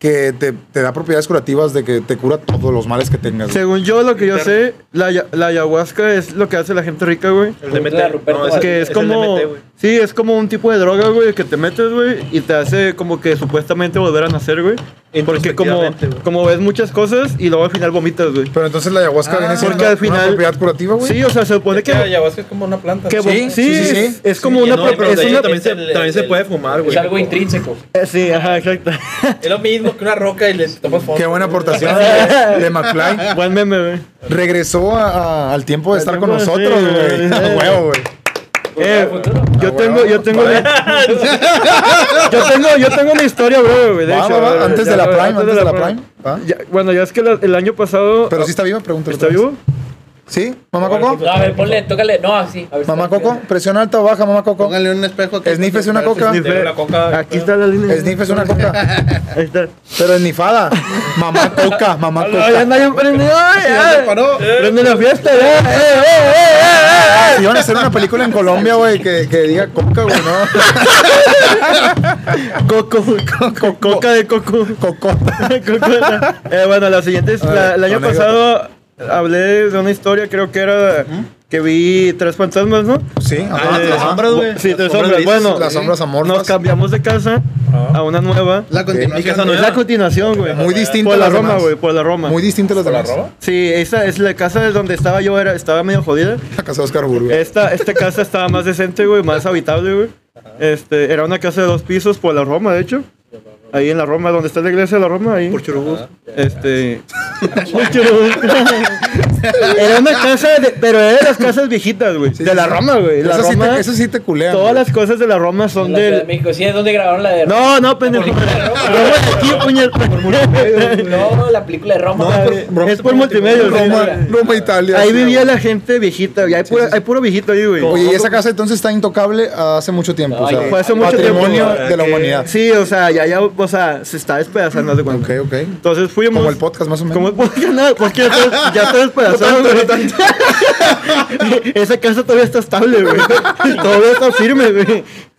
Speaker 5: que te, te da propiedades curativas de que te cura todos los males que tengas. güey.
Speaker 1: Según yo, lo que yo sé, la, ya- la ayahuasca es lo que hace la gente rica, güey.
Speaker 2: El
Speaker 3: Ruta
Speaker 2: DMT.
Speaker 3: de Ruperto
Speaker 2: No, es
Speaker 3: Valdés.
Speaker 1: Que
Speaker 2: el-
Speaker 1: es
Speaker 2: es el
Speaker 1: como.
Speaker 2: DMT, güey.
Speaker 1: Sí, es como un tipo de droga, güey, que te metes, güey, y te hace como que supuestamente volver a nacer, güey. Porque como,
Speaker 2: Introspectivamente, güey.
Speaker 1: como ves muchas cosas y luego al final vomitas, güey.
Speaker 5: Pero entonces la ayahuasca
Speaker 7: Ah,
Speaker 5: viene siendo
Speaker 1: porque al
Speaker 5: una
Speaker 1: final-
Speaker 5: propiedad curativa, güey.
Speaker 1: Sí, o sea, se supone
Speaker 4: Es que
Speaker 1: que.
Speaker 4: la ayahuasca es como una planta.
Speaker 1: que
Speaker 4: ¿no?
Speaker 1: vo-
Speaker 5: Sí,
Speaker 1: sí,
Speaker 5: sí, sí,
Speaker 1: es-
Speaker 5: sí.
Speaker 1: es como
Speaker 2: Y
Speaker 1: una.
Speaker 2: no,
Speaker 1: pro-
Speaker 2: pero
Speaker 1: es
Speaker 2: de ahí
Speaker 1: una-
Speaker 2: también, se,
Speaker 4: es el-
Speaker 2: también se
Speaker 4: el-
Speaker 2: puede fumar, güey.
Speaker 3: Es algo intrínseco.
Speaker 1: eh, sí, ajá, exacto.
Speaker 4: Es lo mismo que una roca y le tomas foto.
Speaker 5: Qué buena aportación de de McFly.
Speaker 1: Buen meme, güey.
Speaker 5: Pues Regresó a- a- al tiempo de
Speaker 1: Al
Speaker 5: estar con
Speaker 1: tiempo de-
Speaker 5: nosotros,
Speaker 1: sí,
Speaker 5: güey.
Speaker 1: güey.
Speaker 5: A huevo, güey.
Speaker 1: Eh, yo
Speaker 5: Ah,
Speaker 1: tengo,
Speaker 5: bueno,
Speaker 1: yo tengo,
Speaker 5: vale.
Speaker 1: una, yo tengo, yo tengo una historia, bro, güey. De
Speaker 5: Va,
Speaker 1: hecho,
Speaker 5: va, va,
Speaker 1: bro,
Speaker 5: antes
Speaker 1: ya,
Speaker 5: de la
Speaker 1: bro,
Speaker 5: Prime, antes de la Prime. ¿va?
Speaker 1: Ya, bueno, ya es que la- el año pasado.
Speaker 5: Pero sí está viva, pregúntale.
Speaker 1: ¿Está
Speaker 5: otra vez.
Speaker 1: vivo?
Speaker 5: ¿Sí? ¿Mamá Coco?
Speaker 3: No, Pues, a ver, ponle, tócale. No, así.
Speaker 1: pues,
Speaker 3: A ver,
Speaker 5: ¿Mamá
Speaker 3: está-
Speaker 5: Coco? ¿Presión alta o baja, mamá Coco?
Speaker 7: Pónganle un espejo aquí.
Speaker 5: Sniffes una coca.
Speaker 1: Sniff,
Speaker 4: Tengo
Speaker 1: eh.
Speaker 4: la coca.
Speaker 1: Aquí está la línea.
Speaker 5: Sniff es una coca,
Speaker 1: Ahí está.
Speaker 5: pero esnifada. Mamá coca, mamá
Speaker 1: No, ya
Speaker 5: coca.
Speaker 1: nadie prende. ¡Ay, ay!
Speaker 7: paró.
Speaker 1: Prende la fiesta, ya. ¡Eh, eh, eh, eh, eh!
Speaker 5: Si van a hacer una película en Colombia, güey, que, que diga coca, güey, ¿no?
Speaker 1: Coco, coco, coca de coco.
Speaker 5: Cocota.
Speaker 1: Coco. Eh, bueno, la siguiente es. la- el año
Speaker 5: Anécdota.
Speaker 1: pasado hablé de una historia, creo que era que vi tres fantasmas, ¿no?
Speaker 5: Sí, ajá,
Speaker 2: Ah, de
Speaker 1: Eh,
Speaker 2: las
Speaker 5: ajá.
Speaker 2: sombras, güey.
Speaker 1: Sí, tres
Speaker 2: Las sombras
Speaker 1: sombras.
Speaker 2: grises.
Speaker 1: Bueno,
Speaker 5: Las sombras
Speaker 1: nos
Speaker 5: amorfas. Ah.
Speaker 1: cambiamos de casa a una nueva.
Speaker 7: La
Speaker 2: Mi
Speaker 7: continuación.
Speaker 2: casa no
Speaker 1: Es
Speaker 2: es
Speaker 1: la continuación, güey.
Speaker 5: Muy distinta
Speaker 1: Por
Speaker 5: a
Speaker 1: la
Speaker 5: las
Speaker 1: Roma,
Speaker 5: demás.
Speaker 1: güey, por la Roma.
Speaker 5: Muy distintas las de
Speaker 4: ¿La
Speaker 5: las
Speaker 4: roba?
Speaker 1: Sí, esa es la casa de donde estaba yo, era, estaba medio jodida.
Speaker 5: La casa de Oscar Burgo.
Speaker 1: Esta, esta casa estaba más decente, güey, más habitable, güey. Este, era una casa de dos pisos por la Roma, de hecho. Ahí en la Roma, donde está la iglesia de la Roma, ahí.
Speaker 2: Por Churubus.
Speaker 1: Este. por Churubusco. era una casa, de- pero era de las casas viejitas, güey. de la Roma, güey. La
Speaker 5: Eso, sí
Speaker 1: Roma.
Speaker 5: te, eso sí te culean.
Speaker 1: todas
Speaker 5: güey.
Speaker 1: las cosas de la Roma son
Speaker 3: En la Ciudad de
Speaker 1: del.
Speaker 3: México, sí, es donde grabaron la de
Speaker 1: No, no, pendejo. Roma de aquí, puñal.
Speaker 3: No, la película de Roma.
Speaker 1: eh. No,
Speaker 5: eh.
Speaker 1: es por- es por multimedia.
Speaker 5: Roma,
Speaker 1: güey.
Speaker 5: Roma, Italia.
Speaker 1: Ahí
Speaker 5: sí,
Speaker 1: vivía
Speaker 5: güey.
Speaker 1: la gente viejita, güey. Hay puro, hay puro viejito ahí, güey.
Speaker 5: Oye, y esa casa entonces está intocable hace mucho tiempo.
Speaker 3: No,
Speaker 5: o sea,
Speaker 1: fue hace mucho
Speaker 5: patrimonio
Speaker 1: tiempo.
Speaker 5: de la
Speaker 2: Que-
Speaker 5: humanidad.
Speaker 1: Sí, o sea, ya, ya, o sea, se está despedazando haz de cuenta.
Speaker 5: Ok, ok.
Speaker 1: Entonces fuimos.
Speaker 5: Como el podcast, más o menos.
Speaker 1: Como el podcast, nada, porque ya está, ya está despedazado, güey. Esa casa todavía está estable, güey. todavía está firme, güey.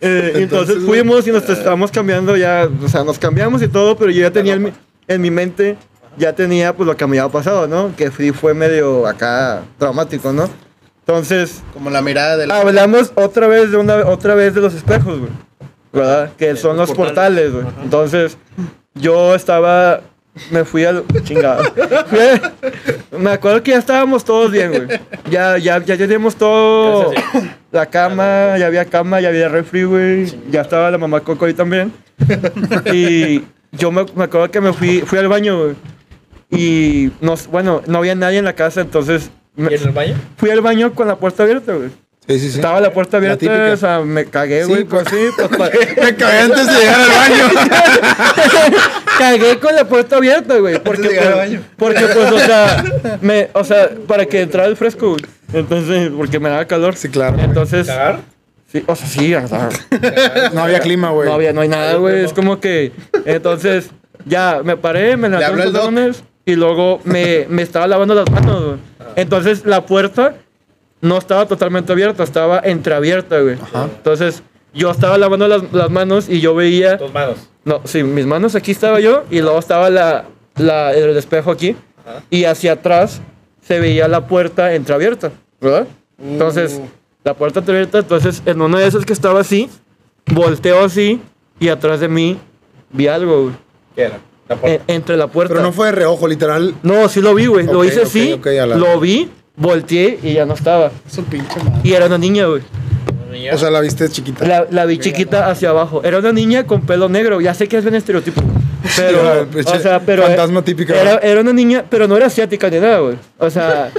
Speaker 1: Eh, entonces,
Speaker 5: Entonces, güey.
Speaker 1: fuimos y nos estábamos cambiando ya, o sea, nos cambiamos y todo, pero yo ya tenía en mi, en mi mente, ya tenía pues lo que me había pasado, ¿no? Que sí fue medio acá traumático, ¿no? Entonces,
Speaker 7: Como la mirada de la.
Speaker 1: Hablamos otra vez de una otra vez de los espejos, güey. ¿Verdad? Que son los portales, güey. Entonces, yo estaba me fui al chingado. Fui- me acuerdo que ya estábamos todos bien, güey. Ya ya ya teníamos todo la cama, ya había cama, ya había refri, güey. Ya estaba la mamá Coco ahí también. Y yo me, me acuerdo que me fui fui al baño, güey. Y no, bueno, no había nadie en la casa, entonces me-
Speaker 4: ¿Y en el baño?
Speaker 1: fui al baño con la puerta abierta, güey.
Speaker 5: Sí, sí, sí.
Speaker 1: Estaba la puerta
Speaker 5: La
Speaker 1: abierta,
Speaker 5: típica.
Speaker 1: o sea, me cagué,
Speaker 5: Sí,
Speaker 1: güey,
Speaker 5: pues.
Speaker 1: pues sí, pues pa-
Speaker 5: Me cagué antes de llegar al baño.
Speaker 1: cagué con la puerta abierta, güey, porque,
Speaker 7: llegar al
Speaker 1: pues,
Speaker 7: baño.
Speaker 1: porque pues, o sea, me, o sea, para que entrara el fresco, güey. entonces, porque me daba calor,
Speaker 5: Sí, claro.
Speaker 1: entonces,
Speaker 4: ¿Cagar?
Speaker 1: sí, o sea, sí, o sea,
Speaker 5: No había clima, güey.
Speaker 1: no había, no hay nada, güey, es como que, entonces, ya, me paré, me levanté
Speaker 7: habló
Speaker 1: los
Speaker 7: el doc.
Speaker 1: botones y luego me, me estaba lavando las manos, güey. entonces, la puerta no estaba totalmente abierta, estaba entreabierta, güey, entonces... Yo estaba lavando las, las manos y yo veía
Speaker 4: Dos manos.
Speaker 1: No, sí, mis manos aquí estaba yo y luego estaba la, la- el espejo aquí y hacia atrás se veía la puerta entreabierta, ¿verdad?
Speaker 5: Uh.
Speaker 1: Entonces, la puerta entreabierta, entonces en una de esas que estaba así, volteo así y atrás de mí vi algo, güey,
Speaker 4: ¿Qué era? La
Speaker 1: en-
Speaker 4: puerta.
Speaker 1: entre la puerta.
Speaker 5: Oh. Pero no fue de reojo, literal.
Speaker 1: No, sí lo vi, güey, lo
Speaker 5: Ok,
Speaker 1: hice
Speaker 5: ok,
Speaker 1: así,
Speaker 5: ok, a la-
Speaker 1: lo vi, volteé y ya no estaba.
Speaker 7: Su pinche madre.
Speaker 1: Y era una niña, güey.
Speaker 5: O sea, la viste chiquita.
Speaker 1: La, la vi chiquita hacia abajo. Era una niña con pelo negro. Ya sé que es bien estereotipo. Pero,
Speaker 5: Sí,
Speaker 1: o sea, pero.
Speaker 5: fantasma típica,
Speaker 1: Era,
Speaker 5: ¿no?
Speaker 1: era una niña, pero no era asiática ni nada, güey. O sea.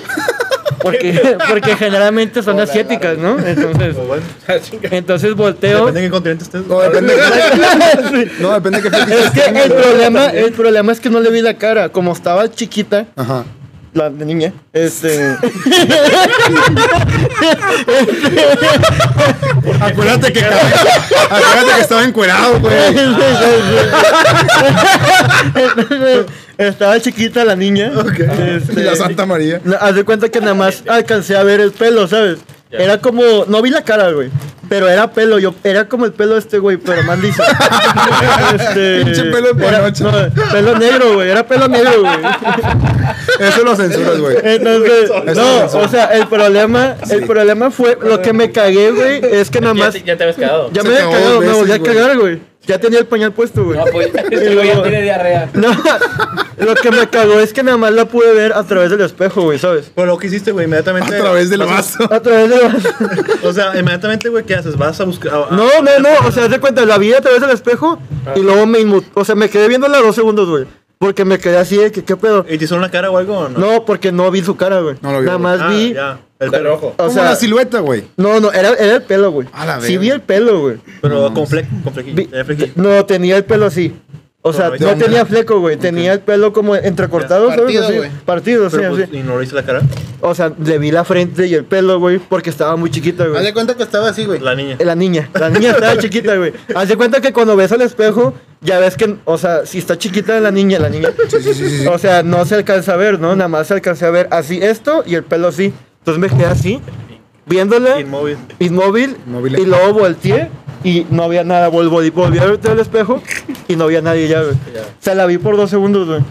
Speaker 1: Porque, porque generalmente son asiáticas, ¿no? Entonces, entonces volteo.
Speaker 7: Depende de qué continente estés.
Speaker 5: No, depende. No, depende de qué
Speaker 1: Es
Speaker 5: fetiches
Speaker 1: que
Speaker 5: tengas,
Speaker 1: el
Speaker 5: güey.
Speaker 1: problema, el problema es que no le vi la cara. Como estaba chiquita,
Speaker 5: Ajá.
Speaker 1: la niña, este.
Speaker 5: Acuérdate que acuérdate Ah, que estaba encuerado, güey.
Speaker 1: estaba chiquita la niña.
Speaker 5: Y
Speaker 1: este,
Speaker 5: la Santa María.
Speaker 1: No, Haz de cuenta que nada más alcancé a ver el pelo, ¿sabes? Era como, no vi la cara, güey. Pero era pelo, yo, era como el pelo de este güey, pero más liso. Este,
Speaker 5: Pinche pelo de
Speaker 1: era-
Speaker 5: panocha.
Speaker 1: no, pelo negro, güey, era pelo negro, güey.
Speaker 5: Eso lo censuras, güey.
Speaker 1: Entonces, no, o sea, el problema, el problema fue, lo que me cagué, güey, es que nada
Speaker 4: Ya,
Speaker 1: más,
Speaker 4: te- ya te habías quedado.
Speaker 1: ya
Speaker 5: Se
Speaker 1: me había
Speaker 5: cagó dos
Speaker 1: cagado, me
Speaker 5: veces,
Speaker 1: volví a
Speaker 5: güey.
Speaker 1: cagar, güey. Ya tenía el pañal puesto, güey.
Speaker 3: No, pues, este güey ya tiene diarrea.
Speaker 1: No, lo que me cagó es que nada más la pude ver a través del espejo, güey, ¿sabes?
Speaker 2: Pero Pues lo que hiciste, güey,
Speaker 5: A
Speaker 2: inmediatamente.
Speaker 5: través del vaso.
Speaker 1: A través del...
Speaker 2: O sea, inmediatamente, güey, ¿qué haces? Vas a buscar. a- a-
Speaker 1: No, no, no, o sea, haz de cuenta, la vi a través del espejo
Speaker 2: Ah.
Speaker 1: y luego me inmu- O sea, me quedé viéndola dos segundos, güey. Porque me quedé así de que, ¿qué pedo?
Speaker 2: ¿Y te hicieron la cara o algo o no?
Speaker 1: No, porque no vi su cara, güey.
Speaker 5: No lo vi,
Speaker 1: Nada
Speaker 5: güey.
Speaker 1: más
Speaker 2: Ah,
Speaker 1: vi.
Speaker 2: ya. El
Speaker 4: Pero
Speaker 2: pelo.
Speaker 4: ojo.
Speaker 1: O
Speaker 5: Como
Speaker 1: sea,
Speaker 5: una silueta, güey.
Speaker 1: no, no, era, era el pelo, güey.
Speaker 5: A la
Speaker 1: Sí
Speaker 5: verga.
Speaker 1: vi el pelo, güey.
Speaker 2: Pero con fleco. Con flequillo.
Speaker 1: Vi-
Speaker 2: tenía flequillo.
Speaker 1: No, tenía el pelo así. O sea,
Speaker 2: Correcto.
Speaker 1: no tenía fleco, güey. Tenía el pelo como entrecortado,
Speaker 7: Partido,
Speaker 1: ¿sabes?
Speaker 7: güey.
Speaker 1: Así, partido, sí,
Speaker 2: Pero pues,
Speaker 1: así.
Speaker 2: ¿y no le hice la cara?
Speaker 1: O sea, le vi la frente y el pelo, güey, porque estaba muy chiquita,
Speaker 7: Haz
Speaker 1: güey.
Speaker 7: de cuenta que estaba así, güey.
Speaker 2: La niña.
Speaker 1: La niña, la niña estaba chiquita, güey. Haz de cuenta que cuando ves al espejo, ya ves que, o sea, si está chiquita la niña, la niña. O sea, no se alcanza a ver, ¿no? Nada más se alcanza a ver así esto y el pelo así. Entonces me quedé así, viéndola,
Speaker 2: Inmóvil.
Speaker 1: inmóvil,
Speaker 5: Inmóvil.
Speaker 1: y luego volteé y no había nada. Vol- Volví, volví a verte al espejo y no había nadie ya, güey. O sea, la vi por dos segundos, güey.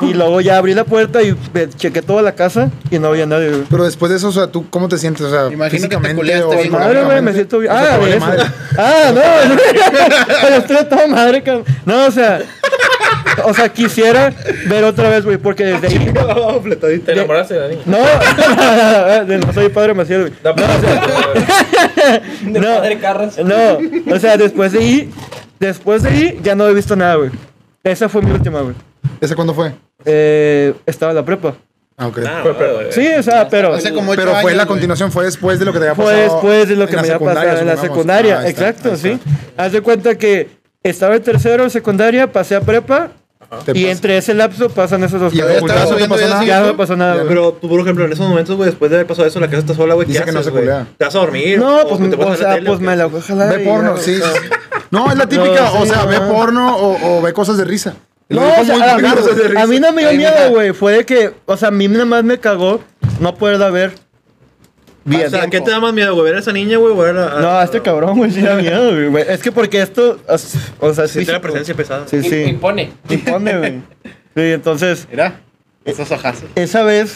Speaker 1: Y luego ya abrí la puerta y ve- chequé toda la casa y no había nadie, güey.
Speaker 5: Pero después de eso, o sea, ¿tú cómo te sientes? O sea,
Speaker 7: Imagino que te
Speaker 5: físicamente
Speaker 7: culeaste
Speaker 5: o
Speaker 7: bien,
Speaker 1: Madre, güey, me
Speaker 5: económicamente.
Speaker 1: siento bien.
Speaker 5: O sea,
Speaker 1: Ah,
Speaker 5: te
Speaker 1: güey.
Speaker 5: vale
Speaker 1: eso.
Speaker 5: madre.
Speaker 1: Ah, no. Pero estoy toda madre, cabrón. No, o sea. O sea, quisiera ver otra vez, güey, porque desde ahí.
Speaker 4: Te enamoraste de la niña.
Speaker 1: No, no soy padre Maciel, güey.
Speaker 4: No, pero-
Speaker 3: De padre Carras.
Speaker 1: No, o sea, después de ahí, después de ahí, ya no he visto nada, güey. Esa fue mi última, güey.
Speaker 5: ¿Ese cuándo fue?
Speaker 1: Eh, estaba en la prepa.
Speaker 5: Ah, ok.
Speaker 4: Ah, güey.
Speaker 3: Pues,
Speaker 1: Sí, o sea, pero
Speaker 7: Hace como ocho
Speaker 5: Pero fue
Speaker 7: años,
Speaker 5: la
Speaker 7: güey.
Speaker 5: continuación, fue después de lo que te había
Speaker 1: fue
Speaker 5: pasado.
Speaker 1: después de Pues, lo
Speaker 5: en
Speaker 1: que
Speaker 5: la
Speaker 1: me había
Speaker 5: secundaria,
Speaker 1: pasado en la
Speaker 5: supongamos.
Speaker 1: secundaria.
Speaker 5: Ah, ahí está,
Speaker 1: Exacto,
Speaker 5: ahí
Speaker 1: sí.
Speaker 5: está.
Speaker 1: Haz de cuenta que estaba en tercero, secundaria, pasé a prepa.
Speaker 5: Te
Speaker 1: Y
Speaker 5: pasa.
Speaker 1: entre ese lapso pasan esos dos
Speaker 5: Y
Speaker 1: cosas.
Speaker 5: ahora
Speaker 7: estaba
Speaker 1: no te
Speaker 7: subiendo
Speaker 1: pasó
Speaker 7: y
Speaker 1: nada.
Speaker 7: así,
Speaker 1: Ya no
Speaker 7: güey.
Speaker 1: me pasó nada,
Speaker 2: Ya,
Speaker 1: güey.
Speaker 2: pero tú, por ejemplo, en esos momentos, güey, después de haber pasado eso, la casa está sola, güey, ¿qué
Speaker 5: Dice que
Speaker 2: haces,
Speaker 5: no se
Speaker 2: güey?
Speaker 5: culea.
Speaker 2: ¿Te vas a dormir?
Speaker 1: No,
Speaker 2: ¿O
Speaker 1: pues,
Speaker 2: te pones
Speaker 1: o
Speaker 2: a
Speaker 1: sea,
Speaker 2: tele,
Speaker 1: pues
Speaker 2: o qué?
Speaker 1: me la voy a jalar.
Speaker 5: Ve
Speaker 1: y
Speaker 5: porno,
Speaker 1: ya,
Speaker 5: sí.
Speaker 1: o sea.
Speaker 5: sí. No, es la típica.
Speaker 1: No,
Speaker 5: o
Speaker 1: sí,
Speaker 5: sea, ve
Speaker 1: no.
Speaker 5: porno o, o ve cosas de risa. Lo
Speaker 1: No,
Speaker 5: dijo
Speaker 1: o sea,
Speaker 5: muy
Speaker 1: a,
Speaker 5: vulgar,
Speaker 1: mí-
Speaker 5: cosas de risa.
Speaker 1: a mí no me dio
Speaker 7: Ay,
Speaker 1: miedo,
Speaker 7: mira.
Speaker 1: güey. Fue de que, o sea, a mí nada más me cagó no poderla ver bien.
Speaker 2: O sea, ¿qué te da más miedo, güey? ¿Ver a esa niña, güey? o ver a- a-
Speaker 1: no, a este cabrón, güey, sí da miedo, güey, güey. Es que porque esto, as- o sea, sí.
Speaker 2: Siente la presencia pesada.
Speaker 1: Sí,
Speaker 3: Y, y
Speaker 1: sí.
Speaker 3: pone.
Speaker 1: Impone, güey. Sí, entonces,
Speaker 7: Mira, esas hojas.
Speaker 1: esa vez,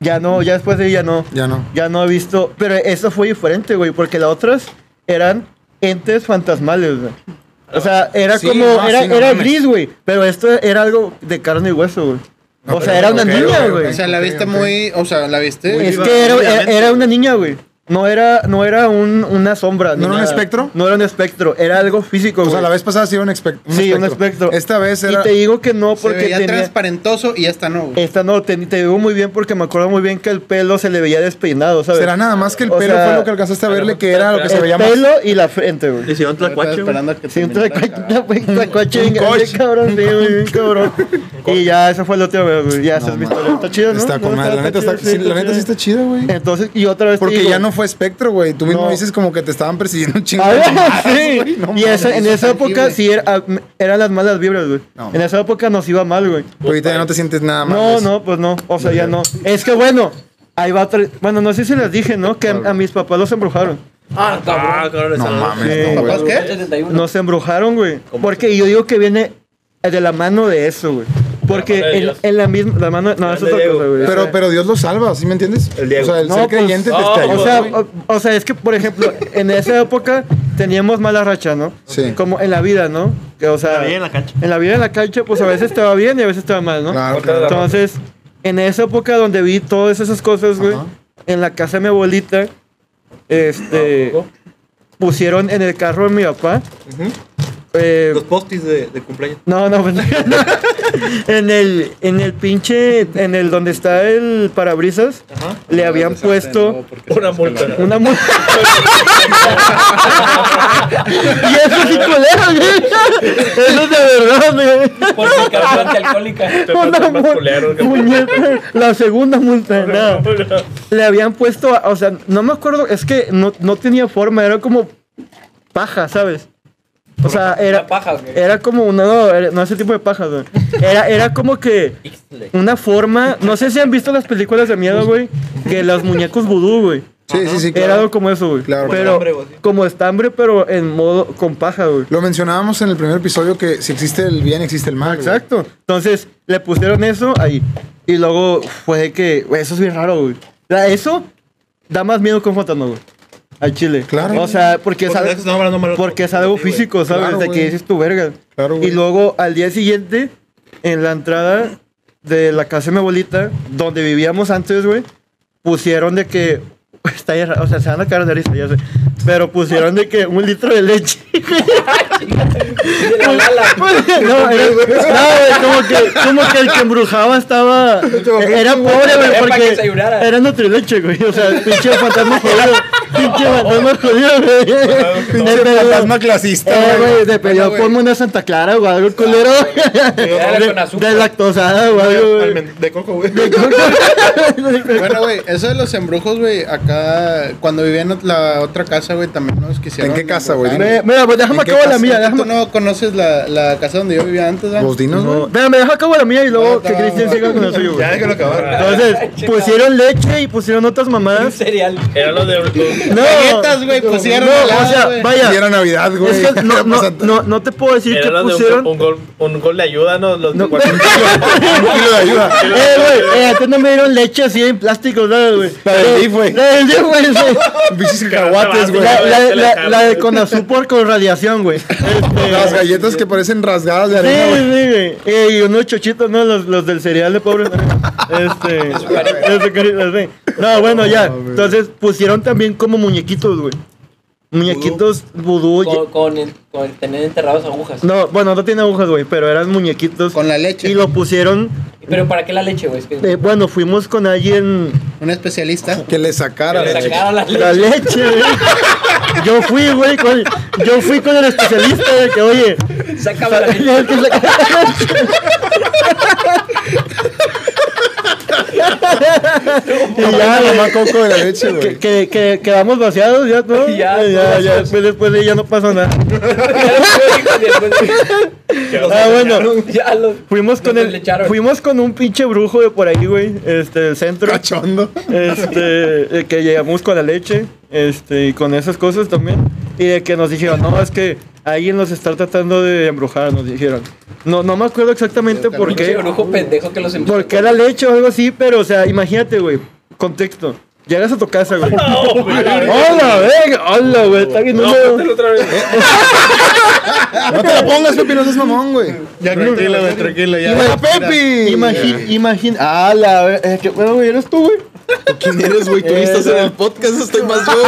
Speaker 1: ya no, ya después de ahí ya no.
Speaker 5: Ya no.
Speaker 1: Ya no he visto. Pero eso fue diferente, güey, porque las otras eran entes fantasmales, güey. O sea, era
Speaker 5: Sí,
Speaker 1: como.
Speaker 5: no,
Speaker 1: era
Speaker 5: sí, no
Speaker 1: era
Speaker 5: mames.
Speaker 1: gris, güey. Pero esto era algo de carne y hueso, güey.
Speaker 5: No,
Speaker 1: o sea,
Speaker 5: pero-
Speaker 1: era una
Speaker 5: ok,
Speaker 1: niña,
Speaker 5: ok,
Speaker 1: güey.
Speaker 7: O sea, la
Speaker 5: Ok,
Speaker 7: viste
Speaker 5: ok.
Speaker 7: muy. O sea, la viste.
Speaker 1: Es
Speaker 2: viva,
Speaker 1: que era, era,
Speaker 2: obviamente,
Speaker 1: era
Speaker 2: güey.
Speaker 1: una niña, güey. No era, no era un, una sombra. ni
Speaker 5: ¿No era un
Speaker 1: nada.
Speaker 5: espectro?
Speaker 1: No era un espectro. Era algo físico,
Speaker 5: O
Speaker 1: güey.
Speaker 5: sea, la vez pasada sí era un, espect-
Speaker 1: Sí, un espectro.
Speaker 5: Esta vez
Speaker 1: Y
Speaker 5: era.
Speaker 1: te digo que no,
Speaker 7: se
Speaker 1: porque
Speaker 7: veía
Speaker 1: tenía... Eh,
Speaker 7: transparentoso y esta no, güey.
Speaker 1: Esta no, te, te digo muy bien porque me acuerdo muy bien que el pelo se le veía despeinado, ¿sabes?
Speaker 5: Será nada más que el
Speaker 1: O
Speaker 5: pelo
Speaker 1: sea,
Speaker 5: fue lo que alcanzaste a
Speaker 4: a lo
Speaker 5: verle
Speaker 4: mejor
Speaker 5: que
Speaker 4: está
Speaker 5: era lo que se
Speaker 1: el
Speaker 5: veía más.
Speaker 1: pelo y la frente, güey.
Speaker 2: Hicieron tlacuache, güey.
Speaker 7: esperando a que
Speaker 1: Sí, un
Speaker 7: terminara
Speaker 1: tlacuache,
Speaker 7: la cagada.
Speaker 1: un tlacuache bien
Speaker 5: coche.
Speaker 1: grande, cabrón, sí, güey, bien cabrón. Y ya, esa fue la última vez, güey. Ya, esa es mi historia. Está chido, pues ¿no?
Speaker 5: Está con
Speaker 1: No,
Speaker 5: madre. La neta está- sí, la neta sí está chido, güey.
Speaker 1: chido. Entonces, y otra vez te
Speaker 5: Porque
Speaker 1: digo-
Speaker 5: ya no fue espectro, güey. Tú mismo
Speaker 1: No.
Speaker 5: dices como que te estaban persiguiendo un chingo.
Speaker 1: A
Speaker 5: de
Speaker 1: ver,
Speaker 5: mamadas, güey.
Speaker 1: Ah, sí.
Speaker 5: No
Speaker 1: y esa- en
Speaker 5: mames.
Speaker 1: esa época
Speaker 7: güey.
Speaker 1: sí era- ah, m- eran las malas vibras, güey.
Speaker 5: No.
Speaker 1: En esa época nos iba mal, güey.
Speaker 5: Pero Ahorita ya no te sientes nada mal.
Speaker 1: No,
Speaker 5: güey.
Speaker 1: no, pues no. O sea, ya no. Es que bueno, ahí va otra. Bueno, no sé si les dije, ¿no? Que a, a mis papás los embrujaron.
Speaker 3: Ah,
Speaker 2: Ah,
Speaker 3: cabrón.
Speaker 1: pues,
Speaker 2: cabrón,
Speaker 5: No
Speaker 2: esa-
Speaker 5: mames, no, güey.
Speaker 7: ¿Papás
Speaker 3: El
Speaker 7: qué?
Speaker 3: 71.
Speaker 1: Nos embrujaron, güey. Porque yo digo que viene de la mano de eso, güey. Porque
Speaker 4: De la mano de
Speaker 1: en,
Speaker 4: Dios.
Speaker 1: en la misma. La mano. No, es
Speaker 2: Grande
Speaker 1: otra
Speaker 2: Diego.
Speaker 1: cosa, güey.
Speaker 5: Pero, pero Dios lo salva, ¿sí me entiendes?
Speaker 2: El Diego.
Speaker 5: O sea, el
Speaker 1: No,
Speaker 5: ser
Speaker 1: pues,
Speaker 5: creyente
Speaker 4: no,
Speaker 5: te, te ayuda.
Speaker 1: O sea,
Speaker 5: güey.
Speaker 1: o, o sea, es que, por ejemplo, en esa época teníamos mala racha, ¿no?
Speaker 5: Sí.
Speaker 1: Como en la vida, ¿no? Que, o sea,
Speaker 2: En la vida y en la cancha.
Speaker 1: En la vida y en la cancha, pues a veces te va bien y a veces te va mal, ¿no?
Speaker 5: Claro,
Speaker 4: Corta la
Speaker 5: claro.
Speaker 4: ropa.
Speaker 1: Entonces, en esa época donde vi todas esas cosas, güey,
Speaker 5: Ajá.
Speaker 1: en la casa de mi abuelita, este,
Speaker 4: poco?
Speaker 1: pusieron en el carro de mi papá,
Speaker 2: Ujú.
Speaker 1: eh,
Speaker 2: Los postis de, de cumpleaños.
Speaker 1: no, no, pues, no. en el, en el pinche, en el donde está el parabrisas,
Speaker 2: Ajá.
Speaker 1: le habían
Speaker 7: Deshacer de nuevo
Speaker 1: puesto
Speaker 7: porque
Speaker 4: Una
Speaker 7: se
Speaker 4: multa.
Speaker 7: escaló.
Speaker 1: una mu- y eso sí culero, güey. Eso es de verdad, güey.
Speaker 3: Por su carta antialcohólica.
Speaker 1: Una
Speaker 4: más
Speaker 1: mul-
Speaker 4: culero que-
Speaker 1: puñeta, la segunda multa, nada. Le habían puesto, o sea, no me acuerdo, es que no, no tenía forma, era como paja, ¿sabes? O sea, era,
Speaker 3: Una paja, güey.
Speaker 1: era como una, no, era- no ese tipo de paja, güey. Era, era como que una forma, no sé si han visto las películas de miedo, güey, que los muñecos vudú, güey.
Speaker 5: Sí, sí, sí,
Speaker 1: Era algo
Speaker 5: claro.
Speaker 1: como eso, güey.
Speaker 5: Claro.
Speaker 1: pero
Speaker 2: Como estambre o así.
Speaker 1: como estambre, pero en modo con paja, güey.
Speaker 5: Lo mencionábamos en el primer episodio que si existe el bien, existe el mal. güey.
Speaker 1: Exacto. Entonces, le pusieron eso ahí. Y luego fue de que, güey, eso es bien raro, güey. O sea, Eso da más miedo que un fantasma, güey. Al chile.
Speaker 5: Claro.
Speaker 1: O sea, porque es
Speaker 2: Porque
Speaker 1: algo,
Speaker 2: de eso estamos hablando mal-
Speaker 1: porque es algo
Speaker 2: Sí, güey.
Speaker 1: físico, ¿sabes?
Speaker 5: Claro,
Speaker 1: de
Speaker 5: güey.
Speaker 1: que dices tu verga.
Speaker 5: Claro, güey.
Speaker 1: y luego, al día siguiente, en la entrada de la casa de mi abuelita, donde vivíamos antes, güey, pusieron de que... Está bien raro, o sea, se van a caer de risa, ya sé. Pero pusieron de que un litro de leche.
Speaker 3: La lala.
Speaker 1: No, era- no, güey, como que, como que el que embrujaba estaba. Era pobre, güey,
Speaker 3: Era para que
Speaker 1: porque
Speaker 3: desayunara.
Speaker 1: era nutrileche, güey. O sea, el pinche fantasma jodido. Pinche fantasma jodido, güey.
Speaker 5: Pinche
Speaker 1: Le pegó-
Speaker 5: fantasma clasista.
Speaker 1: Eh, güey, de
Speaker 5: Bueno,
Speaker 1: pedido
Speaker 5: güey.
Speaker 1: ponme una Santa Clara o algo, culero.
Speaker 3: Era con azúcar.
Speaker 1: De lactosada o algo, güey.
Speaker 2: Almen- De coco, güey.
Speaker 7: Bueno, güey, eso de los embrujos, güey, acá, cuando vivía en la otra casa, güey, también nos quisieron.
Speaker 5: ¿En qué casa, güey?
Speaker 7: embrujar,
Speaker 1: Me- Mira, pues déjame
Speaker 7: ¿En qué
Speaker 1: acabo la
Speaker 7: casa?
Speaker 1: mía,
Speaker 7: ¿Tú
Speaker 1: déjame.
Speaker 7: no conoces la, la casa donde yo vivía antes, ¿verdad?
Speaker 5: Los Pues dinos, güey.
Speaker 1: Espérame, deja acabo la mía y luego
Speaker 7: No,
Speaker 1: que
Speaker 7: no,
Speaker 1: Cristian
Speaker 7: no.
Speaker 1: siga con el suyo, güey.
Speaker 2: Ya, déjalo acabar.
Speaker 1: Entonces,
Speaker 3: Ay, che,
Speaker 1: pusieron leche y pusieron otras
Speaker 3: Un
Speaker 1: mamadas.
Speaker 3: cereal.
Speaker 4: Era lo de.
Speaker 1: No,
Speaker 7: Galletas, güey, pusieron
Speaker 1: No,
Speaker 7: heladas,
Speaker 1: o sea,
Speaker 7: güey.
Speaker 1: vaya.
Speaker 5: Y era Navidad, güey.
Speaker 1: Es que no,
Speaker 5: Era
Speaker 1: no,
Speaker 5: pasando-
Speaker 1: no, no te puedo decir
Speaker 4: Era
Speaker 1: que
Speaker 4: lo de
Speaker 1: pusieron.
Speaker 4: un, un gol, un gol de ayuda, ¿no? Los
Speaker 1: No.
Speaker 4: de cuatro-
Speaker 5: Un kilo de ayuda.
Speaker 1: Eh, güey, eh, antes no me dieron leche así en plástico, ¿sabes, güey?
Speaker 5: La del
Speaker 1: Eh,
Speaker 5: DIF, güey.
Speaker 1: La del DIF, güey, sí.
Speaker 5: Bichis cacahuates, güey.
Speaker 1: La, la,
Speaker 4: te la
Speaker 1: la,
Speaker 4: jalo.
Speaker 1: la de Conazupor con radiación, güey. Este,
Speaker 5: Las galletas que parecen rasgadas de
Speaker 1: Sí,
Speaker 5: arena, güey.
Speaker 1: sí, güey. Eh, y unos chochitos, ¿no? Los, los del cereal de pobre. Este. Las azucaritas, sí. No, bueno, ya. Entonces pusieron también como muñequitos, güey. Muñequitos vudú.
Speaker 3: Con, con, el- con el tener enterrados agujas.
Speaker 1: No, bueno, no tiene agujas, güey, pero eran muñequitos.
Speaker 7: Con la leche.
Speaker 1: Y lo pusieron.
Speaker 3: Pero ¿para qué la leche, güey? Es que
Speaker 1: eh, bueno, fuimos con alguien.
Speaker 7: Un especialista.
Speaker 5: Que le
Speaker 3: que
Speaker 5: sacara.
Speaker 3: le
Speaker 5: leche.
Speaker 3: sacaran la leche.
Speaker 1: La leche, güey. Yo fui, güey, con, yo fui con el especialista de que, oye,
Speaker 3: Sácame la leche.
Speaker 1: y ya,
Speaker 5: Mamá
Speaker 1: güey,
Speaker 5: coco de la leche,
Speaker 1: que,
Speaker 5: güey.
Speaker 1: que, que quedamos vaciados, ya, ¿no?
Speaker 3: Ya,
Speaker 1: Eh, ya,
Speaker 3: todas
Speaker 1: ya, después, después de ella no pasó nada. Ah, bueno,
Speaker 3: Ya los.
Speaker 1: fuimos con
Speaker 3: Nos
Speaker 1: el,
Speaker 3: lecharon.
Speaker 1: fuimos con un pinche brujo de por ahí, güey, este, del centro.
Speaker 5: Cachondo.
Speaker 1: Este, eh, que llegamos con la leche, este, y con esas cosas también. Y de que nos dijeron, no, es que alguien nos está tratando de embrujar, nos dijeron. No, no me acuerdo exactamente por
Speaker 3: Pinche
Speaker 1: qué.
Speaker 3: brujo pendejo que los embrujó.
Speaker 1: Porque era leche o algo así, pero, o sea, imagínate, güey. Contexto. Llegas a tu casa, güey. ¡Hola, venga! ¡Hola, güey! Está bien, no,
Speaker 4: Póntelo otra vez.
Speaker 5: No te la pongas, Pepi, no seas mamón, güey.
Speaker 7: Ya, tranquilo, güey, tranquilo. Ya,
Speaker 5: ¡Mira, Pepi!
Speaker 1: Imagina, imagina. ¡Ah, la ver- eh, qué bueno, güey! ¿Eres tú, güey?
Speaker 8: ¿Quién eres, güey? Tú
Speaker 1: Eh,
Speaker 8: estás
Speaker 1: no.
Speaker 8: en el podcast, estoy más yo.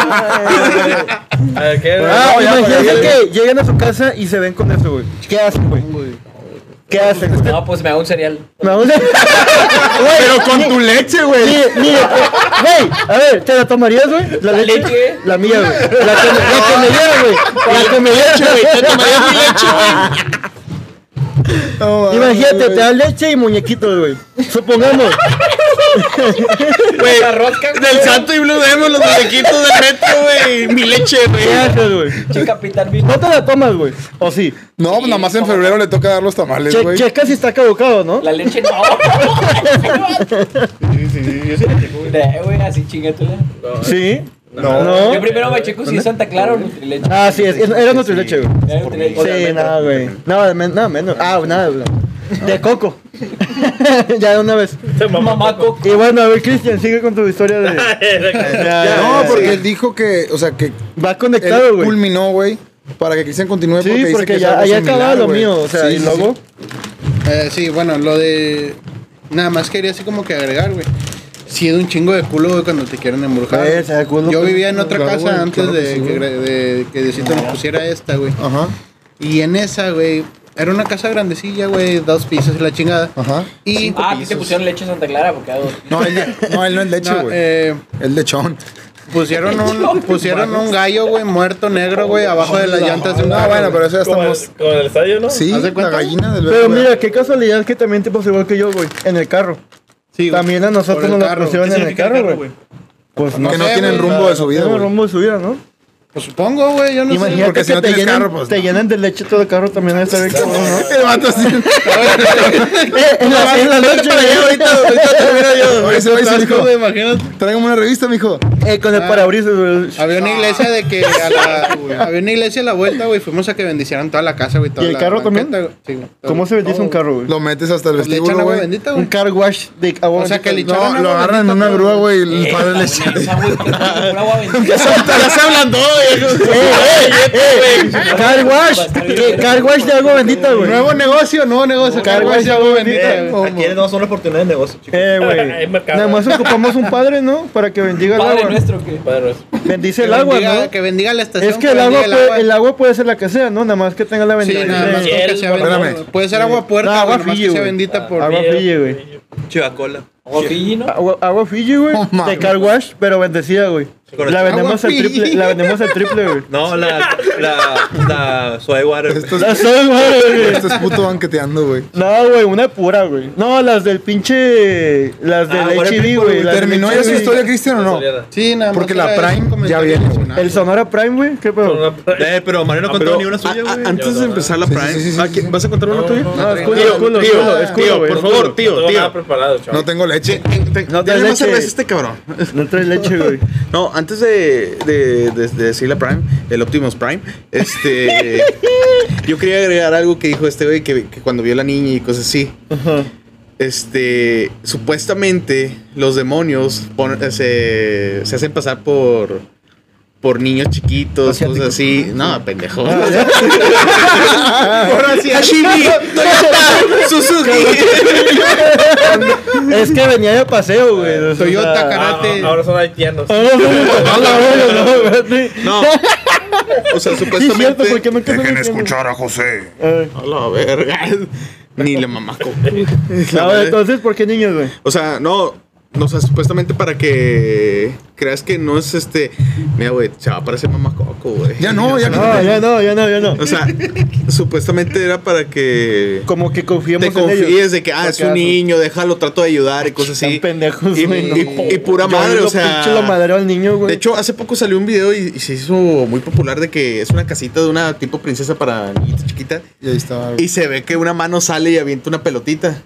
Speaker 4: A ver, ¿qué?
Speaker 1: Ah,
Speaker 4: No, ya,
Speaker 1: imagínate
Speaker 4: para-
Speaker 1: que llegan a su casa y se ven con eso, güey. ¿Qué hacen, güey? ¿Qué hacen?
Speaker 3: No, pues me hago un cereal.
Speaker 1: Me vamos a-
Speaker 5: Eh, Pero con tu leche, güey.
Speaker 1: Mire, mire, eh, güey, a ver, ¿te la tomarías, güey? La, leche?
Speaker 3: leche?
Speaker 1: La mía, güey. La que, me- la que me dieron, güey. La que me dieron. Imagínate, te da leche y muñequitos, güey. Supongamos.
Speaker 3: La rosca,
Speaker 8: Del Santo y Blue Demon, los muñequitos del metro, güey. Mi leche, güey.
Speaker 1: ¿Qué haces, güey?
Speaker 3: Che, capitán, mi-
Speaker 1: No te la tomas, güey. O sí.
Speaker 5: No, pues nada más en febrero le toca dar los tamales,
Speaker 1: Che-
Speaker 5: güey.
Speaker 1: checa si está caducado, ¿no?
Speaker 3: La leche no. Eh, güey, así chingatela.
Speaker 1: Sí.
Speaker 5: Ah,
Speaker 1: No.
Speaker 3: Yo primero me checo si es Santa Clara o Nutrileche.
Speaker 1: Ah, sí, es, es- era nuestra leche, güey.
Speaker 3: Era Nutrileche.
Speaker 1: Sí, nada, güey. Nada, de men- nada menos. Ah, nada, güey. De coco. ya de una vez.
Speaker 4: se mamó.
Speaker 3: Mamaco.
Speaker 1: Y bueno, a ver, Cristian, sigue con tu historia de. Ya,
Speaker 5: No, porque él dijo que, o sea, que
Speaker 1: Va
Speaker 5: él
Speaker 1: conectado, güey.
Speaker 5: culminó, güey, para que Cristian continúe
Speaker 1: Sí,
Speaker 5: porque,
Speaker 1: porque,
Speaker 5: dice que es
Speaker 1: ya,
Speaker 5: algo
Speaker 1: ya
Speaker 5: similar,
Speaker 1: acababa lo
Speaker 5: güey.
Speaker 1: mío, o sea,
Speaker 5: Sí,
Speaker 1: y
Speaker 5: sí,
Speaker 1: luego.
Speaker 5: sí.
Speaker 7: Eh, sí, bueno, lo de. Nada más quería así como que agregar, güey. Sí, de un chingo de culo, güey, cuando te quieren embrujar.
Speaker 1: Eh, se da culo,
Speaker 7: Yo
Speaker 1: pues,
Speaker 7: vivía en otra
Speaker 5: claro,
Speaker 7: casa
Speaker 5: güey,
Speaker 7: antes
Speaker 5: claro que
Speaker 7: de,
Speaker 5: sí,
Speaker 7: que,
Speaker 5: güey.
Speaker 7: de que Diosito nos pusiera esta, güey.
Speaker 5: Ajá,
Speaker 7: Y en esa, güey, era una casa grandecilla, güey, dos pisos y la chingada.
Speaker 5: ajá.
Speaker 7: Y.
Speaker 3: Ah, aquí te pusieron leche Santa Clara porque hago.
Speaker 5: No, él no, él no es leche,
Speaker 7: No,
Speaker 5: güey.
Speaker 7: eh,
Speaker 5: El lechón.
Speaker 7: pusieron un, pusieron un gallo, güey, muerto negro, güey, abajo de las llantas de un
Speaker 5: No,
Speaker 7: carro,
Speaker 5: bueno,
Speaker 7: güey.
Speaker 5: pero eso ya
Speaker 4: Como el-
Speaker 5: estamos.
Speaker 4: como el estadio, ¿no?
Speaker 5: Sí,
Speaker 7: ¿Haz de
Speaker 5: la
Speaker 7: cuenta?
Speaker 5: gallina del
Speaker 1: Pero
Speaker 5: verde, güey.
Speaker 1: mira, qué casualidad que también te pasó igual que yo, güey. En el carro.
Speaker 7: Sí, güey,
Speaker 1: También a
Speaker 7: por
Speaker 1: nosotros
Speaker 7: el
Speaker 1: nos la
Speaker 7: carro.
Speaker 1: pusieron
Speaker 4: ¿Qué
Speaker 1: en el
Speaker 4: significa
Speaker 1: carro, güey. Pues no.
Speaker 5: que no
Speaker 7: sé,
Speaker 5: tienen
Speaker 7: güey,
Speaker 5: rumbo
Speaker 7: la-
Speaker 5: de su vida,
Speaker 1: Tiene
Speaker 5: güey.
Speaker 1: rumbo de su vida, ¿no?
Speaker 7: Pues supongo, güey, yo no sé.
Speaker 1: Imagínate
Speaker 5: porque
Speaker 1: que
Speaker 5: si no
Speaker 1: te,
Speaker 5: tienes
Speaker 1: llenen,
Speaker 5: carro, pues,
Speaker 1: te
Speaker 5: no.
Speaker 1: llenan de leche todo el carro también está bien cabrón, ¿no?
Speaker 5: El vato así.
Speaker 1: Eh, en la, en la leche, güey.
Speaker 5: Oye, ese güey se dijo,
Speaker 7: Güey, imagínate.
Speaker 5: tráigame una revista, mijo.
Speaker 1: Eh, con
Speaker 7: Ah.
Speaker 1: el parabrisas, güey.
Speaker 7: Había
Speaker 5: "Ah".
Speaker 7: una iglesia de que a la, había una iglesia a la vuelta, güey. Fuimos a que bendicieran toda la casa, güey. toda
Speaker 1: ¿Y el
Speaker 7: la
Speaker 1: carro también?
Speaker 7: banqueta, güey. Sí, güey.
Speaker 1: ¿Cómo se bendice un carro, güey?
Speaker 5: Lo metes hasta el
Speaker 7: Pues Le echan
Speaker 5: vestíbulo,
Speaker 7: agua
Speaker 5: güey.
Speaker 7: bendita,
Speaker 1: Un
Speaker 7: güey.
Speaker 1: car wash de agua
Speaker 7: O sea, que le
Speaker 1: bendita.
Speaker 7: echaron
Speaker 5: No, lo
Speaker 7: agua
Speaker 5: agarran en una
Speaker 7: bendita, pero-
Speaker 5: grúa, güey, y
Speaker 3: Eh,
Speaker 5: el padre le echa.
Speaker 3: esa, güey, pura agua bendita.
Speaker 8: Ya se ablandó,
Speaker 1: Eh,
Speaker 8: güey.
Speaker 1: Car wash. que- Car wash de agua bendita, güey.
Speaker 7: Nuevo negocio, nuevo negocio.
Speaker 1: Cargo
Speaker 7: Cargo
Speaker 1: ese
Speaker 7: ese agua bendita,
Speaker 2: Eh,
Speaker 7: güey.
Speaker 2: aquí le damos una oportunidad de negocio, chicos.
Speaker 1: Eh,
Speaker 4: Ay,
Speaker 1: güey.
Speaker 4: me cago.
Speaker 1: Nada más ocupamos un padre, ¿no? Para que bendiga el
Speaker 3: Padre
Speaker 1: agua.
Speaker 3: nuestro que.
Speaker 4: Padre nuestro.
Speaker 1: Bendice
Speaker 7: Que
Speaker 1: el agua,
Speaker 7: bendiga-
Speaker 1: ¿no?
Speaker 7: Que bendiga la estación.
Speaker 1: Es que el agua,
Speaker 7: bendiga
Speaker 1: puede, el agua puede ser la que sea, ¿no? Nada más que tenga la
Speaker 7: Sí,
Speaker 1: bendición.
Speaker 7: nada más
Speaker 1: de-
Speaker 7: con que sea bendita.
Speaker 5: Espérame.
Speaker 7: Puede ser agua
Speaker 1: No,
Speaker 7: puerta,
Speaker 1: agua
Speaker 7: güey, Ah, nomás
Speaker 1: fría,
Speaker 7: que sea
Speaker 1: güey.
Speaker 7: bendita por...
Speaker 1: agua Fiji, güey.
Speaker 2: Chivacola.
Speaker 3: Agua Fiji, ¿no?
Speaker 1: Agua, agua Fiji, güey.
Speaker 5: Oh, man.
Speaker 1: de car wash, pero bendecida, güey.
Speaker 2: Correcto.
Speaker 1: La vendemos
Speaker 5: Agua
Speaker 1: al triple,
Speaker 5: Fiji.
Speaker 1: la vendemos al triple, güey.
Speaker 2: No, la, la, la Soy Water.
Speaker 5: Esto
Speaker 1: La
Speaker 5: es,
Speaker 1: soy, güey.
Speaker 5: esto es puto banqueteando, güey.
Speaker 1: No, güey, una pura, güey. No, las del pinche. Las del
Speaker 2: Ah, Water
Speaker 1: HB,
Speaker 2: People,
Speaker 1: güey.
Speaker 2: güey.
Speaker 1: las del
Speaker 5: ¿Terminó
Speaker 1: HB.
Speaker 5: ya su historia, Cristian, o no?
Speaker 7: Sí, nada más
Speaker 5: Porque la
Speaker 7: era eso,
Speaker 5: Prime
Speaker 7: un comentario
Speaker 5: ya viene,
Speaker 7: adicional.
Speaker 1: El Sonora Prime, güey. ¿Qué pedo?
Speaker 2: Eh, pero Mario no contó
Speaker 8: Pero
Speaker 2: ni una suya,
Speaker 8: a- a-
Speaker 2: güey.
Speaker 8: antes de empezar la
Speaker 5: Sí,
Speaker 8: Prime,
Speaker 5: sí, sí, sí,
Speaker 8: ¿a quién-
Speaker 5: sí.
Speaker 8: ¿vas a contar una tuya?
Speaker 1: No, es
Speaker 8: Tío,
Speaker 1: culo, culo,
Speaker 8: tío,
Speaker 1: culo, es culo,
Speaker 8: tío,
Speaker 1: güey.
Speaker 8: por favor,
Speaker 4: No
Speaker 8: tío,
Speaker 4: tengo nada
Speaker 8: tío.
Speaker 4: preparado, chaval.
Speaker 5: No tengo leche.
Speaker 1: No
Speaker 8: No
Speaker 1: te
Speaker 8: te más
Speaker 1: leche.
Speaker 8: cerveza este cabrón.
Speaker 1: No trae leche, güey.
Speaker 8: No, antes de, de, de- de decir la Prime, el Optimus Prime, este. yo quería agregar algo que dijo este güey que, que cuando vio a la niña y cosas así. Este. Supuestamente, los demonios pon- eh, se, se hacen pasar por. Por niños chiquitos, cosas así. No, pendejo.
Speaker 1: Ah.
Speaker 8: Hashimi, Toyota, Suzuki.
Speaker 1: Es que venía de paseo, güey.
Speaker 5: Eh,
Speaker 1: o sea,
Speaker 7: Toyota, carnal.
Speaker 4: Ah, ahora son haitianos.
Speaker 1: Ah,
Speaker 2: Oh.
Speaker 1: no, no, no, no, no, no, no, sí.
Speaker 8: No. O sea,
Speaker 1: Sí, es cierto,
Speaker 8: supuestamente.
Speaker 1: porque me quedé
Speaker 5: Dejen
Speaker 1: viendo.
Speaker 5: escuchar a José.
Speaker 1: Ay.
Speaker 8: A la verga. Ni la mamá.
Speaker 1: No, entonces, ¿por qué niños, güey?
Speaker 8: O sea, no. No, o sea, supuestamente para que creas que no es este. Mira, güey, se va a parecer mamá coco, güey.
Speaker 5: Ya no, ya
Speaker 1: No, ya no, ya no, ya no.
Speaker 8: O sea, supuestamente era para que
Speaker 1: Como que confiamos en
Speaker 8: te
Speaker 1: ellos.
Speaker 8: confíes de que, ah, es
Speaker 1: Porque
Speaker 8: un
Speaker 1: hacen-
Speaker 8: niño, déjalo, trato de ayudar y cosas
Speaker 1: Están
Speaker 8: así.
Speaker 1: pendejos,
Speaker 8: Y-
Speaker 1: güey,
Speaker 8: y-
Speaker 1: no.
Speaker 8: y pura
Speaker 1: Yo
Speaker 8: madre,
Speaker 1: lo
Speaker 8: o sea,
Speaker 1: pinche lo madreo al niño, güey.
Speaker 8: De hecho, hace poco salió un video y, y se hizo muy popular de que es una casita de una tipo princesa para niñita chiquita.
Speaker 5: Y ahí estaba. güey.
Speaker 8: Y se ve que una mano sale y avienta una pelotita.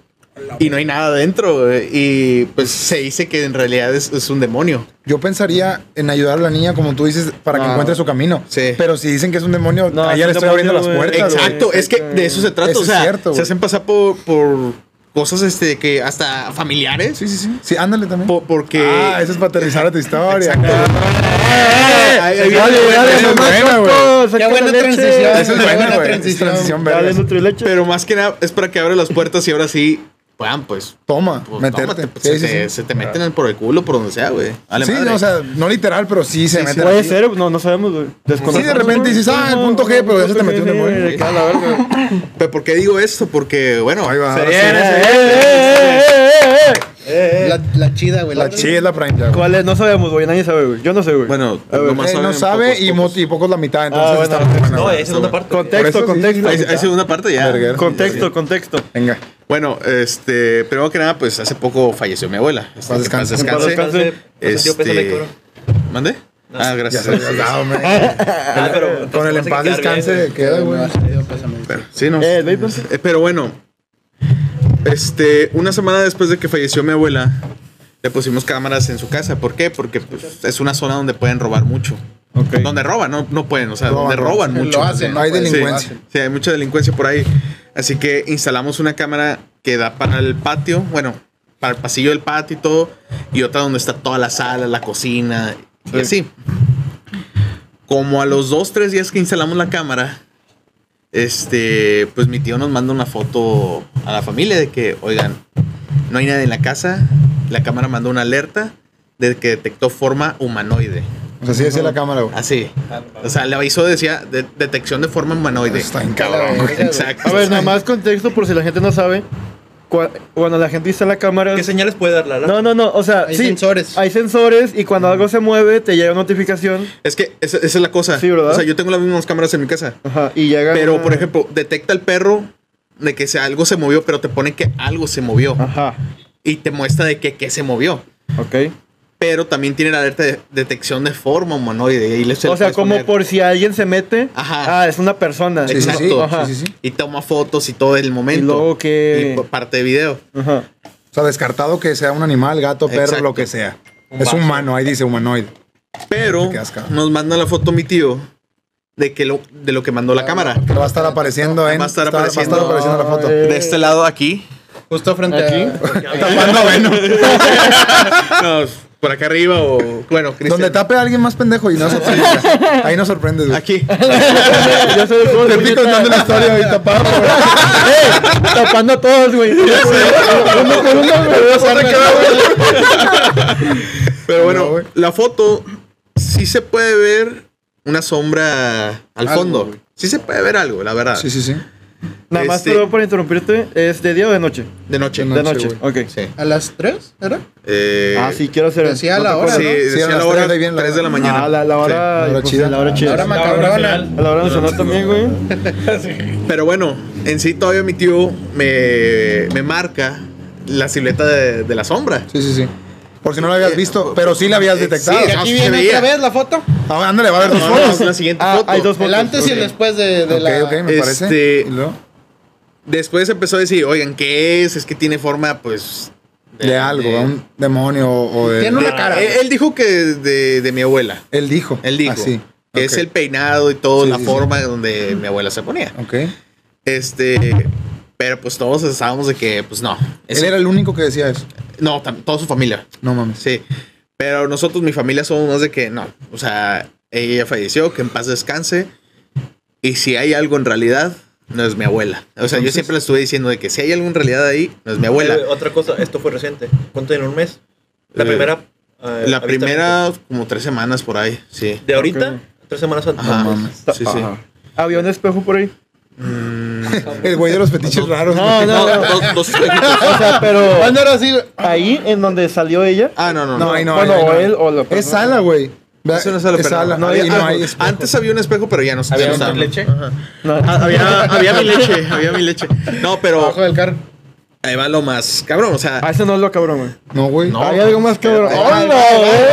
Speaker 8: Y no hay nada adentro. güey. Y pues se dice que en realidad es, es un demonio.
Speaker 5: Yo pensaría en ayudar a la niña, como tú dices, para que
Speaker 8: Ah.
Speaker 5: encuentre su camino.
Speaker 8: Sí.
Speaker 5: Pero si dicen que es un demonio,
Speaker 1: No,
Speaker 5: ahí ya
Speaker 1: es
Speaker 5: le
Speaker 1: un
Speaker 5: estoy abriendo las
Speaker 1: demonio, güey.
Speaker 5: puertas. güey.
Speaker 8: Exacto, es que de eso se trata.
Speaker 5: Eso
Speaker 8: o
Speaker 5: es
Speaker 8: sea,
Speaker 5: cierto,
Speaker 8: se
Speaker 5: güey.
Speaker 8: hacen pasar por, por cosas este, que hasta familiares.
Speaker 5: Sí, sí, sí. Sí, ándale también.
Speaker 8: po- porque.
Speaker 5: Ah, eso es para aterrizar a tu historia.
Speaker 8: Exacto.
Speaker 1: ¡Eh!
Speaker 8: Ahí- ahí
Speaker 1: Dale,
Speaker 8: viene-
Speaker 1: dale,
Speaker 5: eso es
Speaker 1: mamá,
Speaker 5: buena, güey.
Speaker 1: Coco, saca
Speaker 7: Qué buena
Speaker 1: la leche.
Speaker 7: transición.
Speaker 5: Eso es bueno, güey.
Speaker 7: transición.
Speaker 5: Transición,
Speaker 1: Dale,
Speaker 5: verga.
Speaker 1: Nutrileche.
Speaker 8: Pero más que nada es para que abra las puertas y ahora sí puedan, pues.
Speaker 5: Toma,
Speaker 8: pues,
Speaker 5: meterte.
Speaker 8: tómate, pues,
Speaker 5: Sí,
Speaker 8: se,
Speaker 5: sí,
Speaker 8: te,
Speaker 5: sí.
Speaker 8: se te meten por el culo, por donde sea, güey. Vale
Speaker 5: Sí,
Speaker 8: madre.
Speaker 5: no, o sea, no literal, pero sí se meten.
Speaker 1: Puede
Speaker 5: así.
Speaker 1: ser, no, no sabemos, güey. Desconocemos,
Speaker 5: Sí, de repente
Speaker 1: güey.
Speaker 5: dices, ah, el punto G, pero ya se te metió un
Speaker 1: Sí,
Speaker 5: demonio.
Speaker 1: de que a la verga.
Speaker 8: Pero ¿por qué digo esto? Porque, bueno,
Speaker 5: Ahí va. ahora
Speaker 1: Eh,
Speaker 5: sí.
Speaker 1: eh, eh, eh, eh, eh.
Speaker 7: La, la chida, güey. La
Speaker 5: La
Speaker 7: chida.
Speaker 5: chi es la prime ya, güey.
Speaker 1: ¿Cuál es? No sabemos, güey. Nadie sabe, güey. Yo no sé, güey.
Speaker 8: bueno,
Speaker 1: A ver.
Speaker 8: nomás
Speaker 5: Eh, no
Speaker 8: saben
Speaker 5: sabe
Speaker 8: pocos,
Speaker 5: y,
Speaker 8: pocos.
Speaker 5: mo- y pocos la mitad, entonces
Speaker 1: Ah,
Speaker 5: está
Speaker 1: bueno,
Speaker 5: muy buena,
Speaker 2: No, eh.
Speaker 5: güey.
Speaker 2: es segunda parte.
Speaker 5: Por
Speaker 1: contexto,
Speaker 5: eso sí,
Speaker 1: contexto.
Speaker 8: Hay, hay segunda parte ya.
Speaker 5: Verga.
Speaker 1: Contexto, contexto.
Speaker 5: Venga.
Speaker 8: Bueno, este, primero que nada, pues hace poco falleció mi abuela. Este, que
Speaker 5: descanse.
Speaker 8: paz
Speaker 1: Paz descanse.
Speaker 2: pues,
Speaker 8: Este, ¿Mande? Ah,
Speaker 5: Ya
Speaker 8: gracias.
Speaker 5: se había dado, man.
Speaker 2: Ah, pero
Speaker 5: Con el
Speaker 2: vas a
Speaker 5: empaz
Speaker 2: quedar bien,
Speaker 5: descanse
Speaker 2: güey.
Speaker 5: queda, güey.
Speaker 8: Sí, no.
Speaker 1: Eh, ¿veis, Ponce?
Speaker 8: Eh, Pero bueno, este, una semana después de que falleció mi abuela, le pusimos cámaras en su casa. ¿Por qué? Porque pues, es una zona donde pueden robar mucho.
Speaker 1: Ok.
Speaker 8: Donde roban, no, no pueden, o sea,
Speaker 5: No,
Speaker 8: donde
Speaker 5: no,
Speaker 8: roban
Speaker 7: lo
Speaker 8: mucho.
Speaker 7: hacen,
Speaker 5: No hay
Speaker 7: Sí.
Speaker 5: delincuencia.
Speaker 8: Sí, sí, hay mucha delincuencia por ahí. Así que instalamos una cámara que da para el patio, bueno, para el pasillo del patio y todo, y otra donde está toda la sala, la cocina y así. Como a los dos, tres días que instalamos la cámara, este, pues mi tío nos manda una foto a la familia de que, oigan, no hay nadie en la casa, la cámara mandó una alerta de que detectó forma humanoide.
Speaker 5: O sea, sí decía la cámara, güey.
Speaker 8: Así. O sea, le aviso, decía, de- detección de forma humanoide.
Speaker 5: Está en cabrón, güey.
Speaker 8: Exacto.
Speaker 1: A ver, nada más contexto por si la gente no sabe. Cua- Cuando la gente instala cámaras.
Speaker 2: ¿Qué señales puede dar la
Speaker 1: No, no, no. O sea,
Speaker 7: Hay
Speaker 1: sí,
Speaker 7: sensores.
Speaker 1: Hay sensores y cuando algo se mueve te llega una notificación.
Speaker 8: Es que esa, esa es la cosa.
Speaker 1: Sí, ¿verdad?
Speaker 8: O sea, yo tengo las mismas cámaras en mi casa.
Speaker 1: Ajá. Y llega.
Speaker 8: Pero,
Speaker 1: una-
Speaker 8: por ejemplo, detecta el perro de que sea, algo se movió, pero te pone que algo se movió.
Speaker 1: Ajá.
Speaker 8: Y te muestra de que, que se movió.
Speaker 1: Ok.
Speaker 8: Pero también tiene la alerta de detección de forma humanoide. Y ahí le- se
Speaker 1: O
Speaker 8: le
Speaker 1: sea,
Speaker 8: puedes
Speaker 1: como
Speaker 8: poner-
Speaker 1: por si alguien se mete.
Speaker 8: Ajá.
Speaker 1: Ah, es una persona.
Speaker 5: Sí, sí,
Speaker 8: Exacto.
Speaker 5: sí,
Speaker 1: Ajá.
Speaker 5: sí, sí, sí.
Speaker 8: Y toma fotos y todo el momento.
Speaker 1: Y luego que-
Speaker 8: Y por parte de video.
Speaker 1: Ajá.
Speaker 5: O sea, descartado que sea un animal, gato, perro,
Speaker 8: Exacto.
Speaker 5: lo que sea. es humano, ahí dice humanoide.
Speaker 8: Pero
Speaker 5: Qué asco.
Speaker 8: nos manda la foto mi tío de, que lo, de lo que mandó
Speaker 5: Ah.
Speaker 8: la cámara.
Speaker 5: Que va a estar apareciendo en.
Speaker 8: Va a estar
Speaker 5: está-
Speaker 8: apareciendo.
Speaker 5: Va a estar apareciendo la foto.
Speaker 1: Eh,
Speaker 8: De este lado aquí.
Speaker 7: Justo frente a.
Speaker 5: Tapando, bueno.
Speaker 8: No, por acá arriba o. Bueno, Cristian.
Speaker 5: Donde tape a alguien más pendejo y no sorprendes. Ahí no sorprendes, güey.
Speaker 8: Aquí.
Speaker 1: ya se dejó,
Speaker 5: Te estoy
Speaker 1: puñeta.
Speaker 5: contando la historia y tapado, güey.
Speaker 1: ¡Eh! Tapando a todos, güey. Uno por uno, güey.
Speaker 8: Pero
Speaker 5: No,
Speaker 8: bueno,
Speaker 5: güey.
Speaker 8: la foto sí se puede ver una sombra al
Speaker 7: Algo,
Speaker 8: fondo.
Speaker 7: güey.
Speaker 8: Sí se puede ver algo, la verdad.
Speaker 5: Sí, sí, sí.
Speaker 1: Nada más
Speaker 8: Este-
Speaker 1: perdón por interrumpirte. ¿Es de día o de noche?
Speaker 8: De noche.
Speaker 1: De noche. Ok.
Speaker 8: Sí.
Speaker 7: ¿A las 3? ¿Era?
Speaker 8: Eh, pues
Speaker 1: Ah, sí, quiero hacer.
Speaker 7: Decía
Speaker 1: no
Speaker 7: la
Speaker 1: te
Speaker 7: hora,
Speaker 8: Sí,
Speaker 1: acuerdas.
Speaker 7: ¿no?
Speaker 8: decía
Speaker 5: Sí, a
Speaker 8: la
Speaker 5: las
Speaker 8: hora
Speaker 5: tres de bien la-
Speaker 8: 3 de la mañana.
Speaker 1: Ah, la, la hora.
Speaker 5: La hora
Speaker 1: pues,
Speaker 5: chida.
Speaker 1: La hora chida.
Speaker 7: La hora
Speaker 1: A
Speaker 7: macabrona.
Speaker 1: la hora nacional también, güey.
Speaker 8: Pero bueno, en sí todavía mi tío me, me marca la silueta de, de la sombra.
Speaker 5: Sí, sí, sí. Por si no la habías visto, pero sí la habías detectado.
Speaker 8: Eh, pues, Sí,
Speaker 7: Y
Speaker 8: no,
Speaker 7: aquí
Speaker 8: se
Speaker 7: viene
Speaker 8: veía.
Speaker 7: otra vez la foto.
Speaker 5: Ah, bueno, Ándale, va a haber dos
Speaker 8: No, no,
Speaker 5: fotos.
Speaker 8: es la siguiente
Speaker 1: Ah,
Speaker 8: foto.
Speaker 1: hay dos
Speaker 7: El antes y el después de, de
Speaker 5: Ok,
Speaker 7: la.
Speaker 5: ok, me parece.
Speaker 8: Este-
Speaker 5: Y luego,
Speaker 8: Después empezó a decir, oigan, ¿qué es? Es que tiene forma, pues.
Speaker 5: De algo, de un demonio o de.
Speaker 7: Tiene una
Speaker 8: Ah,
Speaker 7: cara.
Speaker 8: Él, él dijo que de, de mi abuela.
Speaker 5: Él dijo. Ah,
Speaker 8: Él dijo.
Speaker 5: Así.
Speaker 8: Que es el peinado y todo,
Speaker 5: Sí,
Speaker 8: la
Speaker 5: sí, sí.
Speaker 8: forma donde mi abuela se ponía.
Speaker 5: Ok.
Speaker 8: Este. Pero pues todos estábamos de que, pues no. Es-
Speaker 5: Él era el único que decía eso.
Speaker 8: No, tam- toda su familia.
Speaker 5: No mames.
Speaker 8: Sí. Pero nosotros, mi familia, somos más de que no. O sea, ella falleció, que en paz descanse. Y si hay algo en realidad, no es mi abuela. O sea, yo siempre le estuve diciendo de que si hay alguna realidad ahí, no es mi abuela.
Speaker 2: Eh, otra cosa, esto fue reciente. ¿Cuánto en un mes? La
Speaker 8: Eh,
Speaker 2: primera. eh,
Speaker 8: La
Speaker 2: avistamiento.
Speaker 8: primera, como tres semanas por ahí, sí.
Speaker 2: De ahorita, tres semanas antes.
Speaker 8: Ajá,
Speaker 2: No,
Speaker 8: sí, sí.
Speaker 1: Había un espejo por ahí.
Speaker 5: El güey de los fetiches raros.
Speaker 1: No,
Speaker 5: güey.
Speaker 1: no, no.
Speaker 8: Dos- dos espejitos.
Speaker 1: O sea, pero
Speaker 5: Ah, no era así, güey.
Speaker 1: ahí en donde salió ella.
Speaker 8: Ah, no, no,
Speaker 5: No,
Speaker 8: no.
Speaker 5: ahí no.
Speaker 1: bueno,
Speaker 5: ahí no.
Speaker 1: o él o la persona.
Speaker 5: Es sala, güey. Vea,
Speaker 8: Eso no es sala, pero-
Speaker 5: No,
Speaker 8: Ah,
Speaker 5: ahí no
Speaker 8: ah,
Speaker 5: hay
Speaker 8: no.
Speaker 5: espejo.
Speaker 8: Antes había un espejo, pero ya no
Speaker 4: ¿Había
Speaker 8: ya no
Speaker 4: un
Speaker 8: está.
Speaker 4: de leche?
Speaker 8: Ajá.
Speaker 1: No.
Speaker 8: Ah, había, había mi leche, había mi leche. No, pero
Speaker 7: Abajo del carro.
Speaker 8: ahí va lo más cabrón. O sea,
Speaker 1: Ah, eso no es lo cabrón, güey.
Speaker 5: No, güey.
Speaker 8: No.
Speaker 1: Ah, Hay algo más cabrón.
Speaker 8: Ahí
Speaker 1: ¡Hola,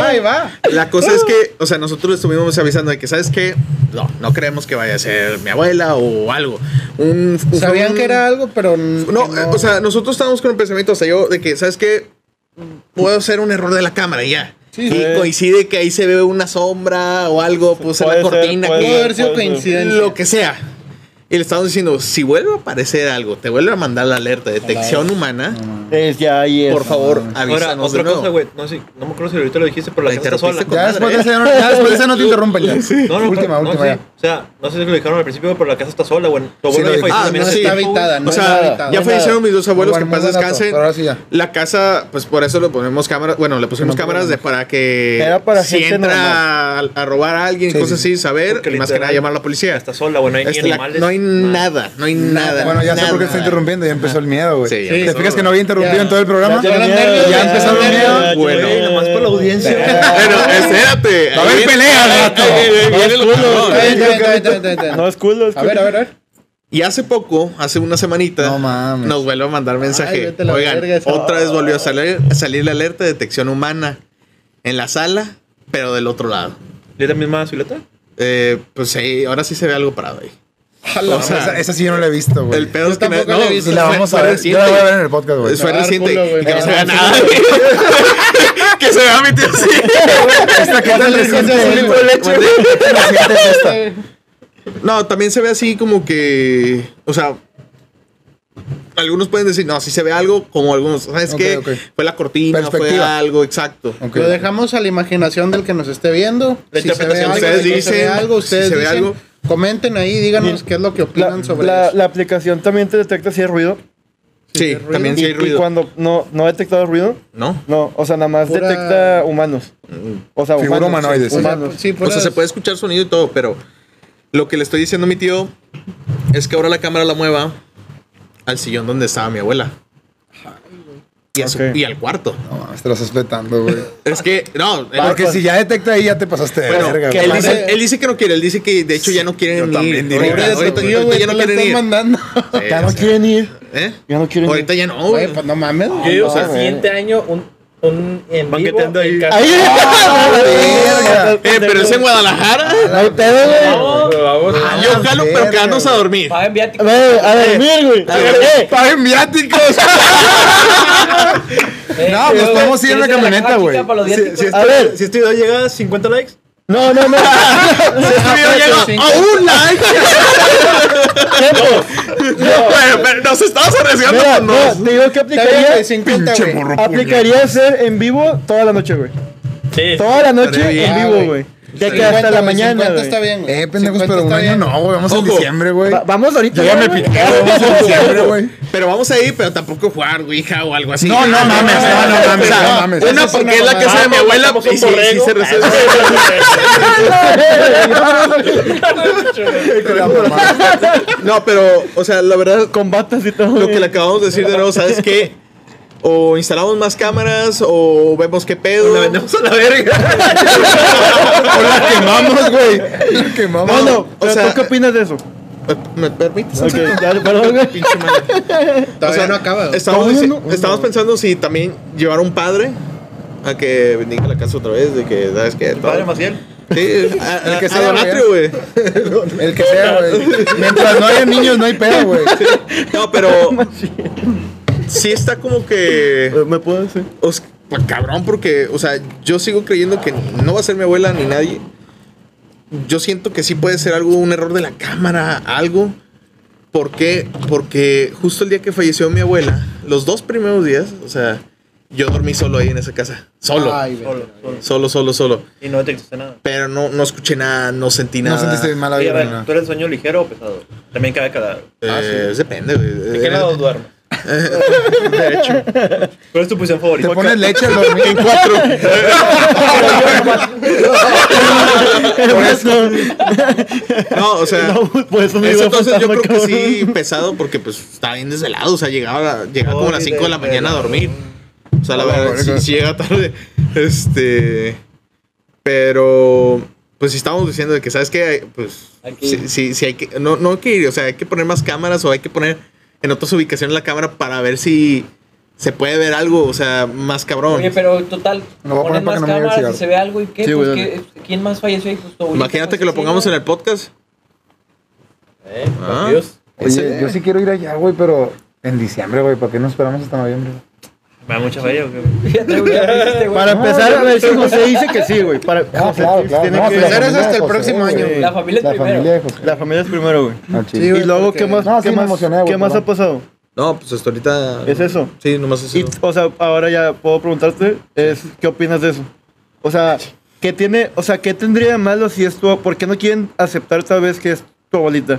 Speaker 7: Ahí
Speaker 1: güey!
Speaker 7: va.
Speaker 8: La cosa es que, o sea, nosotros estuvimos avisando de que, ¿sabes qué? No, no creemos que vaya a ser mi abuela o algo. Un, un-
Speaker 7: Sabían
Speaker 8: un-
Speaker 7: que era algo, pero. n-
Speaker 8: No,
Speaker 7: que
Speaker 8: eh, o sea, nosotros estábamos con el pensamiento, o sea, yo, de que, ¿sabes qué? Puedo ser un error de la cámara y ya.
Speaker 7: Sí,
Speaker 8: y
Speaker 7: sí.
Speaker 8: coincide que ahí se ve una sombra o algo, pues en
Speaker 1: Puede
Speaker 8: la
Speaker 1: ser,
Speaker 8: cortina.
Speaker 1: puede
Speaker 8: que-
Speaker 7: Pudo haber sido
Speaker 1: Puede ser.
Speaker 7: coincidencia.
Speaker 8: lo que sea. Y le estábamos diciendo, si vuelve a aparecer algo, te vuelve a mandar la alerta de detección humana,
Speaker 1: Es ya ahí. es.
Speaker 8: por favor,
Speaker 2: Ahora,
Speaker 8: avísanos de
Speaker 2: otra cosa,
Speaker 8: nuevo.
Speaker 2: güey. No, sé, no me acuerdo si ahorita lo dijiste, pero la
Speaker 8: La
Speaker 2: gente está sola.
Speaker 8: interrumpiste con-
Speaker 5: Ya después de esa
Speaker 8: madre,
Speaker 5: ya no, ya después de esa no te interrumpen. Ya.
Speaker 2: No, no,
Speaker 5: última,
Speaker 2: pero- no,
Speaker 5: última.
Speaker 2: sí.
Speaker 5: ya.
Speaker 2: O sea, no sé si lo dijeron al principio, pero la casa está sola, güey. Tu
Speaker 5: Sí, lo
Speaker 2: abuela ya
Speaker 5: dijo.
Speaker 2: falleció
Speaker 8: Ah,
Speaker 2: también
Speaker 7: no
Speaker 2: hace
Speaker 7: está
Speaker 2: tiempo, güey.
Speaker 7: habitada, no
Speaker 8: O
Speaker 7: es
Speaker 8: sea,
Speaker 7: habitada.
Speaker 8: ya fallecieron mis dos abuelos,
Speaker 5: Muy
Speaker 8: que en
Speaker 5: buen-
Speaker 8: paz
Speaker 5: muy buen dato,
Speaker 8: descansen.
Speaker 5: pero ahora sí ya.
Speaker 8: La casa, pues por eso le ponemos cámaras, bueno, le pusimos
Speaker 5: Sí, no,
Speaker 8: cámaras
Speaker 5: no.
Speaker 8: de para que
Speaker 1: Era para
Speaker 8: si
Speaker 1: gente
Speaker 8: entra a, a robar a alguien,
Speaker 5: Sí,
Speaker 8: cosas
Speaker 5: sí,
Speaker 8: así, saber,
Speaker 2: Porque
Speaker 8: y más que nada
Speaker 2: literal,
Speaker 8: llamar a la policía.
Speaker 2: Está sola, güey. No hay ni
Speaker 8: Esta- la-
Speaker 2: animales.
Speaker 8: no hay nada, no hay nada.
Speaker 5: Bueno, ya sé por qué
Speaker 8: nada.
Speaker 5: está interrumpiendo. Ya empezó el miedo, güey.
Speaker 8: Sí, ya
Speaker 5: ¿Te
Speaker 8: empezó,
Speaker 5: fijas que
Speaker 8: güey.
Speaker 5: no había interrumpido
Speaker 7: Ya.
Speaker 5: en todo el programa?
Speaker 7: Ya, ya,
Speaker 5: ya, ya empezaron
Speaker 1: Ah, ya,
Speaker 5: miedo.
Speaker 1: ya, ya,
Speaker 8: Bueno.
Speaker 1: güey, nomás por la audiencia.
Speaker 8: Bueno,
Speaker 5: Va
Speaker 8: espérate.
Speaker 5: a haber
Speaker 8: Ahí viene-
Speaker 5: pelea, gato.
Speaker 8: ahí viene- ahí viene lo cabrón.
Speaker 7: Está bien, está bien, está bien, está bien, está bien.
Speaker 1: No es culo, es
Speaker 7: A
Speaker 1: culo.
Speaker 7: ver, a ver, a ver.
Speaker 8: Y hace poco, hace una semanita,
Speaker 5: No mames.
Speaker 8: nos vuelve a mandar
Speaker 7: Ay,
Speaker 8: mensaje.
Speaker 7: vete a la
Speaker 8: Oigan,
Speaker 7: verga esa-
Speaker 8: otra vez volvió a salir, a salir la alerta de detección humana en la sala, pero del otro lado.
Speaker 2: ¿Le da misma silueta?
Speaker 8: Eh, pues sí, ahora sí se ve algo parado ahí.
Speaker 5: O sea, esa, esa sí yo no la he visto, güey.
Speaker 8: El pedo
Speaker 7: Yo
Speaker 8: es que
Speaker 7: tampoco la he visto.
Speaker 5: Y la
Speaker 8: fue-
Speaker 5: vamos a
Speaker 8: fue
Speaker 5: ver. Yo
Speaker 8: reciente.
Speaker 5: la
Speaker 8: Pues,
Speaker 5: voy a ver en el podcast, güey.
Speaker 7: Me
Speaker 8: Fue
Speaker 7: va a dar
Speaker 8: reciente.
Speaker 7: culo, güey.
Speaker 8: y que no se vea
Speaker 7: Me
Speaker 8: nada. güey. que se vea metido así.
Speaker 5: Esta que tan reciente
Speaker 7: sí,
Speaker 5: es,
Speaker 7: sí,
Speaker 5: güey. ¿Qué tan reciente es esta?
Speaker 8: No, también se ve así como que. O sea. Algunos pueden decir, no, sí se ve algo, como algunos. ¿Sabes
Speaker 5: Ok,
Speaker 8: qué?
Speaker 5: ok.
Speaker 8: Fue la cortina, fue
Speaker 5: Perspectiva.
Speaker 8: algo, exacto.
Speaker 5: Ok.
Speaker 7: Lo dejamos a la imaginación del que nos esté viendo.
Speaker 2: La
Speaker 7: Si se ve
Speaker 2: interpretación.
Speaker 7: algo,
Speaker 8: Ustedes
Speaker 7: si no se ve
Speaker 8: dicen,
Speaker 7: algo,
Speaker 8: si
Speaker 7: ustedes
Speaker 8: se ve
Speaker 7: dicen.
Speaker 8: algo.
Speaker 7: Comenten ahí, díganos qué es lo que
Speaker 1: La,
Speaker 7: opinan sobre
Speaker 1: la-
Speaker 7: eso.
Speaker 1: la aplicación también te detecta si hay ruido.
Speaker 8: Sí, también
Speaker 1: y,
Speaker 8: sí hay
Speaker 1: y
Speaker 8: ruido.
Speaker 1: cuando no, no ha detectado ruido,
Speaker 8: ¿No?
Speaker 1: no, o sea, nada más
Speaker 7: Pura-
Speaker 1: detecta humanos. O sea,
Speaker 5: Figura
Speaker 1: humanos,
Speaker 5: humanoides.
Speaker 1: sí,
Speaker 7: O sea,
Speaker 1: humanos.
Speaker 7: sí,
Speaker 8: O
Speaker 7: puras-
Speaker 8: sea, Pues se puede escuchar sonido y todo, pero lo que le estoy diciendo a mi tío es que ahora la cámara la mueva al sillón donde estaba mi abuela. Y, a su-
Speaker 1: Ok.
Speaker 8: y al cuarto.
Speaker 5: No mames, te lo estás petando, güey.
Speaker 8: Es que, no. él-
Speaker 5: Porque si ya detecta ahí, ya te pasaste de
Speaker 8: bueno,
Speaker 5: verga,
Speaker 8: él,
Speaker 5: güey.
Speaker 8: dice, él dice que no quiere, él dice que de hecho ya no quieren
Speaker 5: yo
Speaker 8: ir.
Speaker 5: también diría.
Speaker 8: Ahorita,
Speaker 7: Pobre de tu
Speaker 8: ahorita-
Speaker 7: tío,
Speaker 8: ahorita
Speaker 7: güey,
Speaker 8: ya no
Speaker 7: te la
Speaker 8: quieren
Speaker 7: están
Speaker 8: ir.
Speaker 7: mandando.
Speaker 8: Sí,
Speaker 1: Ya
Speaker 8: o
Speaker 1: no
Speaker 8: sea,
Speaker 1: quieren ir.
Speaker 8: ¿eh?
Speaker 1: Ya no quieren
Speaker 8: Ahorita ya no, güey.
Speaker 7: Güey, pues no mames.
Speaker 4: Yo digo
Speaker 1: no,
Speaker 8: eh,
Speaker 4: que el
Speaker 1: güey.
Speaker 4: siguiente año un, un en vivo
Speaker 2: Banqueteando ahí.
Speaker 4: en casa.
Speaker 1: ¡Ahí! ¡Ah,
Speaker 5: verga!
Speaker 8: Eh, pero es en Guadalajara.
Speaker 1: No hay pedo, güey.
Speaker 4: Vamos, vamos.
Speaker 8: Ah, Yo jalo, pero
Speaker 5: verga,
Speaker 8: quedándose a dormir.
Speaker 3: Paga en viáticos.
Speaker 1: Ve, a dormir, güey. Eh,
Speaker 5: ¡Paguen viáticos!
Speaker 3: Eh,
Speaker 5: No, pues podemos ir en la
Speaker 3: ¿quieres caja
Speaker 5: camioneta,
Speaker 3: chica
Speaker 5: güey.
Speaker 3: para los
Speaker 2: Si,
Speaker 3: viáticos?
Speaker 2: si este,
Speaker 1: A ver.
Speaker 2: si este video llega a 50 likes,
Speaker 1: No, no, no.
Speaker 8: Este video llega a un like. Pero- pero Nos estamos arriesgando
Speaker 1: Mira,
Speaker 8: con
Speaker 1: no, te digo que aplicaría.
Speaker 7: 50,
Speaker 5: Pinche
Speaker 7: güey.
Speaker 5: morro.
Speaker 1: Aplicaría ser en vivo toda la noche, güey.
Speaker 4: Sí.
Speaker 1: Toda la noche
Speaker 8: Estaría bien,
Speaker 1: en
Speaker 7: güey.
Speaker 1: vivo, güey. De que
Speaker 7: 50,
Speaker 1: hasta la
Speaker 7: güey,
Speaker 1: mañana.
Speaker 7: 50
Speaker 1: güey.
Speaker 7: está bien, güey.
Speaker 5: Eh, pendejos,
Speaker 7: 50
Speaker 5: pero un
Speaker 7: está
Speaker 5: año
Speaker 7: bien.
Speaker 5: no, güey. Vamos en
Speaker 8: Ojo.
Speaker 5: diciembre, güey.
Speaker 1: Va- vamos ahorita.
Speaker 5: Yo ya me
Speaker 1: güey.
Speaker 5: piqué, güey, vamos en diciembre, güey.
Speaker 8: Pero vamos a ir, pero tampoco jugar Ouija o algo así.
Speaker 5: No, no mames, no, no mames,
Speaker 8: O sea,
Speaker 5: no mames. Ah,
Speaker 8: Una
Speaker 5: Eso
Speaker 8: porque es la casa de mi abuela y sí, sí se resuelve. No, pero, o sea, la verdad,
Speaker 1: Con batas y todo.
Speaker 8: lo que le acabamos de decir de nuevo, ¿sabes qué? O instalamos más cámaras o vemos qué pedo.
Speaker 2: la vendemos a la verga.
Speaker 5: O la quemamos, güey. La
Speaker 1: No,
Speaker 5: quemamos.
Speaker 1: no.
Speaker 8: o
Speaker 1: Pero
Speaker 8: sea-
Speaker 1: ¿tú qué opinas de eso?
Speaker 8: Ah, ¿Me permites?
Speaker 1: Ok, ya, perdón, güey.
Speaker 8: Pinche madre.
Speaker 7: Todavía
Speaker 8: O sea,
Speaker 7: no acaba. güey.
Speaker 8: Estamos,
Speaker 1: Todavía
Speaker 8: dici-
Speaker 1: no.
Speaker 8: estamos pensando si también llevar un padre a que bendiga la casa otra vez, de que, ¿sabes qué? Todo-
Speaker 2: Padre Maciel.
Speaker 8: Sí, a, a-
Speaker 5: que
Speaker 8: a
Speaker 5: sea,
Speaker 8: Donatrio, güey.
Speaker 5: El que sea, güey. Mientras no haya niños, no hay pedo, güey.
Speaker 8: No, pero sí está como que...
Speaker 7: Eh,
Speaker 1: ¿Me puedo decir?
Speaker 8: o sea, pues, cabrón, porque, o sea, yo sigo creyendo que no va a ser mi abuela ni nadie. Yo siento que sí puede ser algo, un error de la cámara, algo. ¿Por qué? Porque justo el día que falleció mi abuela, los dos primeros días, o sea, Yo dormí solo ahí en esa casa. Solo.
Speaker 6: Ay, güey.
Speaker 2: Solo, solo.
Speaker 8: Solo, solo, solo.
Speaker 2: Y no detectaste nada.
Speaker 8: Pero no, no escuché nada, no sentí
Speaker 5: No
Speaker 8: nada.
Speaker 5: sentiste mala
Speaker 2: Oye, a
Speaker 5: vibra
Speaker 2: ver,
Speaker 5: ni nada.
Speaker 2: ¿tú eres sueño ligero o pesado? También cabe cada...
Speaker 8: Eh, Depende, güey.
Speaker 2: ¿De qué
Speaker 8: Eh,
Speaker 2: lado duermes?
Speaker 8: de hecho.
Speaker 2: ¿Cuál es tu posición
Speaker 5: Te
Speaker 2: favorita?
Speaker 5: pones leche al dormir. En cuatro.
Speaker 1: Por eso.
Speaker 8: No, o sea.
Speaker 1: No, pues, por eso me
Speaker 8: Ese
Speaker 1: iba a
Speaker 8: entonces
Speaker 1: faltar,
Speaker 8: yo creo que
Speaker 1: cabrón.
Speaker 8: sí pesado porque pues estaba bien desvelado, o sea, llegaba, llegaba como a las 5 de la mañana a dormir. O sea, Ah, la verdad, si llega tarde. Este. Pero. Pues si estábamos diciendo de que, ¿sabes qué? Pues.
Speaker 3: Hay que
Speaker 8: Sí,
Speaker 3: ir.
Speaker 8: sí, sí hay que. No, no hay que ir, o sea, hay que poner más cámaras o hay que poner en otras ubicaciones la cámara para ver si se puede ver algo, o sea, más cabrón.
Speaker 3: Oye, pero total,
Speaker 5: Lo voy a
Speaker 3: ponen
Speaker 5: poner para
Speaker 3: más
Speaker 5: que no me vea el
Speaker 3: cámaras y
Speaker 5: cigarro.
Speaker 3: se ve algo y qué,
Speaker 7: Sí,
Speaker 3: pues,
Speaker 7: güey,
Speaker 3: ¿qué? ¿quién más falleció ahí justo ahorita? pues
Speaker 8: Imagínate que lo pongamos en el podcast.
Speaker 4: Eh,
Speaker 8: Ah.
Speaker 4: por Dios.
Speaker 5: Oye, yo sí quiero ir allá, güey, pero en diciembre, güey. ¿Para qué nos esperamos hasta noviembre?
Speaker 2: Me da mucha falla.
Speaker 1: Para
Speaker 5: No,
Speaker 1: empezar,
Speaker 5: no,
Speaker 1: a ver si José dice que sí, güey. Para
Speaker 5: Ah,
Speaker 1: José
Speaker 5: claro,
Speaker 1: Tips
Speaker 5: claro.
Speaker 1: tiene
Speaker 5: No,
Speaker 1: que-
Speaker 5: si la
Speaker 6: Eres
Speaker 5: familia
Speaker 6: hasta
Speaker 5: de
Speaker 6: el
Speaker 5: José,
Speaker 6: próximo
Speaker 5: güey.
Speaker 6: año.
Speaker 3: La familia es
Speaker 5: La
Speaker 3: primero.
Speaker 5: familia de José.
Speaker 1: La familia es primero, güey.
Speaker 5: No,
Speaker 7: Sí,
Speaker 5: chido.
Speaker 7: güey,
Speaker 1: y luego,
Speaker 7: porque-
Speaker 1: ¿qué más,
Speaker 5: No, sí
Speaker 1: qué
Speaker 5: me
Speaker 1: más,
Speaker 5: emocioné, güey,
Speaker 1: qué más ha
Speaker 5: perdón.
Speaker 1: pasado?
Speaker 8: No, pues hasta ahorita.
Speaker 1: ¿Es eso?
Speaker 8: Sí, nomás es
Speaker 1: Y,
Speaker 8: eso.
Speaker 1: o sea, ahora ya puedo preguntarte, es, ¿qué opinas de eso? O sea, ¿qué tiene, o sea, qué tendría de malo si es tu, por qué no quieren aceptar tal vez que es tu abuelita?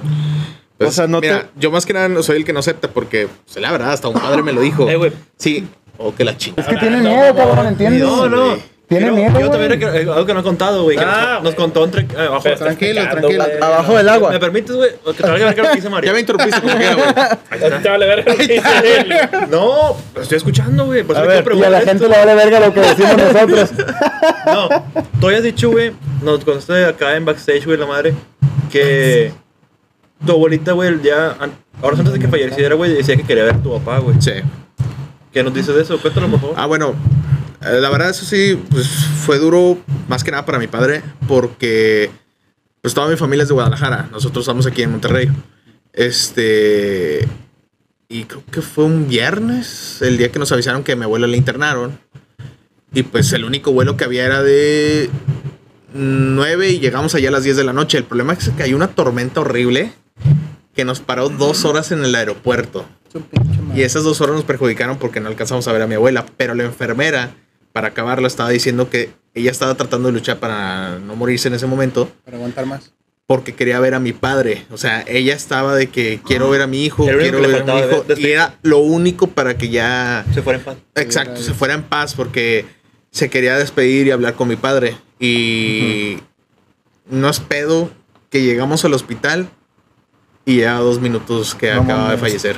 Speaker 1: o sea, no
Speaker 8: Pues, mira, yo más que nada no soy el que no acepta porque, pues, la verdad, hasta un padre me lo dijo.
Speaker 2: Eh, güey.
Speaker 8: Sí, o que la chingada.
Speaker 5: Es que tiene miedo, cabrón, ¿entiendes?
Speaker 2: No, no.
Speaker 5: Tiene
Speaker 2: Yo-
Speaker 5: miedo,
Speaker 2: Yo
Speaker 5: güey.
Speaker 2: también eh, algo que no he contado, güey. que
Speaker 4: Ah,
Speaker 2: nos, nos contó entre... eh, abajo,
Speaker 4: Pero estás
Speaker 7: tranquilo,
Speaker 4: pecando,
Speaker 7: tranquilo.
Speaker 4: güey.
Speaker 1: te- abajo del agua.
Speaker 2: ¿Me permites, güey? Que te valga verga lo que dice Mario.
Speaker 8: Ya me interrumpiste como quiera, güey.
Speaker 4: A ti te vale verga lo que dice él.
Speaker 2: No, lo estoy escuchando, güey. Por
Speaker 1: A
Speaker 2: eso
Speaker 1: ver,
Speaker 2: te
Speaker 5: Y a la gente le vale verga lo que decimos nosotros.
Speaker 2: No, tú habías dicho, güey, nos contaste acá en backstage, güey, la madre, que tu abuelita, güey, el día, an- horas antes de que falleciera, güey, decía que quería ver a tu papá, güey.
Speaker 8: Sí.
Speaker 2: ¿Qué nos dices de eso? Cuéntalo, por favor.
Speaker 8: Ah, bueno, eh, la verdad, eso sí, pues fue duro más que nada para mi padre porque, pues, toda mi familia es de Guadalajara. Nosotros estamos aquí en Monterrey. Este. Y creo que fue un viernes, el día que nos avisaron que a mi abuela le internaron. Y pues el único vuelo que había era de 9 y llegamos allá a las 10 de la noche. El problema es que hay una tormenta horrible que nos paró dos horas en el aeropuerto.
Speaker 7: Su pinche madre.
Speaker 8: Y esas dos horas nos perjudicaron porque no alcanzamos a ver a mi abuela. Pero la enfermera, para acabarlo, estaba diciendo que ella estaba tratando de luchar para no morirse en ese momento
Speaker 7: Para aguantar más.
Speaker 8: porque quería ver a mi padre. O sea, ella estaba de que
Speaker 7: Ah.
Speaker 8: quiero ver a mi hijo,
Speaker 2: Era lo
Speaker 8: quiero
Speaker 2: único que le
Speaker 8: ver a mi
Speaker 2: faltaba,
Speaker 8: hijo.
Speaker 2: ver-
Speaker 8: Y era lo único para que ya
Speaker 2: Se fuera en paz.
Speaker 8: Exacto, se fuera en paz porque se quería despedir y hablar con mi padre. Y no es pedo que llegamos al hospital y ya dos minutos que
Speaker 5: No
Speaker 8: acababa de
Speaker 5: mames.
Speaker 8: fallecer.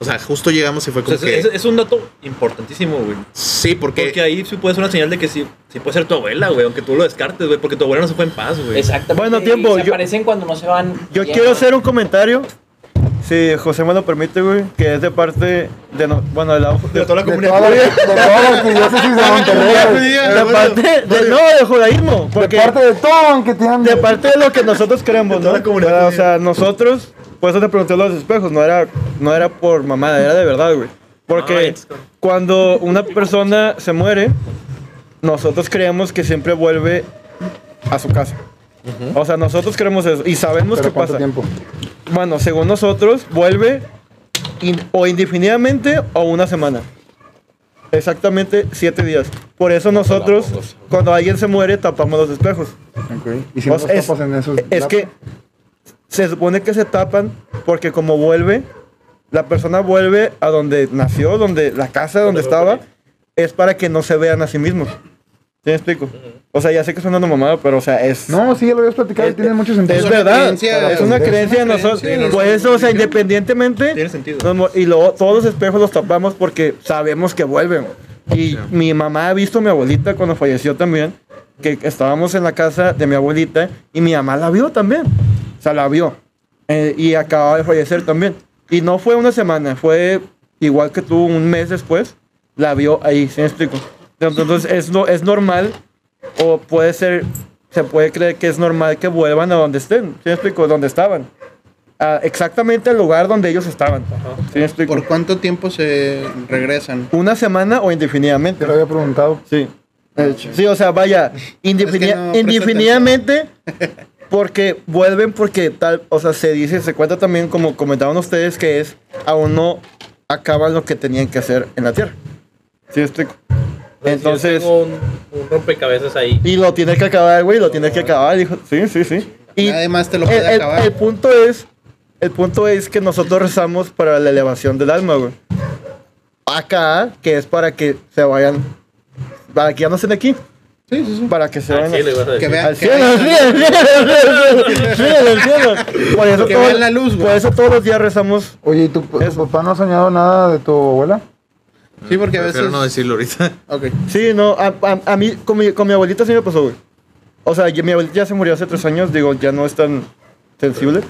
Speaker 8: O sea, justo llegamos y fue
Speaker 2: O sea,
Speaker 8: como
Speaker 2: es,
Speaker 8: que...
Speaker 2: es- es un dato importantísimo, güey.
Speaker 8: sí, porque...
Speaker 2: Porque ahí sí puede ser una señal de que sí, sí puede ser tu abuela, güey, aunque tú lo descartes, güey, porque tu abuela no se fue en paz, güey.
Speaker 3: Exactamente.
Speaker 1: Bueno, tiempo,
Speaker 3: y Se
Speaker 1: yo-
Speaker 3: aparecen cuando no se van.
Speaker 1: Yo
Speaker 3: y ya
Speaker 1: quiero
Speaker 3: no.
Speaker 1: hacer un comentario, si José me lo permite, güey, que es de parte de, no- bueno, de la...
Speaker 2: De toda la
Speaker 5: De
Speaker 2: comunidad.
Speaker 5: todas las- de todas las diócesis de Monterrey, güey.
Speaker 1: de parte de, no, de judaísmo, porque
Speaker 5: De parte de todo, que tienen.
Speaker 1: De parte de lo que nosotros creemos, ¿no?
Speaker 2: toda la comunidad.
Speaker 1: ¿Verdad? O sea, nosotros, por eso te pregunté lo de los espejos, no era, no era por mamada, era de verdad, güey.
Speaker 2: Ay,
Speaker 1: Porque
Speaker 2: es como-
Speaker 1: cuando una persona se muere, nosotros creemos que siempre vuelve a su casa. O sea, nosotros creemos eso y sabemos
Speaker 5: Pero
Speaker 1: qué
Speaker 5: ¿cuánto
Speaker 1: pasa.
Speaker 5: tiempo?
Speaker 1: Bueno, según nosotros, vuelve in- o indefinidamente o una semana. Exactamente siete días. Por eso nosotros, cuando alguien se muere, tapamos los espejos.
Speaker 5: Ok. Y si
Speaker 1: O
Speaker 5: no
Speaker 1: sea,
Speaker 5: nos
Speaker 1: Pues es,
Speaker 5: tapas en esos.
Speaker 1: es que se supone que se tapan porque como vuelve, la persona vuelve a donde nació, donde la casa donde estaba, es para que no se vean a sí mismos. ¿Sí me explico? O sea, ya sé que suena una mamada, pero o sea, es...
Speaker 5: No, sí, ya lo habías platicado y
Speaker 1: Es-
Speaker 5: tiene mucho
Speaker 1: Es
Speaker 5: sentido.
Speaker 1: verdad,
Speaker 7: creencia,
Speaker 1: es una
Speaker 5: es
Speaker 1: creencia de
Speaker 7: una
Speaker 1: nosotros.
Speaker 7: creencia de
Speaker 1: Por
Speaker 7: nosotros.
Speaker 1: eso, o sea, independientemente.
Speaker 2: Tiene sentido.
Speaker 1: nos mo- y luego todos los espejos los tapamos porque sabemos que vuelven. Y mi mamá ha visto a mi abuelita cuando falleció también, que estábamos en la casa de mi abuelita y mi mamá la vio también. O sea, la vio. Eh, y acababa de fallecer también. Y no fue una semana, fue igual que tú un mes después, la vio ahí, ¿sí me explico? Entonces es, no, es normal o puede ser, se puede creer que es normal que vuelvan a donde estén, ¿sí me explico? Donde estaban. A- exactamente al lugar donde ellos estaban. ¿Sí me explico?
Speaker 7: ¿Por cuánto tiempo se regresan?
Speaker 1: Una semana o indefinidamente.
Speaker 5: Te lo había preguntado.
Speaker 1: Sí. Sí, o sea, vaya, indefini-
Speaker 7: Es que no presta
Speaker 1: indefinidamente porque vuelven porque tal, o sea, se dice, se cuenta también como comentaban ustedes que es aún no acaban lo que tenían que hacer en la Tierra. ¿Sí me explico? Entonces,
Speaker 4: Tengo un, un rompecabezas ahí.
Speaker 1: y lo tienes que acabar, güey, lo tienes que acabar. dijo. Sí, sí, sí. Y
Speaker 7: Nadie más te lo
Speaker 1: el,
Speaker 7: puede
Speaker 1: el-
Speaker 7: acabar.
Speaker 1: el punto es, el punto es que nosotros rezamos para la elevación del alma, güey. Acá, que es para que se vayan, para que ya no estén aquí. Sí, sí, sí. Para que se
Speaker 4: Al
Speaker 1: vayan.
Speaker 4: chile, vas a
Speaker 7: que
Speaker 4: decir.
Speaker 7: vea-
Speaker 1: Al
Speaker 7: que
Speaker 1: cielo, al cielo, al cielo, al cielo, al cielo, al cielo. Por eso,
Speaker 7: Que
Speaker 1: todo-
Speaker 7: vean la luz, güey.
Speaker 1: por eso todos los días rezamos.
Speaker 5: Oye, ¿y tu, tu papá no ha soñado nada de tu abuela?
Speaker 7: Sí, porque a
Speaker 8: Prefiero
Speaker 7: veces.
Speaker 8: no decirlo ahorita.
Speaker 7: Ok.
Speaker 1: Sí, no, a, a- a mí, con mi, con mi abuelita sí me pasó, güey. O sea, ya- mi abuelita ya se murió hace tres años, digo, ya no es tan sensible.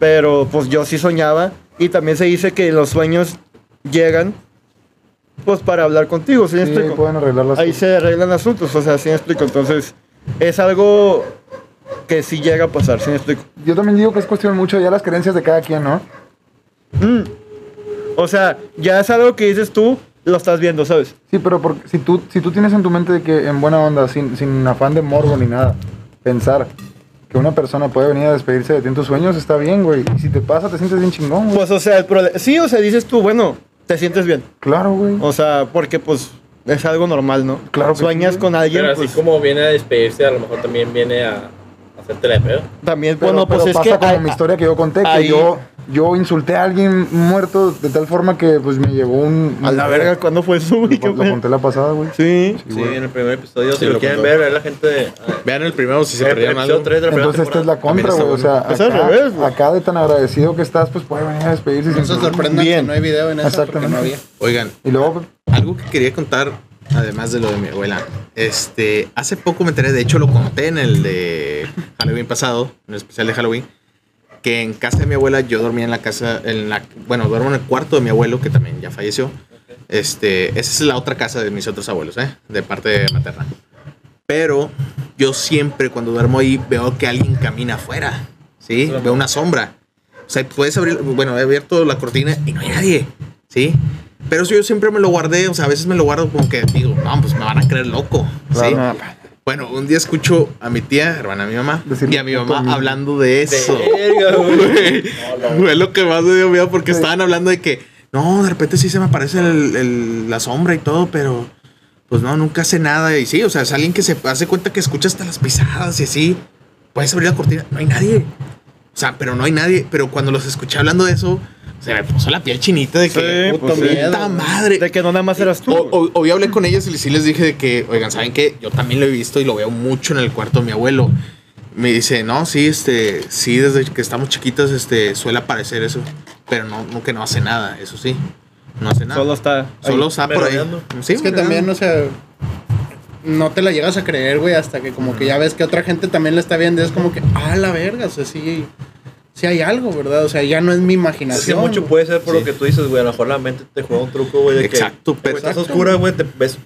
Speaker 1: Pero pues yo sí soñaba. Y también se dice que los sueños llegan, pues para hablar contigo, ¿sí pues, me
Speaker 5: Sí, ahí
Speaker 1: explico?
Speaker 5: pueden arreglar las
Speaker 1: Ahí
Speaker 5: cosas.
Speaker 1: se arreglan asuntos, o sea, ¿sí me explico? Entonces, es algo que sí llega a pasar, ¿sí me explico?
Speaker 5: Yo también digo que es cuestión mucho ya las creencias de cada quien, ¿no?
Speaker 1: Mm. O sea, ya es algo que dices tú, lo estás viendo, ¿sabes?
Speaker 5: Sí, pero porque, si, tú, si tú tienes en tu mente de que en buena onda, sin, sin afán de morbo ni nada, pensar que una persona puede venir a despedirse de ti en tus sueños, está bien, güey. Y si te pasa, te sientes bien chingón, güey.
Speaker 1: Pues, o sea, el prole- sí, o sea, dices tú, bueno, te sientes bien.
Speaker 5: claro, güey.
Speaker 1: O sea, porque pues es algo normal, ¿no?
Speaker 5: Claro que
Speaker 1: Sueñas
Speaker 5: sí.
Speaker 1: con alguien,
Speaker 4: Pero así
Speaker 1: pues
Speaker 4: como viene a despedirse, a lo mejor también viene a, a hacerte la de pedo.
Speaker 1: también,
Speaker 5: Pero-
Speaker 1: bueno, pues
Speaker 5: pero
Speaker 1: es
Speaker 5: pasa
Speaker 1: que...
Speaker 5: como
Speaker 1: hay-
Speaker 5: mi historia que yo conté,
Speaker 1: ahí-
Speaker 5: que yo, yo insulté a alguien muerto de tal forma que pues me llevó un...
Speaker 1: A la verga, ¿cuándo fue eso, güey?
Speaker 5: Lo, lo conté la pasada, güey.
Speaker 1: Sí.
Speaker 5: Sí,
Speaker 2: Sí,
Speaker 5: güey.
Speaker 2: en el primer episodio.
Speaker 8: Sí,
Speaker 2: si
Speaker 8: lo
Speaker 2: lo quieren
Speaker 8: contó.
Speaker 2: ver, ahí la gente.
Speaker 8: Vean el primero si se
Speaker 2: eh,
Speaker 8: perdieron
Speaker 2: episodio
Speaker 8: algo.
Speaker 2: 3 de la primera
Speaker 5: Entonces esta es la
Speaker 2: temporada.
Speaker 5: contra,
Speaker 8: También
Speaker 5: güey. O
Speaker 8: está
Speaker 5: sea,
Speaker 1: bueno. Es al
Speaker 5: acá,
Speaker 1: revés, güey.
Speaker 5: acá de tan agradecido que estás, pues puede venir a despedirse.
Speaker 7: No
Speaker 5: sin
Speaker 7: se
Speaker 5: problema.
Speaker 7: sorprendan que
Speaker 1: Bien.
Speaker 7: no hay video en eso porque no había.
Speaker 8: Oigan,
Speaker 5: Y luego,
Speaker 8: algo que quería contar, además de lo de mi abuela. Este, hace poco me enteré, de hecho lo conté en el de Halloween pasado, en el especial de Halloween, que en casa de mi abuela yo dormía en la casa, en la, bueno, duermo en el cuarto de mi abuelo, que también ya falleció. Este, esa es la otra casa de mis otros abuelos, ¿eh? De parte materna. Pero yo siempre cuando duermo ahí veo que alguien camina afuera, ¿sí? Veo una sombra. O sea, puedes abrir, bueno, he abierto la cortina y no hay nadie, ¿sí? Pero eso yo siempre me lo guardé, o sea, a veces me lo guardo como que digo, no, pues me van a creer loco, ¿sí?
Speaker 5: claro, nada,
Speaker 8: Bueno, un día escucho a mi tía, hermana, a mi mamá,
Speaker 5: Decirle
Speaker 8: y a mi
Speaker 5: puto
Speaker 8: mamá
Speaker 5: mí.
Speaker 8: hablando de eso.
Speaker 4: Verga, güey.
Speaker 8: Güey, Fue lo que más me dio miedo porque estaban hablando de que, no, de repente sí se me aparece el- el- la sombra y todo, pero pues no, nunca hace nada. Y sí, o sea, es alguien que se hace cuenta que escucha hasta las pisadas y así. Puedes abrir la cortina, no hay nadie. O sea, pero no hay nadie. Pero cuando los escuché hablando de eso, se me puso la piel chinita de que,
Speaker 1: Sí,
Speaker 8: puta
Speaker 1: pues sí.
Speaker 8: madre.
Speaker 1: De que no nada más eras tú.
Speaker 8: O-
Speaker 1: güey.
Speaker 8: o- hoy hablé con ellos y sí les dije de que, oigan, ¿saben qué? Yo también lo he visto y lo veo mucho en el cuarto de mi abuelo. Me dice, no, sí, este, sí, desde que estamos chiquitas, este, suele aparecer eso. Pero no, no que no hace nada, eso sí. No hace nada.
Speaker 1: Solo está... ahí.
Speaker 8: Solo está por ahí.
Speaker 2: merodeando.
Speaker 8: Sí,
Speaker 7: es que
Speaker 8: merodeando.
Speaker 7: también, o sea, no te la llegas a creer, güey, hasta que como que ya ves que otra gente también la está viendo, es como que, ah, la verga, o sea, sí, sí hay algo, ¿verdad? O sea, ya no es mi
Speaker 2: Es que
Speaker 7: imaginación.
Speaker 2: mucho
Speaker 7: güey.
Speaker 2: puede ser por lo que tú dices, güey. A lo mejor la mente te juega un truco, güey. De que,
Speaker 8: Exacto,
Speaker 2: güey,
Speaker 8: pero-
Speaker 2: Estás oscura, güey. Te ves.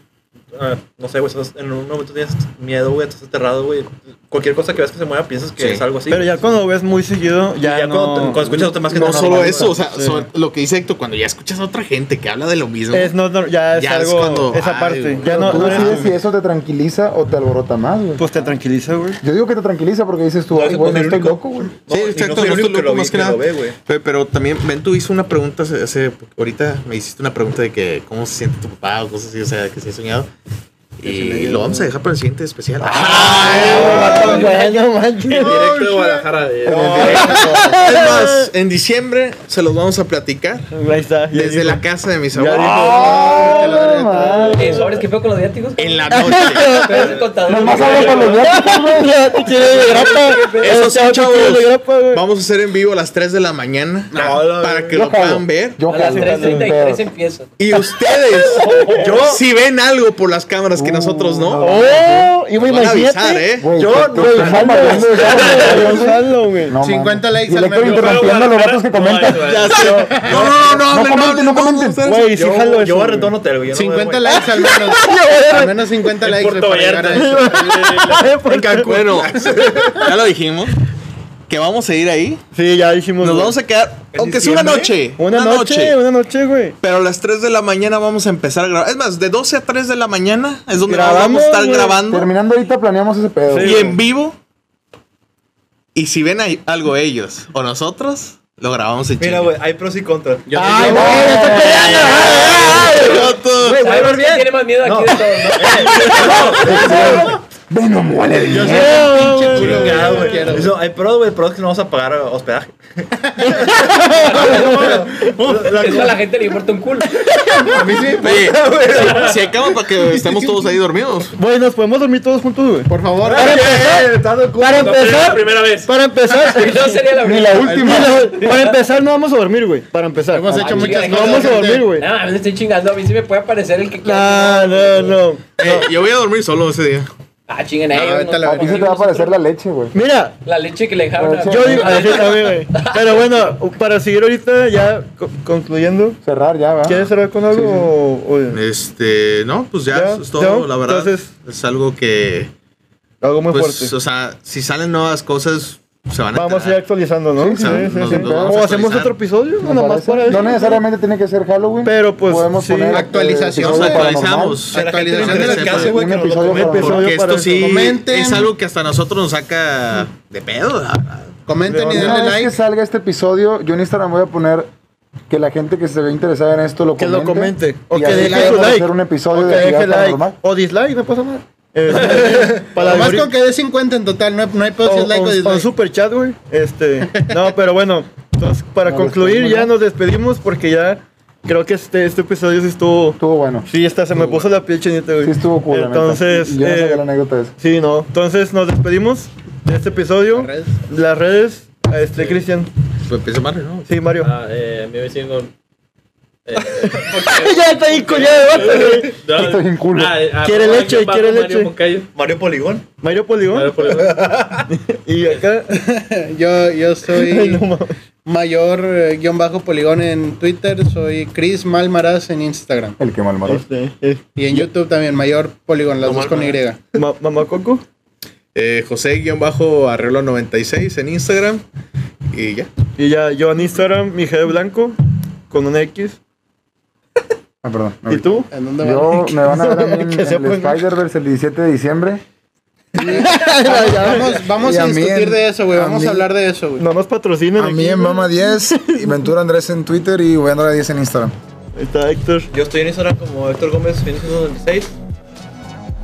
Speaker 2: ah, no sé, güey. estás- En un momento tienes miedo, güey. Estás aterrado, güey. Cualquier cosa que veas que se mueva piensas que
Speaker 8: Sí.
Speaker 2: es algo así.
Speaker 1: Pero ya cuando ves muy seguido,
Speaker 2: ya,
Speaker 1: ya, no...
Speaker 2: cuando, cuando escuchas otra más que
Speaker 8: No
Speaker 2: nada,
Speaker 8: solo
Speaker 2: normal,
Speaker 8: eso, o sea,
Speaker 1: Sí.
Speaker 8: sobre lo que dice Héctor, cuando ya escuchas a otra gente que habla de lo mismo.
Speaker 1: es, no, no, ya es
Speaker 8: Ya es
Speaker 1: algo...
Speaker 8: cuando-
Speaker 1: esa
Speaker 8: ay,
Speaker 1: parte.
Speaker 8: güey.
Speaker 1: ya no...
Speaker 5: tú
Speaker 1: no eres
Speaker 5: decides
Speaker 1: tú.
Speaker 5: si eso te tranquiliza o te alborota más, güey.
Speaker 1: Pues te tranquiliza, güey.
Speaker 5: Yo digo que te tranquiliza porque dices tú,
Speaker 2: No,
Speaker 5: ay,
Speaker 2: ese
Speaker 5: güey, no
Speaker 2: poner
Speaker 5: estoy
Speaker 2: único.
Speaker 5: loco, güey.
Speaker 8: Sí,
Speaker 2: No, y no
Speaker 8: exacto,
Speaker 2: soy
Speaker 8: no
Speaker 2: el
Speaker 8: estoy
Speaker 2: único que
Speaker 8: loco
Speaker 2: lo
Speaker 8: más
Speaker 2: vi-
Speaker 8: que
Speaker 2: que
Speaker 8: nada.
Speaker 2: lo ve, güey.
Speaker 8: Pe- Pero también, Ben, tú hizo una pregunta hace, hace- Ahorita me hiciste una pregunta de que cómo se siente tu papá o cosas así, o sea, que se ha soñado. Y lo vamos a dejar para el siguiente especial. Ah,
Speaker 1: Bueno, manches.
Speaker 2: Oh,
Speaker 4: En directo de Guadalajara. de-
Speaker 8: Es más, en diciembre se los vamos a platicar
Speaker 1: Ahí está. ya
Speaker 8: desde
Speaker 1: dijo.
Speaker 8: la casa de mis
Speaker 1: Ya dijo.
Speaker 8: abuelos. Ah,
Speaker 3: Eh, sobres, ¿qué fue con los diáticos?
Speaker 8: En la noche.
Speaker 3: Pero es el contador.
Speaker 5: Nomás hablo con los viáticos, güey.
Speaker 8: Eso sí,
Speaker 1: Este, otro
Speaker 8: chavos.
Speaker 1: kilo de grapa, güey.
Speaker 8: Vamos a hacer en vivo a las 3 de la mañana para que
Speaker 5: Yo
Speaker 8: lo
Speaker 5: jalo.
Speaker 8: puedan ver.
Speaker 5: Yo
Speaker 3: A las
Speaker 5: jalo, sin
Speaker 3: 3.33
Speaker 5: pedos.
Speaker 3: empiezo.
Speaker 8: Y ustedes, si ven algo por las cámaras que nosotros no,
Speaker 1: Oh, y güey,
Speaker 8: van a
Speaker 1: imagínate.
Speaker 8: avisar, ¿eh?
Speaker 5: Güey,
Speaker 1: Yo,
Speaker 5: te- te
Speaker 1: güey,
Speaker 5: están
Speaker 1: saldo,
Speaker 5: mamando,
Speaker 1: güey,
Speaker 5: güey.
Speaker 1: saldo, güey.
Speaker 5: No,
Speaker 7: 50
Speaker 5: mames.
Speaker 7: likes
Speaker 5: Y
Speaker 7: al
Speaker 5: Héctor
Speaker 7: menos.
Speaker 5: interrumpiendo a los vatos que comentan.
Speaker 8: Ya sé. No, no, no,
Speaker 5: No
Speaker 8: hombre,
Speaker 5: comenten, no comenten.
Speaker 1: Güey, sí
Speaker 2: Yo,
Speaker 1: jalo
Speaker 2: yo
Speaker 1: eso,
Speaker 2: voy a
Speaker 1: güey.
Speaker 2: rentar un hotel, güey. yo no voy,
Speaker 7: 50
Speaker 2: güey.
Speaker 7: likes al menos. al menos 50 likes güey,
Speaker 4: Puerto
Speaker 7: para llegar a
Speaker 4: Vallarta.
Speaker 7: eso.
Speaker 8: En Cancún. Bueno, ya lo dijimos. Que vamos a ir ahí.
Speaker 1: Sí, ya dijimos.
Speaker 8: Nos
Speaker 1: güey.
Speaker 8: vamos a quedar, aunque sea una noche.
Speaker 1: Una noche, una noche, güey.
Speaker 8: Pero a las 3 de la mañana vamos a empezar a grabar. Es más, de 12 a 3 de la mañana es donde
Speaker 1: Grabamos,
Speaker 8: vamos a estar
Speaker 1: güey.
Speaker 8: grabando.
Speaker 5: Terminando ahorita planeamos ese pedo.
Speaker 1: Sí.
Speaker 8: Y en vivo. Y si ven ahí algo ellos o nosotros, Lo grabamos en
Speaker 2: Mira, güey, hay pros y contras.
Speaker 4: Yo
Speaker 1: ¡Ay,
Speaker 4: digo-
Speaker 1: güey! ¡Ya está peleando! ¡Ay, ay, ay!
Speaker 8: Yo
Speaker 2: Ahí vas bien.
Speaker 3: tiene más miedo aquí
Speaker 2: No.
Speaker 3: de todo, ¿no?
Speaker 1: No, güey.
Speaker 2: Chingado, güey. Eso, hay pros, güey, pros que no vamos a pagar hospedaje.
Speaker 3: Eso a la gente le importa un culo.
Speaker 8: Si hay cama para que estemos todos ahí dormidos.
Speaker 1: Güey, nos podemos dormir todos juntos, güey.
Speaker 7: Por favor,
Speaker 1: Para empezar, para
Speaker 4: La
Speaker 1: empezar,
Speaker 4: primera vez.
Speaker 1: para empezar,
Speaker 3: No sería la
Speaker 1: ni
Speaker 3: única.
Speaker 1: la última. Ni la- Para empezar, no vamos a dormir, güey. Para empezar,
Speaker 7: hemos
Speaker 1: no
Speaker 7: hecho
Speaker 3: Ah,
Speaker 7: muchas
Speaker 3: chinga,
Speaker 7: cosas.
Speaker 1: vamos a dormir, güey.
Speaker 3: No, me estoy chingando. A mí sí me puede aparecer el que
Speaker 1: No,
Speaker 3: quiera.
Speaker 1: no, no.
Speaker 8: Eh, yo voy a dormir solo ese día.
Speaker 3: Ah, chingan ahí.
Speaker 7: No,
Speaker 3: uno-
Speaker 7: vete a la
Speaker 3: vamos,
Speaker 7: verga.
Speaker 3: sí, nosotros-
Speaker 5: la leche, güey.
Speaker 1: Mira,
Speaker 3: La leche que le dejaron. a-
Speaker 1: yo digo, a ver, a ver, güey. Pero bueno, para seguir ahorita, ya co- concluyendo,
Speaker 5: Cerrar ya, ¿verdad?
Speaker 1: ¿quieres cerrar con algo? o- o-
Speaker 8: Este, no, pues ya,
Speaker 1: Ya,
Speaker 8: eso es todo,
Speaker 1: ya,
Speaker 8: la verdad.
Speaker 1: entonces-
Speaker 8: es algo que,
Speaker 1: Algo muy
Speaker 8: pues,
Speaker 1: fuerte.
Speaker 8: o sea, si salen nuevas cosas, se van a
Speaker 1: Vamos a ir
Speaker 8: enterar.
Speaker 1: actualizando, ¿no? Sí, sí,
Speaker 8: sí, nos-
Speaker 1: sí. O
Speaker 8: nos vamos a
Speaker 1: hacemos
Speaker 8: actualizar.
Speaker 1: otro episodio,
Speaker 5: Me
Speaker 1: nada más
Speaker 5: parece.
Speaker 1: para eso.
Speaker 5: no necesariamente tiene que ser Halloween.
Speaker 1: Pero, pues,
Speaker 5: podemos
Speaker 1: sí.
Speaker 5: poner eh,
Speaker 7: Actualización.
Speaker 8: Nos
Speaker 5: episodio
Speaker 2: A
Speaker 8: actualizamos.
Speaker 2: la gente
Speaker 7: Actualización
Speaker 2: le
Speaker 7: de las
Speaker 2: interesa,
Speaker 7: que hace,
Speaker 5: güey, que nos lo
Speaker 1: Un
Speaker 5: comenten.
Speaker 1: episodio
Speaker 8: Porque
Speaker 1: para
Speaker 8: esto sí
Speaker 7: Comenten.
Speaker 8: es algo que hasta nosotros nos saca de pedo. la verdad.
Speaker 7: comenten y
Speaker 1: Una
Speaker 5: Una
Speaker 7: denle
Speaker 5: vez que
Speaker 7: like.
Speaker 5: salga este episodio, yo en Instagram voy a poner que la gente que se ve interesada en esto lo
Speaker 1: Que
Speaker 5: comente.
Speaker 1: lo comente. O
Speaker 5: y
Speaker 1: que
Speaker 5: así
Speaker 1: deje su
Speaker 5: podemos
Speaker 1: like.
Speaker 5: hacer un episodio
Speaker 1: o que
Speaker 5: de
Speaker 1: deje
Speaker 5: Actividad
Speaker 1: like.
Speaker 5: Paranormal.
Speaker 1: O dislike, no pasa nada. Este, para
Speaker 7: Nomás
Speaker 1: abrir-
Speaker 7: con que dé 50 en total, no hay, no hay pedo si
Speaker 1: o,
Speaker 7: es like o
Speaker 1: o- o
Speaker 7: dislike.
Speaker 1: super chat, güey. Este, no, pero bueno, entonces, para
Speaker 5: Nos
Speaker 1: concluir
Speaker 5: despedimos,
Speaker 1: ya
Speaker 5: ¿no?
Speaker 1: nos despedimos porque ya creo que este, este episodio sí estuvo...
Speaker 5: Estuvo bueno.
Speaker 1: Sí, hasta se me puso la piel chinita, güey.
Speaker 5: Sí estuvo cool, la neta.
Speaker 1: Entonces,
Speaker 5: Y Yo no sabía
Speaker 1: eh,
Speaker 5: la anécdota de eso.
Speaker 1: sí, no. Entonces nos despedimos de este episodio.
Speaker 7: Las redes.
Speaker 1: Las redes, este, Cristian.
Speaker 8: Pues empieza Mario, ¿no?
Speaker 1: Sí, Mario.
Speaker 4: Ah, eh, me voy diciendo. eh,
Speaker 1: ya está ahí con ya de vato, güey.
Speaker 4: no,
Speaker 5: Estoy bien culo.
Speaker 4: ah, ah,
Speaker 1: Quiere
Speaker 4: arroba
Speaker 1: leche,
Speaker 4: guión bajo
Speaker 1: quiere
Speaker 4: Mario
Speaker 1: leche.
Speaker 4: Moncayo.
Speaker 2: Mario Poligón.
Speaker 1: Mario Poligón.
Speaker 4: Mario Poligón.
Speaker 1: Y acá.
Speaker 7: Yo, yo soy
Speaker 1: No mames.
Speaker 7: mayor eh, guión bajo poligón en Twitter, soy Chris Malmaraz en Instagram
Speaker 5: El que mal maró.
Speaker 1: Este, eh,
Speaker 7: y en YouTube también mayor poligón, las dos con Y.
Speaker 1: ma- Mamá Coco.
Speaker 8: Eh, José-arreglo96 en Instagram. Y ya.
Speaker 1: Y ya yo en Instagram, mi jefe blanco. Con un X.
Speaker 5: Ah, perdón.
Speaker 1: ¿Y tú?
Speaker 7: ¿En dónde van?
Speaker 5: Yo me van a ver a mí en,
Speaker 1: Que se
Speaker 5: en el
Speaker 1: ponga.
Speaker 5: Spider-Verse el 17 de diciembre.
Speaker 7: Vamos, vamos
Speaker 5: Y
Speaker 7: a
Speaker 5: a mí
Speaker 7: discutir
Speaker 5: en-
Speaker 7: de eso, güey.
Speaker 5: a
Speaker 7: Vamos
Speaker 5: mí-
Speaker 7: a hablar de eso, güey.
Speaker 1: Nada más patrocinen.
Speaker 5: A
Speaker 1: aquí,
Speaker 5: mí en
Speaker 1: güey.
Speaker 5: Mama 10 y Ventura Andrés en Twitter y voy a andar a 10 en Instagram.
Speaker 1: Ahí Está Héctor.
Speaker 2: Yo estoy en Instagram como Héctor Gómez 1996.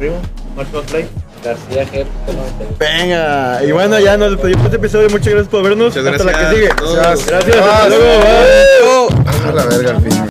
Speaker 2: Primo, Marco McFly.
Speaker 3: García G. no,
Speaker 1: Venga. Y bueno, ya nos despedimos de este episodio. Muchas gracias por vernos.
Speaker 8: Muchas
Speaker 1: Hasta la
Speaker 8: gracias.
Speaker 1: que sigue.
Speaker 8: Nos vemos.
Speaker 1: Gracias. Hasta luego. Bye.
Speaker 5: A la verga al fin.